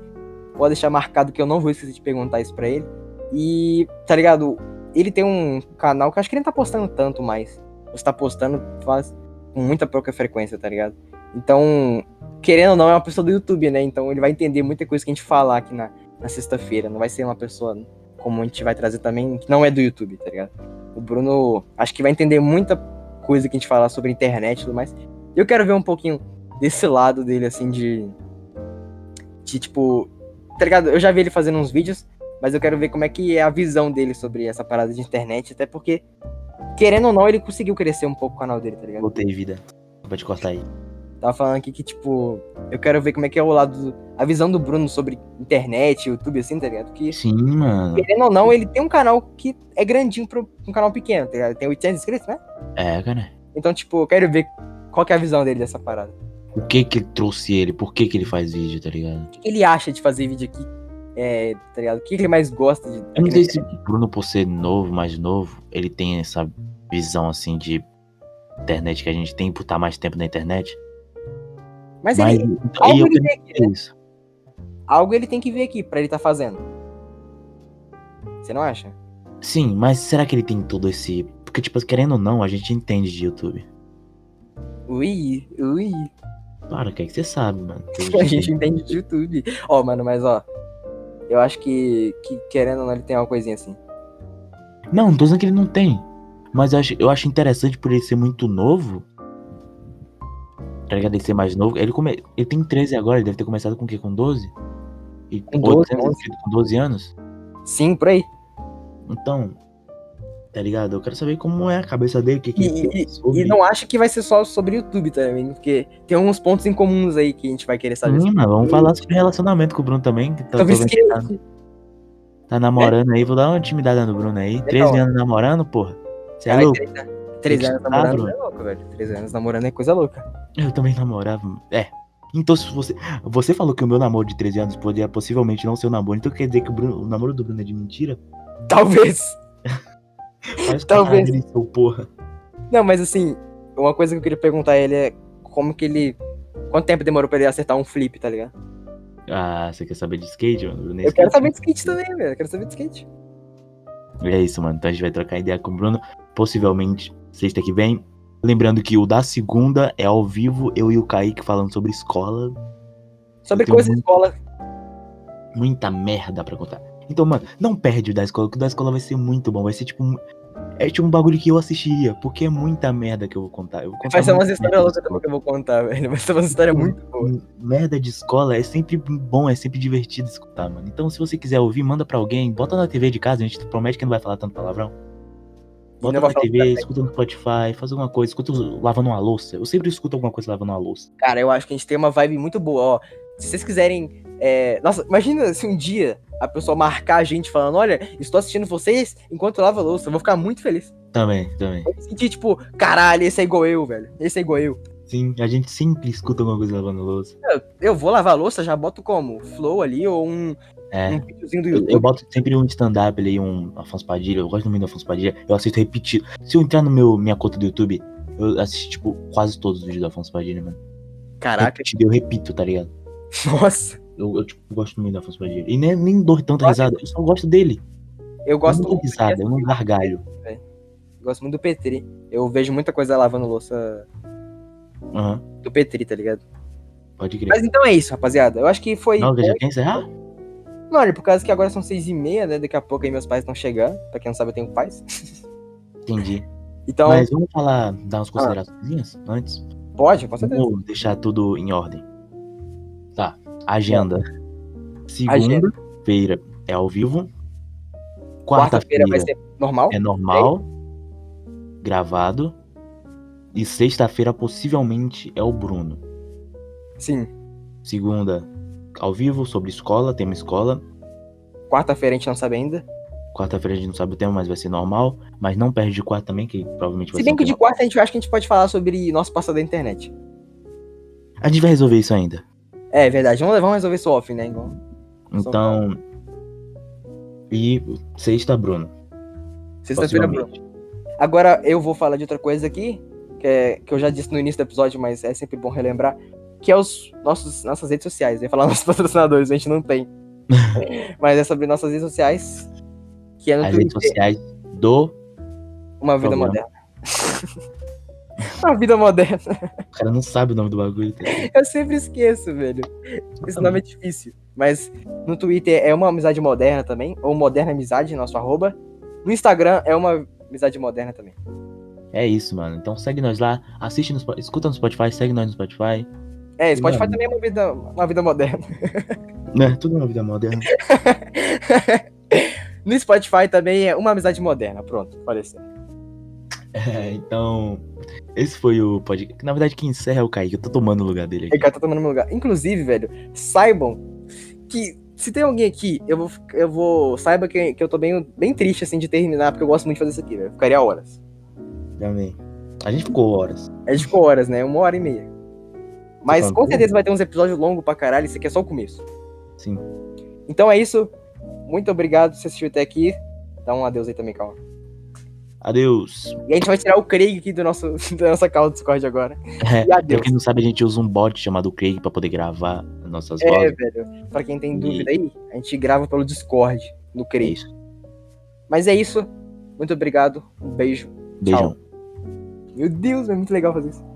S1: Pode deixar marcado que eu não vou esquecer de perguntar isso pra ele. E, tá ligado? Ele tem um canal que eu acho que ele não tá postando tanto mais. Você tá postando faz com muita pouca frequência, tá ligado? Então, querendo ou não, é uma pessoa do YouTube, né? Então ele vai entender muita coisa que a gente falar aqui na, na sexta-feira. Não vai ser uma pessoa como a gente vai trazer também, que não é do YouTube, tá ligado? O Bruno acho que vai entender muita coisa que a gente falar sobre internet e tudo mais. Eu quero ver um pouquinho desse lado dele, assim, de. De tipo. Tá ligado? Eu já vi ele fazendo uns vídeos, mas eu quero ver como é que é a visão dele sobre essa parada de internet, até porque, querendo ou não, ele conseguiu crescer um pouco o canal dele, tá ligado?
S2: Voltei, vida. Vou te cortar aí.
S1: Tava falando aqui que, tipo, eu quero ver como é que é o lado. A visão do Bruno sobre internet, YouTube, assim, tá ligado? Que,
S2: Sim, mano.
S1: querendo ou não, ele tem um canal que é grandinho pra um canal pequeno, tá ligado? Tem 800 inscritos, né?
S2: É, cara.
S1: Então, tipo, eu quero ver qual que é a visão dele dessa parada.
S2: O que que trouxe ele? Por que que ele faz vídeo, tá ligado?
S1: O que que ele acha de fazer vídeo aqui? É, tá ligado? O que que ele mais gosta de.
S2: Eu não sei se o Bruno, por ser novo, mais novo, ele tem essa visão assim de internet que a gente tem por estar mais tempo na internet.
S1: Mas,
S2: Mas
S1: ele, é
S2: então, aí
S1: algo
S2: eu
S1: ele
S2: penso
S1: tem
S2: que é isso.
S1: algo ele tem que ver aqui pra ele tá fazendo. Você não acha?
S2: Sim, mas será que ele tem todo esse. Porque, tipo, querendo ou não, a gente entende de YouTube.
S1: Ui, ui.
S2: Claro, o que é que você sabe,
S1: (laughs)
S2: mano?
S1: A gente entende de YouTube. Ó, mano, mas ó. Eu acho que, que querendo ou não, ele tem uma coisinha assim.
S2: Não, não tô dizendo que ele não tem. Mas eu acho, eu acho interessante por ele ser muito novo. Tá ligado? Ele ser mais novo. Ele, come... ele tem 13 agora, ele deve ter começado com o quê? Com 12? E
S1: Com 12,
S2: 800
S1: 11.
S2: inscritos com 12 anos?
S1: Sim, por aí.
S2: Então, tá ligado? Eu quero saber como é a cabeça dele, o que, que
S1: E-
S2: ele pensa sobre.
S1: E não acho que vai ser só sobre YouTube também, porque tem alguns pontos em comuns aí que a gente vai querer saber.
S2: Sim, mano, vamos falar sobre relacionamento com o Bruno também. Que tá, Hum, tô
S1: Sobre
S2: vendo que
S1: esquema.
S2: tá, tá namorando aí, vou dar uma intimidada no Bruno
S1: É,
S2: aí. 13 anos namorando, porra. Você é
S1: Caralho,
S2: louco?
S1: três, três anos
S2: Tá,
S1: namorando
S2: Bruno.
S1: é louco, velho. Três anos namorando é coisa louca. (laughs)
S2: Eu também namorava. É. Então, se você. Você falou que o meu namoro de 13 anos poderia possivelmente não ser um namoro, então quer dizer que o, Bruno- o namoro do Bruno é de mentira?
S1: Talvez.
S2: Faz
S1: Talvez.
S2: caralho, seu porra.
S1: Não, mas assim, uma coisa que eu queria perguntar a ele é como que ele. Quanto tempo demorou pra ele acertar um flip, tá ligado?
S2: Ah, você quer saber de skate, mano? Bruno é
S1: Eu quero
S2: skate.
S1: saber de skate também, velho. Eu quero saber de skate.
S2: É isso, mano. Então a gente vai trocar ideia com o Bruno. Possivelmente sexta que vem. Lembrando que o da segunda é ao vivo, eu e o Kaique falando sobre escola.
S1: Sobre
S2: Eu tenho
S1: coisa de
S2: muito-
S1: escola.
S2: Muita merda pra contar. Então, mano, não perde o da escola, que o da escola vai ser muito bom. Vai ser tipo um. É tipo um bagulho que eu assistiria, porque é muita merda que eu vou contar. Eu vou contar
S1: Vai ser umas
S2: muita merda
S1: histórias
S2: de
S1: loucas
S2: escola.
S1: também que eu vou contar, (laughs) velho. Vai ser umas
S2: Hum.
S1: histórias muito boas.
S2: Merda de escola é sempre bom, é sempre divertido escutar, mano. Então, se você quiser ouvir, manda pra alguém, bota na TV de casa, a gente promete que não vai falar tanto palavrão.
S1: não vai
S2: Bota na
S1: falar né?
S2: TV,
S1: palavrão.
S2: escuta no Spotify, faz alguma coisa, escuta os- lavando uma louça. Eu sempre escuto alguma coisa lavando uma louça.
S1: Cara, eu acho que a gente tem uma vibe muito boa, ó. Se vocês quiserem. é, Nossa, imagina se um dia a pessoa marcar a gente falando: olha, estou assistindo vocês enquanto lava a louça. Eu vou ficar muito feliz.
S2: Também, também.
S1: Eu me senti tipo, caralho, esse é igual eu, velho. Esse é igual eu.
S2: Sim, a gente sempre escuta alguma coisa lavando louça.
S1: Eu, eu vou lavar a louça, já boto como? Flow ali ou um,
S2: É.
S1: um videozinho do
S2: Eu,
S1: YouTube.
S2: eu boto sempre um stand-up ali, um Afonso Padilha. Eu gosto muito do Afonso Padilha. Eu assisto repetido. Se eu entrar no meu minha conta do YouTube, eu assisto, tipo, quase todos os vídeos do Afonso Padilha, mano.
S1: Caraca,
S2: Repetido, eu repito, tá ligado?
S1: (laughs) nossa.
S2: Eu, eu, tipo, gosto muito do Afonso Padilha. E nem, nem dou tanta
S1: Gosta?
S2: risada, eu só gosto dele.
S1: Eu gosto
S2: eu não dou
S1: muito.
S2: risada, eu não gargalho.
S1: Gosto muito do Petri. Eu vejo muita coisa lavando louça
S2: Aham,
S1: do Petri, tá ligado?
S2: pode crer.
S1: Mas então é isso, rapaziada. Eu acho que foi.
S2: Não, já quer encerrar?
S1: Mano, por causa que agora são seis e meia, né? Daqui a pouco aí meus pais estão chegando. Pra quem não sabe, eu tenho pais.
S2: Entendi.
S1: Então, Ah.
S2: Mas vamos falar, dar umas considerações antes.
S1: pode, com certeza.
S2: Vamos deixar tudo em ordem. Tá, agenda.
S1: Agenda.
S2: Segunda-feira é ao vivo.
S1: Quarta-feira
S2: Quarta-feira
S1: vai ser normal.
S2: é normal. Gravado. E sexta-feira possivelmente é o Bruno. É.
S1: Sim.
S2: Segunda, ao vivo, sobre escola, tema escola.
S1: Quarta-feira a gente não sabe ainda.
S2: Quarta-feira a gente não sabe o tema, mas vai ser normal. Mas não perde de quarta também, que provavelmente vai
S1: Se
S2: ser.
S1: bem
S2: um
S1: que de
S2: tema-
S1: quarta a gente eu acho que a gente pode falar sobre nosso passado da internet.
S2: A gente vai resolver isso ainda.
S1: É verdade. Vamos, vamos resolver isso off, né? Igual.
S2: Então. E sexta, Bruno.
S1: Sexta-feira, Bruno.
S2: possivelmente.
S1: Agora eu vou falar de outra coisa aqui, que, é- que eu já disse no início do episódio, mas é sempre bom relembrar, que é os nossos, nossas redes (laughs)
S2: (laughs)
S1: sociais. Eu ia falar nossos patrocinadores, a gente não tem. mas é sobre nossas redes sociais. Que é no
S2: As redes
S1: Twitter,
S2: sociais do.
S1: Uma Vida
S2: Problema.
S1: Moderna. (laughs) Uma Vida Moderna.
S2: O cara não sabe o nome do bagulho. tá ligado?
S1: Eu sempre esqueço, velho. Esse nome é difícil. Mas no Twitter é uma amizade moderna também, ou moderna amizade, nosso arroba. No Instagram é uma amizade moderna também.
S2: É isso, mano. Então segue nós lá, assiste, no, Spo- escuta no Spotify, segue nós no Spotify.
S1: É, Spotify
S2: Mano.
S1: também é uma vida, uma vida moderna.
S2: Né? Tudo na vida moderna.
S1: No Spotify também é uma amizade moderna. Pronto, pareceu.
S2: (laughs) É, então, esse foi o podcast. Na verdade, quem encerra é o Kaique. Eu tô tomando o lugar dele
S1: Ele
S2: aqui.
S1: tá tomando meu lugar. Inclusive, velho, saibam que se tem alguém aqui, eu vou, eu vou saiba que, que eu tô bem, bem triste assim de terminar, porque eu gosto muito de fazer isso aqui, velho. Ficaria horas.
S2: Também. A gente ficou horas.
S1: É de ficou horas, né? Uma hora e meia. Mas
S2: Tá
S1: com
S2: bom.
S1: certeza vai ter uns episódios longos pra caralho, isso aqui é só o começo.
S2: Sim.
S1: Então é isso. Muito obrigado por você assistiu até aqui. Dá um adeus aí também, calma.
S2: Adeus.
S1: E a gente vai tirar o Craig aqui do nosso, (laughs) da nossa call do Discord agora. E
S2: Pra
S1: adeus.
S2: quem não sabe, a gente usa um bot chamado Craig pra poder gravar as nossas
S1: É,
S2: vozes.
S1: velho. Pra quem tem
S2: E-
S1: dúvida aí, a gente grava pelo Discord, no
S2: É
S1: Craig.
S2: isso.
S1: Mas é isso. Muito obrigado. Um beijo.
S2: Beijão.
S1: Meu Deus, é muito legal fazer isso.